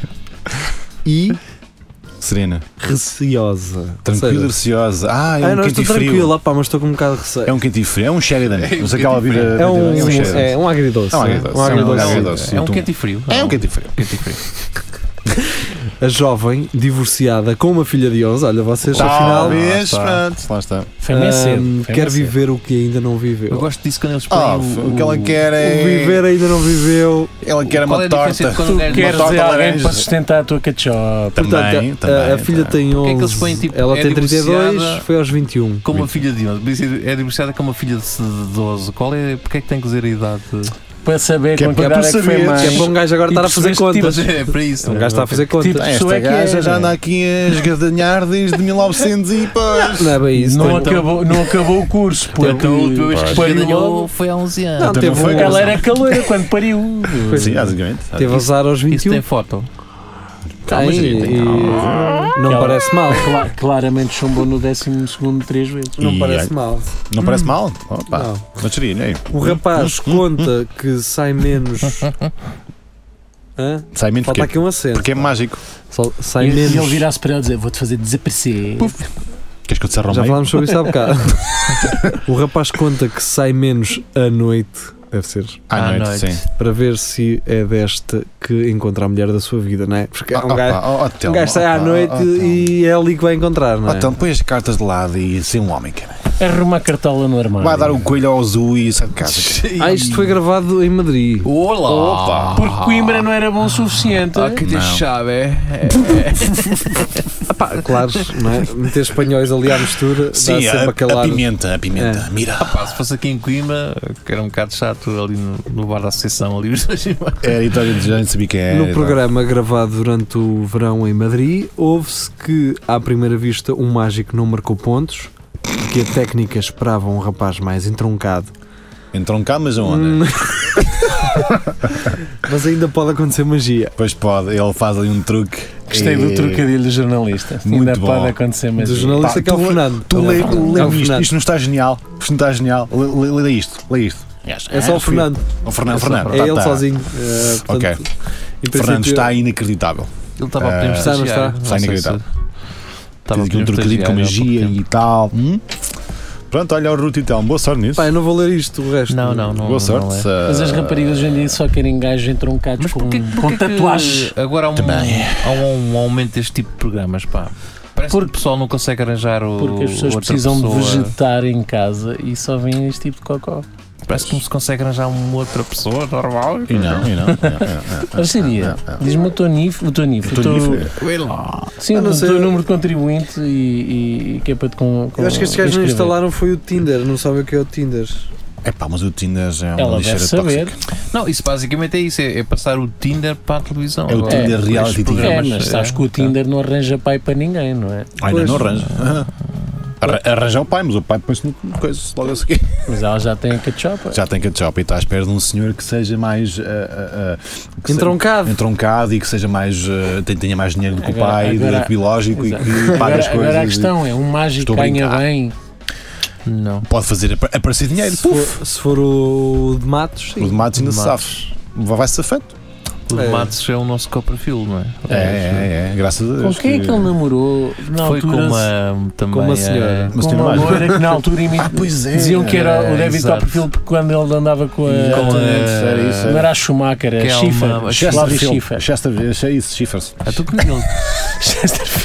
Speaker 2: e
Speaker 4: Serena.
Speaker 2: receosa.
Speaker 4: Tranquila,
Speaker 2: Ou seja,
Speaker 4: ansiosa. Ah, é
Speaker 2: Ah,
Speaker 4: um
Speaker 2: não, estou
Speaker 4: quentinho frio.
Speaker 2: tranquila, pá, mas estou com um bocado de
Speaker 4: É
Speaker 2: receio.
Speaker 4: um quentinho frio. É um Sheridan. Não sei
Speaker 5: um
Speaker 4: aquela
Speaker 5: quentinho
Speaker 4: vida.
Speaker 5: frio.
Speaker 2: É um,
Speaker 4: Sheridan.
Speaker 2: é um agridoce.
Speaker 4: É um
Speaker 2: né?
Speaker 4: agridoce,
Speaker 2: Um
Speaker 4: é um
Speaker 2: agridoce.
Speaker 4: agridoce.
Speaker 5: É um
Speaker 4: Tu-
Speaker 5: quente e frio.
Speaker 4: É um
Speaker 5: quente
Speaker 4: quentinho frio.
Speaker 5: e frio.
Speaker 2: A jovem, divorciada com uma filha de 11, olha, vocês
Speaker 4: Tá
Speaker 2: afinal
Speaker 4: Talvez.
Speaker 5: Ah, tá.
Speaker 4: Pronto. Lá está.
Speaker 3: Foi meio cedo.
Speaker 2: hum,
Speaker 3: foi
Speaker 2: quer
Speaker 3: meio cedo.
Speaker 2: viver o que ainda não
Speaker 5: Eu
Speaker 2: viveu.
Speaker 5: gosto disso quando eles põem
Speaker 4: Ah,
Speaker 5: o,
Speaker 4: o que ela quer é.
Speaker 2: O viver ainda não viveu.
Speaker 4: Ela quer
Speaker 5: Qual é
Speaker 4: uma
Speaker 5: a diferença
Speaker 4: torta.
Speaker 5: de quando
Speaker 3: Tu
Speaker 5: ganhas uma
Speaker 3: queres
Speaker 4: torta
Speaker 3: dizer alguém
Speaker 4: laranja.
Speaker 3: para sustentar a tua cachopa.
Speaker 4: Também,
Speaker 2: Portanto, a-
Speaker 4: também,
Speaker 2: a, filha
Speaker 4: também.
Speaker 2: tem 11,
Speaker 5: que é que eles põem, tipo,
Speaker 2: ela
Speaker 5: é
Speaker 2: tem 32,
Speaker 5: divorciada?
Speaker 2: foi aos 21.
Speaker 4: é
Speaker 5: Com uma filha de 11. Podia ser- É divorciada com uma filha de 12. Qual é. Porquê é que tem que dizer a idade?
Speaker 3: Para saber
Speaker 4: Que é
Speaker 3: com que
Speaker 4: para
Speaker 3: idade é que
Speaker 4: saber,
Speaker 3: foi
Speaker 4: que
Speaker 2: Que é
Speaker 3: mais.
Speaker 2: para um gajo agora
Speaker 3: E
Speaker 2: estar a fazer
Speaker 3: percebeste que
Speaker 2: contas.
Speaker 5: Mas é para isso.
Speaker 2: Um gajo está a fazer contas.
Speaker 3: tipo-
Speaker 4: Esta
Speaker 3: Pessoa que
Speaker 4: gaja
Speaker 3: é.
Speaker 4: já anda aqui a esgadanhar desde 1900 e pá.
Speaker 2: Não é bem isso.
Speaker 3: Não,
Speaker 2: tem-
Speaker 3: acabou, não acabou o curso. Porque
Speaker 5: Então, a última vez que
Speaker 3: pariu-
Speaker 5: ganhou foi há 11 anos.
Speaker 2: Não,
Speaker 4: Então
Speaker 2: teve, um-
Speaker 4: não foi
Speaker 3: Ela era caloura quando pariu.
Speaker 4: Sim, basicamente.
Speaker 2: é. teve azar aos
Speaker 5: Isso
Speaker 2: 21.
Speaker 5: tem um. é foto.
Speaker 2: Tem, e- Não
Speaker 3: Ela-
Speaker 2: parece mal.
Speaker 3: Cla- claramente chumbou no 12 segundo três vezes.
Speaker 2: Não
Speaker 4: E-
Speaker 2: parece mal.
Speaker 4: Não parece mal? Opa, não.
Speaker 2: Hum.
Speaker 4: é?
Speaker 2: Não.
Speaker 4: seria, nem.
Speaker 2: O rapaz conta que sai menos Hã?
Speaker 4: Sai menos
Speaker 2: Falta
Speaker 4: porquê?
Speaker 2: aqui um acento.
Speaker 4: Porque é mágico.
Speaker 2: Só-
Speaker 3: E,
Speaker 2: sai
Speaker 3: e
Speaker 2: menos.
Speaker 3: ele vira-se para ele e dizer: Vou-te fazer desaparecer.
Speaker 4: Queres que eu te serra ao
Speaker 2: Já
Speaker 4: meio?
Speaker 2: falámos sobre isso há bocado. o rapaz conta que sai menos à noite, deve ser,
Speaker 4: À noite, sim.
Speaker 2: para ver se é desta que encontra a mulher da sua vida, não é? Porque é
Speaker 4: Ah,
Speaker 2: um gajo, um gajo sai à noite e é ali que vai encontrar, não é?
Speaker 4: Então põe as cartas de lado e ser um homem, cara.
Speaker 3: Arruma a cartola no armário.
Speaker 4: Vai dar um coelho ao azul e sai de casa. cara.
Speaker 2: Ah, isto foi gravado em Madrid.
Speaker 5: Olá!
Speaker 4: Opa.
Speaker 3: Porque Coimbra
Speaker 5: é?
Speaker 3: não era bom o suficiente.
Speaker 5: Ah, que
Speaker 4: Não.
Speaker 5: deixava, é?
Speaker 2: Ah pá, claro, não é? Meter espanhóis ali à mistura, dá
Speaker 4: Sim,
Speaker 2: sempre
Speaker 4: a,
Speaker 2: aquele
Speaker 4: a
Speaker 2: ar.
Speaker 4: pimenta, a
Speaker 2: É.
Speaker 4: pimenta. Mira.
Speaker 5: Pá, se fosse aqui em Coimbra, que era um bocado chato ali no, no bar da Associação, ali os dois irmãos.
Speaker 4: Era Itália de Janeiro, sabia que era.
Speaker 2: No programa gravado durante o verão em Madrid, ouve-se que, à primeira vista, um mágico não marcou pontos, que a técnica esperava um rapaz mais entroncado.
Speaker 4: Entram cá, mas aonde?
Speaker 2: Hum. Mas ainda pode acontecer magia.
Speaker 4: Pois pode, ele faz ali um truque.
Speaker 3: Gostei do
Speaker 4: E-
Speaker 3: trocadilho do jornalista.
Speaker 4: Muito
Speaker 3: Ainda
Speaker 4: bom.
Speaker 3: pode acontecer, mas.
Speaker 2: Do jornalista
Speaker 4: pá,
Speaker 2: que é o
Speaker 4: tu-
Speaker 2: Fernando.
Speaker 4: Tu lê,
Speaker 2: É o Fernando.
Speaker 4: lê
Speaker 2: É o
Speaker 4: isto,
Speaker 2: Fernando.
Speaker 4: isto não está genial. Isto não está genial. Lê, lê- lê isto, lê isto.
Speaker 2: É só o Fernando.
Speaker 4: O Fernando,
Speaker 2: É só-
Speaker 4: Fernando.
Speaker 2: É
Speaker 4: tá-
Speaker 2: ele
Speaker 4: tá.
Speaker 2: sozinho. Eh, portanto,
Speaker 4: Ok.
Speaker 2: em
Speaker 4: Fernando
Speaker 2: princípio,
Speaker 4: está inacreditável.
Speaker 5: Ele estava a pedir um
Speaker 4: Ah, está,
Speaker 2: não está?
Speaker 5: estagiário.
Speaker 4: Está
Speaker 5: sei
Speaker 4: inacreditável.
Speaker 5: se- Estava
Speaker 4: Tens
Speaker 5: a
Speaker 4: aqui
Speaker 5: pedir
Speaker 4: um trocadilho com
Speaker 5: estagiário há
Speaker 4: magia
Speaker 5: pouco
Speaker 4: e tal. Hum? Pronto, olha o Ruto e tal. Boa sorte nisso.
Speaker 2: Pá, eu não vou ler isto, o resto.
Speaker 5: tempo. Não, não, não.
Speaker 4: Boa sorte. eh,
Speaker 5: não é.
Speaker 4: se-
Speaker 3: Mas as raparigas hoje em dia só querem gajos entroncados
Speaker 5: Mas
Speaker 3: com,
Speaker 5: porquê, Tipo, um, porquê
Speaker 3: com tatuagens.
Speaker 5: que agora há um,
Speaker 4: Também. é.
Speaker 5: há um, um aumento deste tipo de programas, pá? Parece que o pessoal não consegue arranjar o
Speaker 3: Porque as pessoas
Speaker 5: outra
Speaker 3: precisam de
Speaker 5: pessoa.
Speaker 3: vegetar em casa e só vêm este tipo de cocó.
Speaker 5: Parece que não se consegue arranjar uma outra pessoa normal.
Speaker 4: E não, e não.
Speaker 3: Mas seria.
Speaker 2: Ah,
Speaker 3: Diz-me o teu NIF, o teu NIF, o teu, sim,
Speaker 2: é- Eu não
Speaker 3: o
Speaker 2: sei.
Speaker 3: teu número de contribuinte e, e- e que é para te com, com
Speaker 2: Eu acho que estes gajos não
Speaker 3: inscrever.
Speaker 2: instalaram foi o Tinder, não sabem o que é o Tinder.
Speaker 4: É pá, mas o Tinder é uma
Speaker 3: Ela
Speaker 4: lixeira
Speaker 3: deve saber.
Speaker 4: tóxica.
Speaker 5: Não, isso basicamente é isso, é, é passar o Tinder para a televisão.
Speaker 4: É o
Speaker 5: agora.
Speaker 4: Tinder
Speaker 5: Com
Speaker 4: reality
Speaker 5: estes
Speaker 4: TV.
Speaker 5: programas,
Speaker 3: É, mas sabes que o Tinder não arranja pai para ninguém, não é?
Speaker 4: Ainda
Speaker 2: Pois.
Speaker 4: não arranja. Arra- Arranja o pai, mas o pai põe-se no coisa logo a seguir.
Speaker 3: Mas ela já tem a cachopa.
Speaker 4: Já tem que ketchup e está à espera de um senhor que seja mais. ah, ah, ah, que se-
Speaker 2: Entroncado.
Speaker 4: entroncado e que seja mais. ah, ten- tenha mais dinheiro do que o
Speaker 3: Agora-
Speaker 4: pai, do
Speaker 3: agora-
Speaker 4: que biológico e
Speaker 3: Exato.
Speaker 4: que paga as
Speaker 3: Agora,
Speaker 4: coisas.
Speaker 3: agora a
Speaker 4: e-
Speaker 3: questão é, um mágico
Speaker 4: Estou a
Speaker 3: ganha
Speaker 4: brincar.
Speaker 3: bem. Não.
Speaker 4: Pode fazer apa- aparecer dinheiro.
Speaker 2: Se for, se for o de Matos, sim.
Speaker 4: O de Matos ainda
Speaker 5: de
Speaker 4: se safa. Vai-se safando.
Speaker 5: O
Speaker 2: É.
Speaker 5: Matos é o nosso coprafil, não é?
Speaker 4: É, é, é, graças a
Speaker 3: Com
Speaker 4: Deus.
Speaker 3: quem é que ele namorou? Na
Speaker 5: Foi com
Speaker 3: altura,
Speaker 5: uma, também,
Speaker 2: com uma
Speaker 5: eh,
Speaker 2: senhora.
Speaker 4: Mas
Speaker 3: com
Speaker 4: tem
Speaker 3: uma
Speaker 4: mais.
Speaker 3: loira que na altura imi-
Speaker 4: Ah, pois é.
Speaker 3: diziam que era
Speaker 5: É,
Speaker 3: o David
Speaker 5: exato.
Speaker 3: Copperfield porque quando ele andava com a.
Speaker 5: Com a-
Speaker 4: Era isso,
Speaker 3: Não
Speaker 4: era.
Speaker 3: era a Schumacher,
Speaker 5: Que é
Speaker 3: era
Speaker 5: uma-
Speaker 3: Schiffer. Slavia
Speaker 4: Chesterfield.
Speaker 3: Schiffer.
Speaker 4: Chesterfield. Achei é isso, Schiffers.
Speaker 5: Ah, tu conheces ele?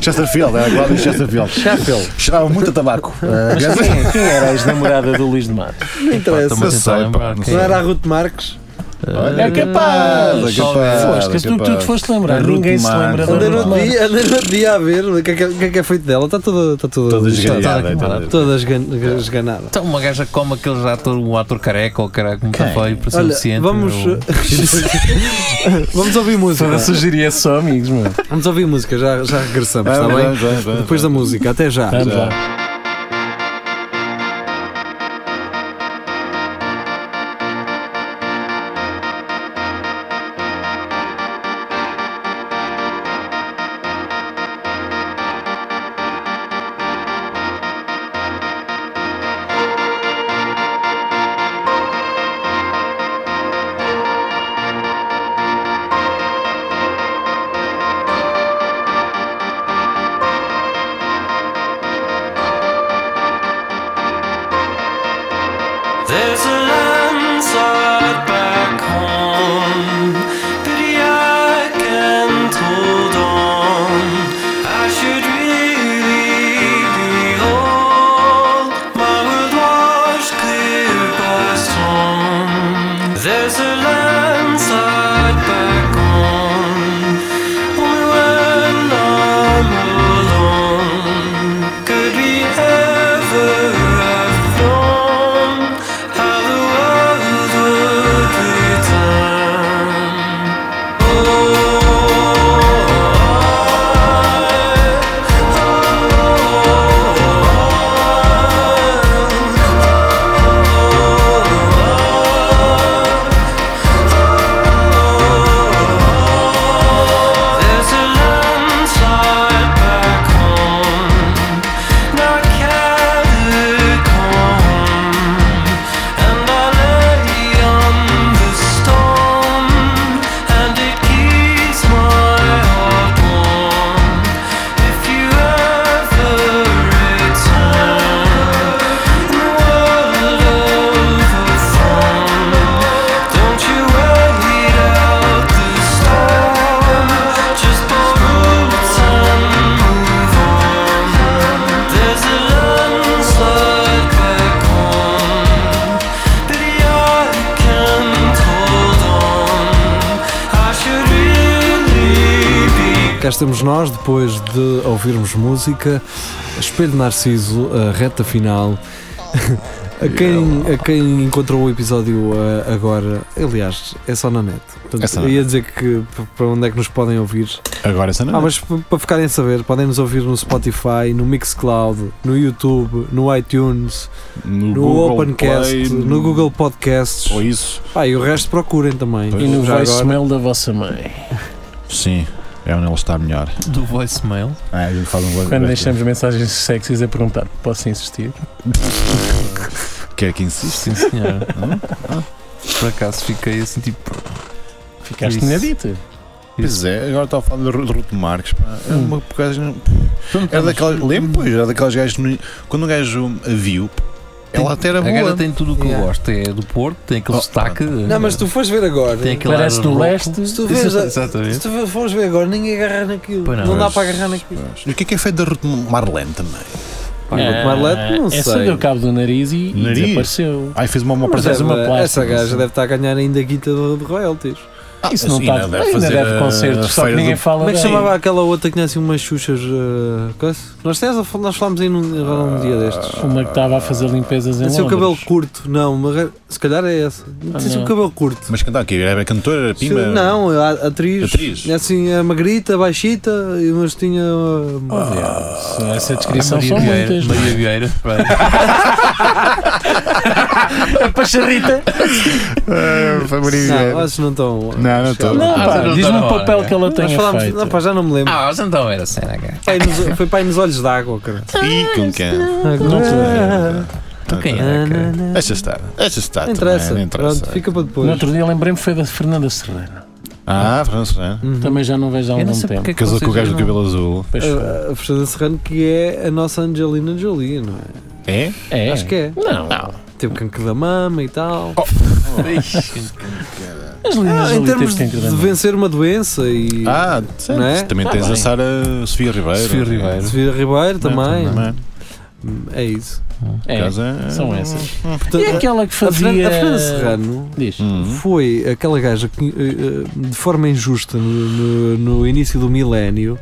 Speaker 4: Chesterfield, era Gladys Chesterfield. Chesterfield. Cheirava muito a tabaco.
Speaker 3: Mas quem, quem era a ex-namorada do Luís de Matos?
Speaker 2: não interessa.
Speaker 5: Também
Speaker 4: sei,
Speaker 5: tentar
Speaker 4: pá,
Speaker 5: lembrar
Speaker 4: não
Speaker 5: quem
Speaker 2: Não
Speaker 5: é.
Speaker 2: era a Ruth Marques.
Speaker 4: Olha,
Speaker 3: é capaz,
Speaker 4: é capaz,
Speaker 3: Foste,
Speaker 4: é
Speaker 3: que tu, tu
Speaker 4: capaz.
Speaker 3: te foste lembrar,
Speaker 4: Ruth
Speaker 3: ninguém se
Speaker 4: Marx.
Speaker 3: lembra da
Speaker 2: Andei no
Speaker 3: Ruth
Speaker 2: outro
Speaker 3: Marx.
Speaker 2: dia, andei no outro dia a ver o que é que, o que é que é feito dela. Está toda. Está toda.
Speaker 4: Toda
Speaker 2: está-
Speaker 4: esgalhada.
Speaker 5: Tá, tá,
Speaker 4: toda-
Speaker 2: toda esgan- esganada.
Speaker 5: Então uma gaja como aquele já ator, um ator careca ou caraca, muito
Speaker 4: Quem?
Speaker 5: feio para ser
Speaker 2: Olha,
Speaker 5: deficiente,
Speaker 2: vamos. eh,
Speaker 5: meu.
Speaker 2: vamos ouvir música.
Speaker 3: Para sugerir só amigos, mano.
Speaker 2: Vamos ouvir música, já, já regressamos, está
Speaker 6: tá
Speaker 4: Vamos,
Speaker 2: bem?
Speaker 4: vamos, vamos, vamos.
Speaker 2: Depois da música, até Ah, já.
Speaker 3: Vamos lá.
Speaker 9: There's a landslide back home. Pity I can't hold on. I should really be home. My world washed clear by storm. There's a landslide back home. Only when I'm alone could we ever have known how the world would return? Oh,
Speaker 6: cá estamos nós, depois de ouvirmos música. Espelho de Narciso, a reta final. A quem, a quem encontrou o episódio eh, agora, aliás, é só na net. Portanto,
Speaker 4: É só na
Speaker 6: eu ia dizer que p- para onde é que nos podem ouvir.
Speaker 4: Agora essa não
Speaker 6: Ah,
Speaker 4: é.
Speaker 6: mas p- para ficarem a saber, podem nos ouvir no Spotify, no Mixcloud, no YouTube, no iTunes,
Speaker 4: No,
Speaker 6: no
Speaker 4: Google
Speaker 6: Opencast,
Speaker 4: Play,
Speaker 6: no Google Podcasts.
Speaker 4: Ou isso.
Speaker 6: Pá, e o resto procurem também.
Speaker 4: Pois.
Speaker 3: E no
Speaker 6: Já agora.
Speaker 3: voicemail da vossa mãe.
Speaker 4: Sim. É onde ele está melhor.
Speaker 5: do voicemail.
Speaker 4: Ah, a gente faz um voz-
Speaker 3: Quando deixamos mensagens sexys a perguntar, posso insistir?
Speaker 4: Quer que insista.
Speaker 5: Sim, senhor. Hum? Ah. Por acaso fiquei assim, tipo.
Speaker 3: Ficaste
Speaker 5: Isso.
Speaker 3: inadito.
Speaker 4: Pois é, agora estava a falar do Ruto Marques. Pá. É
Speaker 3: Hum. Então,
Speaker 4: uma bocagem. Era daquelas. Lembro, pois, era daquelas gajas. que não- Quando um gajo a viu, ela até era
Speaker 5: A
Speaker 4: boa.
Speaker 5: galera tem tudo o que
Speaker 6: Yeah.
Speaker 5: eu gosto. É do Porto, tem aquele
Speaker 4: Oh,
Speaker 5: destaque.
Speaker 2: Não, mas tu fores ver agora.
Speaker 5: Tem aquele
Speaker 3: Parece
Speaker 5: ar
Speaker 3: do
Speaker 5: rouco.
Speaker 3: leste.
Speaker 2: Se tu vês. a- Se
Speaker 5: Exatamente.
Speaker 2: tu fores ver agora, ninguém agarra naquilo.
Speaker 5: Pois não,
Speaker 2: Não, dá
Speaker 4: mas-
Speaker 2: para agarrar naquilo.
Speaker 4: E o que é que é feito da Ruto Marlene também?
Speaker 6: Pá, o Marlete, não
Speaker 3: Ah, Essa
Speaker 6: sei.
Speaker 3: deu cabo do nariz e, e
Speaker 4: Nariz?
Speaker 3: desapareceu.
Speaker 4: Ai, fez uma uma
Speaker 3: Mas
Speaker 4: presença.
Speaker 3: é uma plástica,
Speaker 6: essa gaja
Speaker 3: sim.
Speaker 6: deve estar a ganhar ainda guita de, de royalties.
Speaker 4: Ah,
Speaker 3: Isso não
Speaker 4: sim,
Speaker 3: está.
Speaker 4: ainda
Speaker 3: Ainda deve,
Speaker 4: a
Speaker 3: concertos, só que
Speaker 4: feira
Speaker 3: ninguém
Speaker 4: do-
Speaker 3: fala
Speaker 2: Como é que
Speaker 3: dela.
Speaker 2: chamava aquela outra que tinha assim umas xuxas? eh, coisa? nós, tens a fal- nós falámos aí num, num dia destes.
Speaker 3: Uma que estava a fazer limpezas em
Speaker 2: Tem assim um
Speaker 3: Londres. Ah,
Speaker 2: cabelo curto, não, mas se calhar é essa. Tem assim um
Speaker 3: não.
Speaker 2: cabelo curto.
Speaker 4: Mas cantar o quê? Era cantora, era
Speaker 2: Se-
Speaker 4: pimba?
Speaker 2: não, é a, atriz.
Speaker 4: Atriz?
Speaker 2: É assim, a magrita, baixita, e- mas tinha. eh,
Speaker 3: Ah, Olha, Essa descrição
Speaker 5: Maria
Speaker 3: são
Speaker 5: Vieira.
Speaker 3: muitas. é?
Speaker 5: Maria Vieira. vai.
Speaker 3: A Pacharrita.
Speaker 4: Foi
Speaker 2: não, acho que não estão.
Speaker 4: Não, não estou.
Speaker 3: Não,
Speaker 5: Ah,
Speaker 3: pá,
Speaker 5: não tá
Speaker 3: diz-me
Speaker 5: na
Speaker 3: o
Speaker 5: hora,
Speaker 3: papel
Speaker 5: é.
Speaker 3: que ela
Speaker 2: Nós
Speaker 3: tem
Speaker 2: falámos.
Speaker 3: feito.
Speaker 2: não, pá, já não me lembro.
Speaker 5: Ah, mas então era cena, cara.
Speaker 2: Foi nos- foi para aí nos olhos d'água, cara.
Speaker 4: E com quem?
Speaker 3: Não
Speaker 4: É,
Speaker 3: te
Speaker 2: Agora-
Speaker 5: Tu Então quem é?
Speaker 2: Na,
Speaker 5: era,
Speaker 2: na,
Speaker 5: cara?
Speaker 2: na.
Speaker 4: Deixa estar. Deixa estar.
Speaker 2: Não interessa.
Speaker 4: também, não interessa.
Speaker 2: Pronto, fica para depois.
Speaker 3: No outro dia lembrei-me foi da Fernanda Serrano.
Speaker 4: Ah, França, né?
Speaker 2: Uhum.
Speaker 3: Também já não vejo há
Speaker 5: Eu não
Speaker 3: algum
Speaker 5: sei
Speaker 3: tempo.
Speaker 5: porque é que
Speaker 4: Casou com o
Speaker 5: Hum. vocês
Speaker 4: gajo do
Speaker 5: não-
Speaker 4: cabelo azul.
Speaker 3: Pois foi.
Speaker 2: Ah, A- A Fernanda Serrano, que é a nossa Angelina Jolie, não é?
Speaker 4: É?
Speaker 3: É.
Speaker 2: Acho que é.
Speaker 3: Não.
Speaker 2: Teve cancro da mama e tal.
Speaker 4: Oh,
Speaker 3: As
Speaker 2: Ah,
Speaker 3: lindas
Speaker 2: em
Speaker 3: ali
Speaker 2: termos
Speaker 3: teve
Speaker 2: de vencer uma doença e.
Speaker 4: Ah, sim.
Speaker 2: Não é?
Speaker 4: Também
Speaker 3: Tá
Speaker 4: tens a
Speaker 3: bem.
Speaker 4: Sara Sofia Ribeiro. É.
Speaker 5: Sofia Ribeiro.
Speaker 2: Sofia Ribeiro também.
Speaker 4: Também.
Speaker 2: É isso.
Speaker 4: Por
Speaker 3: É,
Speaker 4: acaso é-
Speaker 3: são essas.
Speaker 2: Portanto,
Speaker 3: E aquela que
Speaker 2: Uhum. É. a, a Fernanda,
Speaker 3: fazia...
Speaker 2: a Fernanda Serrano
Speaker 3: Diz.
Speaker 4: Hum.
Speaker 2: foi aquela gaja que, eh, eh, de forma injusta, no, no- no início do milénio,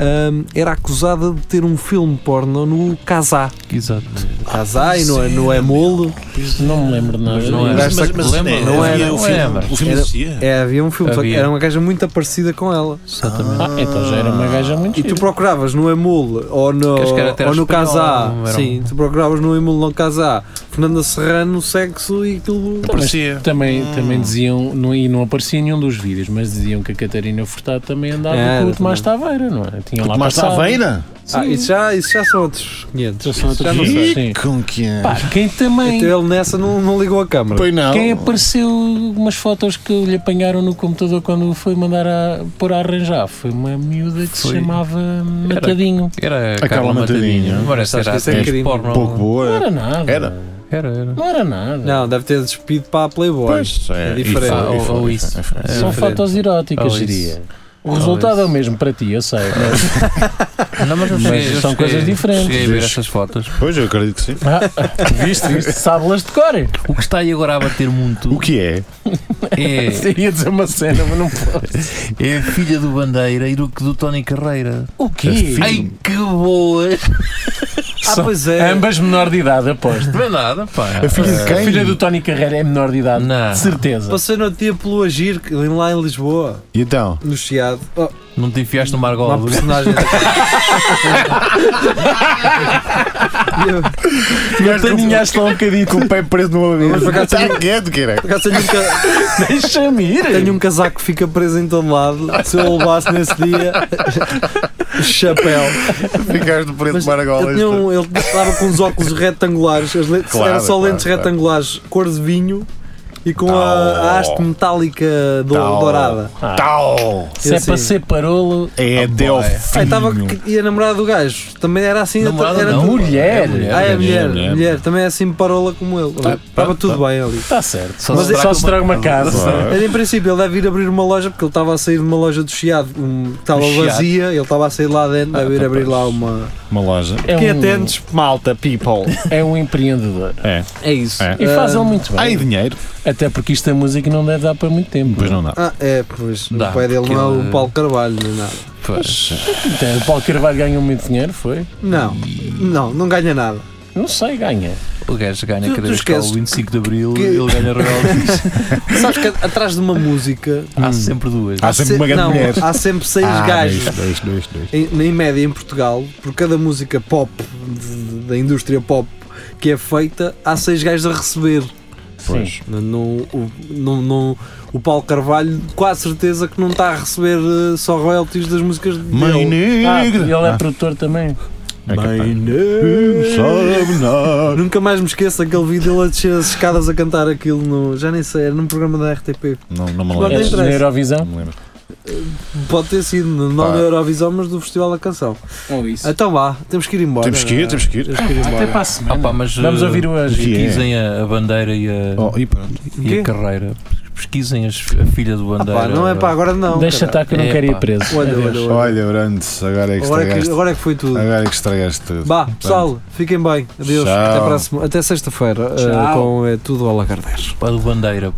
Speaker 2: ahm, era acusada de ter um filme porno no Casá.
Speaker 5: Exato.
Speaker 2: Casá e no, no Emul.
Speaker 3: Não me lembro de nada.
Speaker 5: Mas não
Speaker 3: disso.
Speaker 5: era.
Speaker 4: Mas, mas, mas
Speaker 5: Lembra?
Speaker 4: é,
Speaker 2: Não
Speaker 4: havia
Speaker 5: era,
Speaker 4: o
Speaker 5: não
Speaker 4: filme,
Speaker 5: era.
Speaker 4: O filme
Speaker 2: Era-
Speaker 4: existia?
Speaker 2: É, havia um filme, só que
Speaker 5: Havia.
Speaker 2: era uma gaja muito parecida com ela.
Speaker 5: Exatamente.
Speaker 3: Ah, então já era uma gaja muito
Speaker 2: E tu
Speaker 3: gira.
Speaker 2: procuravas no Emul ou no,
Speaker 5: Acho que era até
Speaker 2: ou no
Speaker 5: espanhol,
Speaker 2: Casá.
Speaker 5: não era
Speaker 2: Sim,
Speaker 5: um-
Speaker 2: tu procuravas no Emul ou no Casá. Fernanda Serrano, sexo e aquilo.
Speaker 4: Aparecia.
Speaker 3: Também, também diziam, não, e não aparecia em nenhum dos vídeos, mas diziam que a Catarina Furtado também andava
Speaker 2: Era,
Speaker 3: com o Tomás Taveira, não é? Tinha lá
Speaker 4: Mas está
Speaker 3: passado.
Speaker 4: a veira?
Speaker 2: Ah, isso já, isso já são outros 500.
Speaker 3: Já são outros
Speaker 2: Já não
Speaker 3: vídeos,
Speaker 2: sei.
Speaker 3: sim.
Speaker 4: Com que é?
Speaker 3: Pá, quem também.
Speaker 2: Então ele nessa não, não ligou a câmara.
Speaker 4: Pois não.
Speaker 3: Quem é apareceu umas fotos que lhe apanharam no computador quando foi mandar a, pôr a arranjar? Foi uma miúda que se
Speaker 5: Foi.
Speaker 3: chamava Matadinho.
Speaker 5: Era a
Speaker 4: Carla
Speaker 5: Carla
Speaker 4: Matadinho.
Speaker 5: Matadinho. Agora essa
Speaker 2: Acho
Speaker 5: era
Speaker 2: que
Speaker 5: a
Speaker 2: isso é
Speaker 5: atriz
Speaker 2: crime.
Speaker 5: porno.
Speaker 4: Pouco
Speaker 3: Não
Speaker 4: boa.
Speaker 3: era nada.
Speaker 4: Era.
Speaker 5: Era, era.
Speaker 3: Não era nada.
Speaker 2: Não, deve ter despido para a Playboy.
Speaker 4: É. Pois, é,
Speaker 2: É diferente.
Speaker 4: e foi,
Speaker 5: Ah,
Speaker 4: e
Speaker 5: ou-
Speaker 4: foi,
Speaker 5: ou
Speaker 4: e
Speaker 5: isso.
Speaker 4: foi.
Speaker 5: É
Speaker 3: São
Speaker 5: diferente.
Speaker 3: fotos eróticas,
Speaker 5: Oh, isso.
Speaker 3: diria. O
Speaker 5: Oh,
Speaker 3: resultado é o
Speaker 5: isso.
Speaker 3: mesmo para ti, eu sei.
Speaker 5: Não, mas eu
Speaker 3: Mas
Speaker 5: cheguei- eu
Speaker 3: são
Speaker 5: cheguei-
Speaker 3: coisas diferentes.
Speaker 5: Cheguei a ver essas fotos.
Speaker 4: Pois, eu acredito que sim.
Speaker 3: viste, viste? Sábulas de cor.
Speaker 5: O que está aí agora a bater muito
Speaker 4: O que é?
Speaker 5: é,
Speaker 3: Ia dizer uma cena, mas não posso.
Speaker 5: é a filha do Bandeira e do, do Tony Carreira.
Speaker 3: O quê?
Speaker 5: Ai que boas!
Speaker 2: Ah, pois é.
Speaker 3: Ambas menor de idade, aposto.
Speaker 5: Não é nada, pá.
Speaker 4: filha de
Speaker 3: A filha do Tony Carreira é menor de idade.
Speaker 5: Não.
Speaker 3: De certeza.
Speaker 2: Passei no outro dia pelo Agir, que- lá em Lisboa,
Speaker 4: E então?
Speaker 2: no Chiado. Oh,
Speaker 5: Não te enfiaste no Margot
Speaker 2: uma
Speaker 5: Alves.
Speaker 2: personagem. E eu-
Speaker 3: Eu taninhaste lá um bocadinho.
Speaker 4: Com o pé preso numa
Speaker 2: Mas por
Speaker 4: mesa.
Speaker 2: acaso
Speaker 4: Está quieto, que era.
Speaker 2: por acaso tenho um ca-
Speaker 3: Deixa-me ir.
Speaker 2: Tenho um casaco que fica preso em todo lado. Se eu levasse nesse dia, chapéu.
Speaker 4: Ficaste preso
Speaker 2: Mas
Speaker 4: de Maragola.
Speaker 2: Ele, tinha um, ele estava com uns óculos retangulares, as lentes,
Speaker 4: Claro,
Speaker 2: eram só
Speaker 4: claro,
Speaker 2: lentes
Speaker 4: claro.
Speaker 2: retangulares cor de vinho e com a, a haste metálica do-
Speaker 4: Oh. Tal.
Speaker 2: dourada.
Speaker 4: Tal!
Speaker 3: Se é
Speaker 2: assim.
Speaker 3: para ser parolo,
Speaker 4: É até ao
Speaker 2: Aí
Speaker 4: fim.
Speaker 2: estava e a namorada do gajo também era assim.
Speaker 5: Namorada
Speaker 2: era
Speaker 5: não,
Speaker 2: tudo-
Speaker 3: mulher.
Speaker 5: É mulher.
Speaker 2: Ah, é mulher,
Speaker 4: mulher,
Speaker 2: mulher,
Speaker 4: mulher.
Speaker 2: também é assim parola como ele. Estava tudo bem ali.
Speaker 3: está tá certo.
Speaker 5: Só
Speaker 3: Mas
Speaker 5: se
Speaker 3: só se traga uma casa.
Speaker 4: Claro.
Speaker 2: Mas em princípio ele deve ir abrir uma loja porque ele estava a sair de uma loja do Chiado, um, que estava
Speaker 5: Do Chiado.
Speaker 2: vazia, ele estava a sair lá dentro, deve ir abrir lá uma.
Speaker 4: Uma loja.
Speaker 3: É
Speaker 2: Que
Speaker 3: um,
Speaker 2: atendes, malta, people.
Speaker 3: é um empreendedor.
Speaker 4: É.
Speaker 2: É isso.
Speaker 4: É.
Speaker 3: E fazem muito
Speaker 4: Ai,
Speaker 3: bem.
Speaker 4: dinheiro.
Speaker 3: Até porque isto da música não deve dar para muito tempo.
Speaker 4: Pois não dá.
Speaker 2: Ah, é, pois.
Speaker 5: Dá,
Speaker 2: o pai dele não é
Speaker 5: aquilo
Speaker 2: o
Speaker 5: é-
Speaker 2: Paulo Carvalho, nem nada.
Speaker 5: Pois,
Speaker 3: Então, o Paulo Carvalho ganhou muito dinheiro, foi?
Speaker 2: Não, não, não ganha nada.
Speaker 3: Não sei, ganha.
Speaker 5: o gajo ganha
Speaker 2: Tu-
Speaker 5: cada
Speaker 2: tu
Speaker 5: vez que há o
Speaker 2: esqueces
Speaker 5: 25 de Abril,
Speaker 2: que-
Speaker 5: ele ganha royalties.
Speaker 2: Sabes que atrás de uma música
Speaker 5: Há sempre duas.
Speaker 4: Há sempre uma grande
Speaker 2: não,
Speaker 4: mulher. Ah,
Speaker 2: Há sempre seis gajos,
Speaker 4: dois, dois, dois, dois.
Speaker 2: em, em média em Portugal, por cada música pop, de- da indústria pop que é feita, há seis gajos a receber.
Speaker 3: Sim.
Speaker 2: Não, não- o, não, não- o Paulo Carvalho, quase certeza que não está a receber eh, só royalties das músicas de
Speaker 4: Mãe
Speaker 3: Ah, ele
Speaker 4: negra.
Speaker 3: é produtor também.
Speaker 4: Mãe
Speaker 2: negra.
Speaker 4: sabe nada.
Speaker 2: Nunca mais me esqueço aquele vídeo dele a descer as escadas a cantar aquilo no. Já nem sei, era num programa da RTP.
Speaker 4: Não, não me
Speaker 2: Não
Speaker 3: É
Speaker 4: lembro.
Speaker 2: interessa.
Speaker 3: na Eurovisão.
Speaker 4: Não me lembro.
Speaker 2: Pode ter sido, não
Speaker 4: Pá.
Speaker 2: da Eurovisão, mas do Festival da Canção.
Speaker 3: Ou isso.
Speaker 2: Então vá, temos que ir embora.
Speaker 4: Temos que ir, temos que ir.
Speaker 2: Temos que ir
Speaker 3: Até
Speaker 2: embora.
Speaker 3: para a semana.
Speaker 5: Ah, pá, mas,
Speaker 3: Vamos
Speaker 5: eh,
Speaker 3: ouvir hoje.
Speaker 4: que é?
Speaker 5: Pesquisem a, a bandeira e a,
Speaker 4: Oh, e pronto.
Speaker 5: e
Speaker 2: quê?
Speaker 5: a carreira. Pesquisem as- a filha do
Speaker 2: Ah,
Speaker 5: bandeira.
Speaker 2: pá, não é para agora não.
Speaker 3: Deixa
Speaker 2: caralho.
Speaker 3: estar que eu não
Speaker 5: É,
Speaker 3: quero ir
Speaker 5: pá.
Speaker 3: preso.
Speaker 2: Olha,
Speaker 3: Adeus.
Speaker 2: olha, olha.
Speaker 4: Olha, Brandes, agora é que
Speaker 2: Agora é que,
Speaker 4: estragaste.
Speaker 2: agora é que foi tudo.
Speaker 4: Agora é que estragaste tudo.
Speaker 2: Vá, pessoal, fiquem bem. Adeus.
Speaker 4: Tchau.
Speaker 2: Até
Speaker 6: Até,
Speaker 2: para a
Speaker 6: próximo- até sexta-feira, eh,
Speaker 3: Tchau.
Speaker 6: com é tudo ao Lagardère.
Speaker 5: Pá, do bandeira.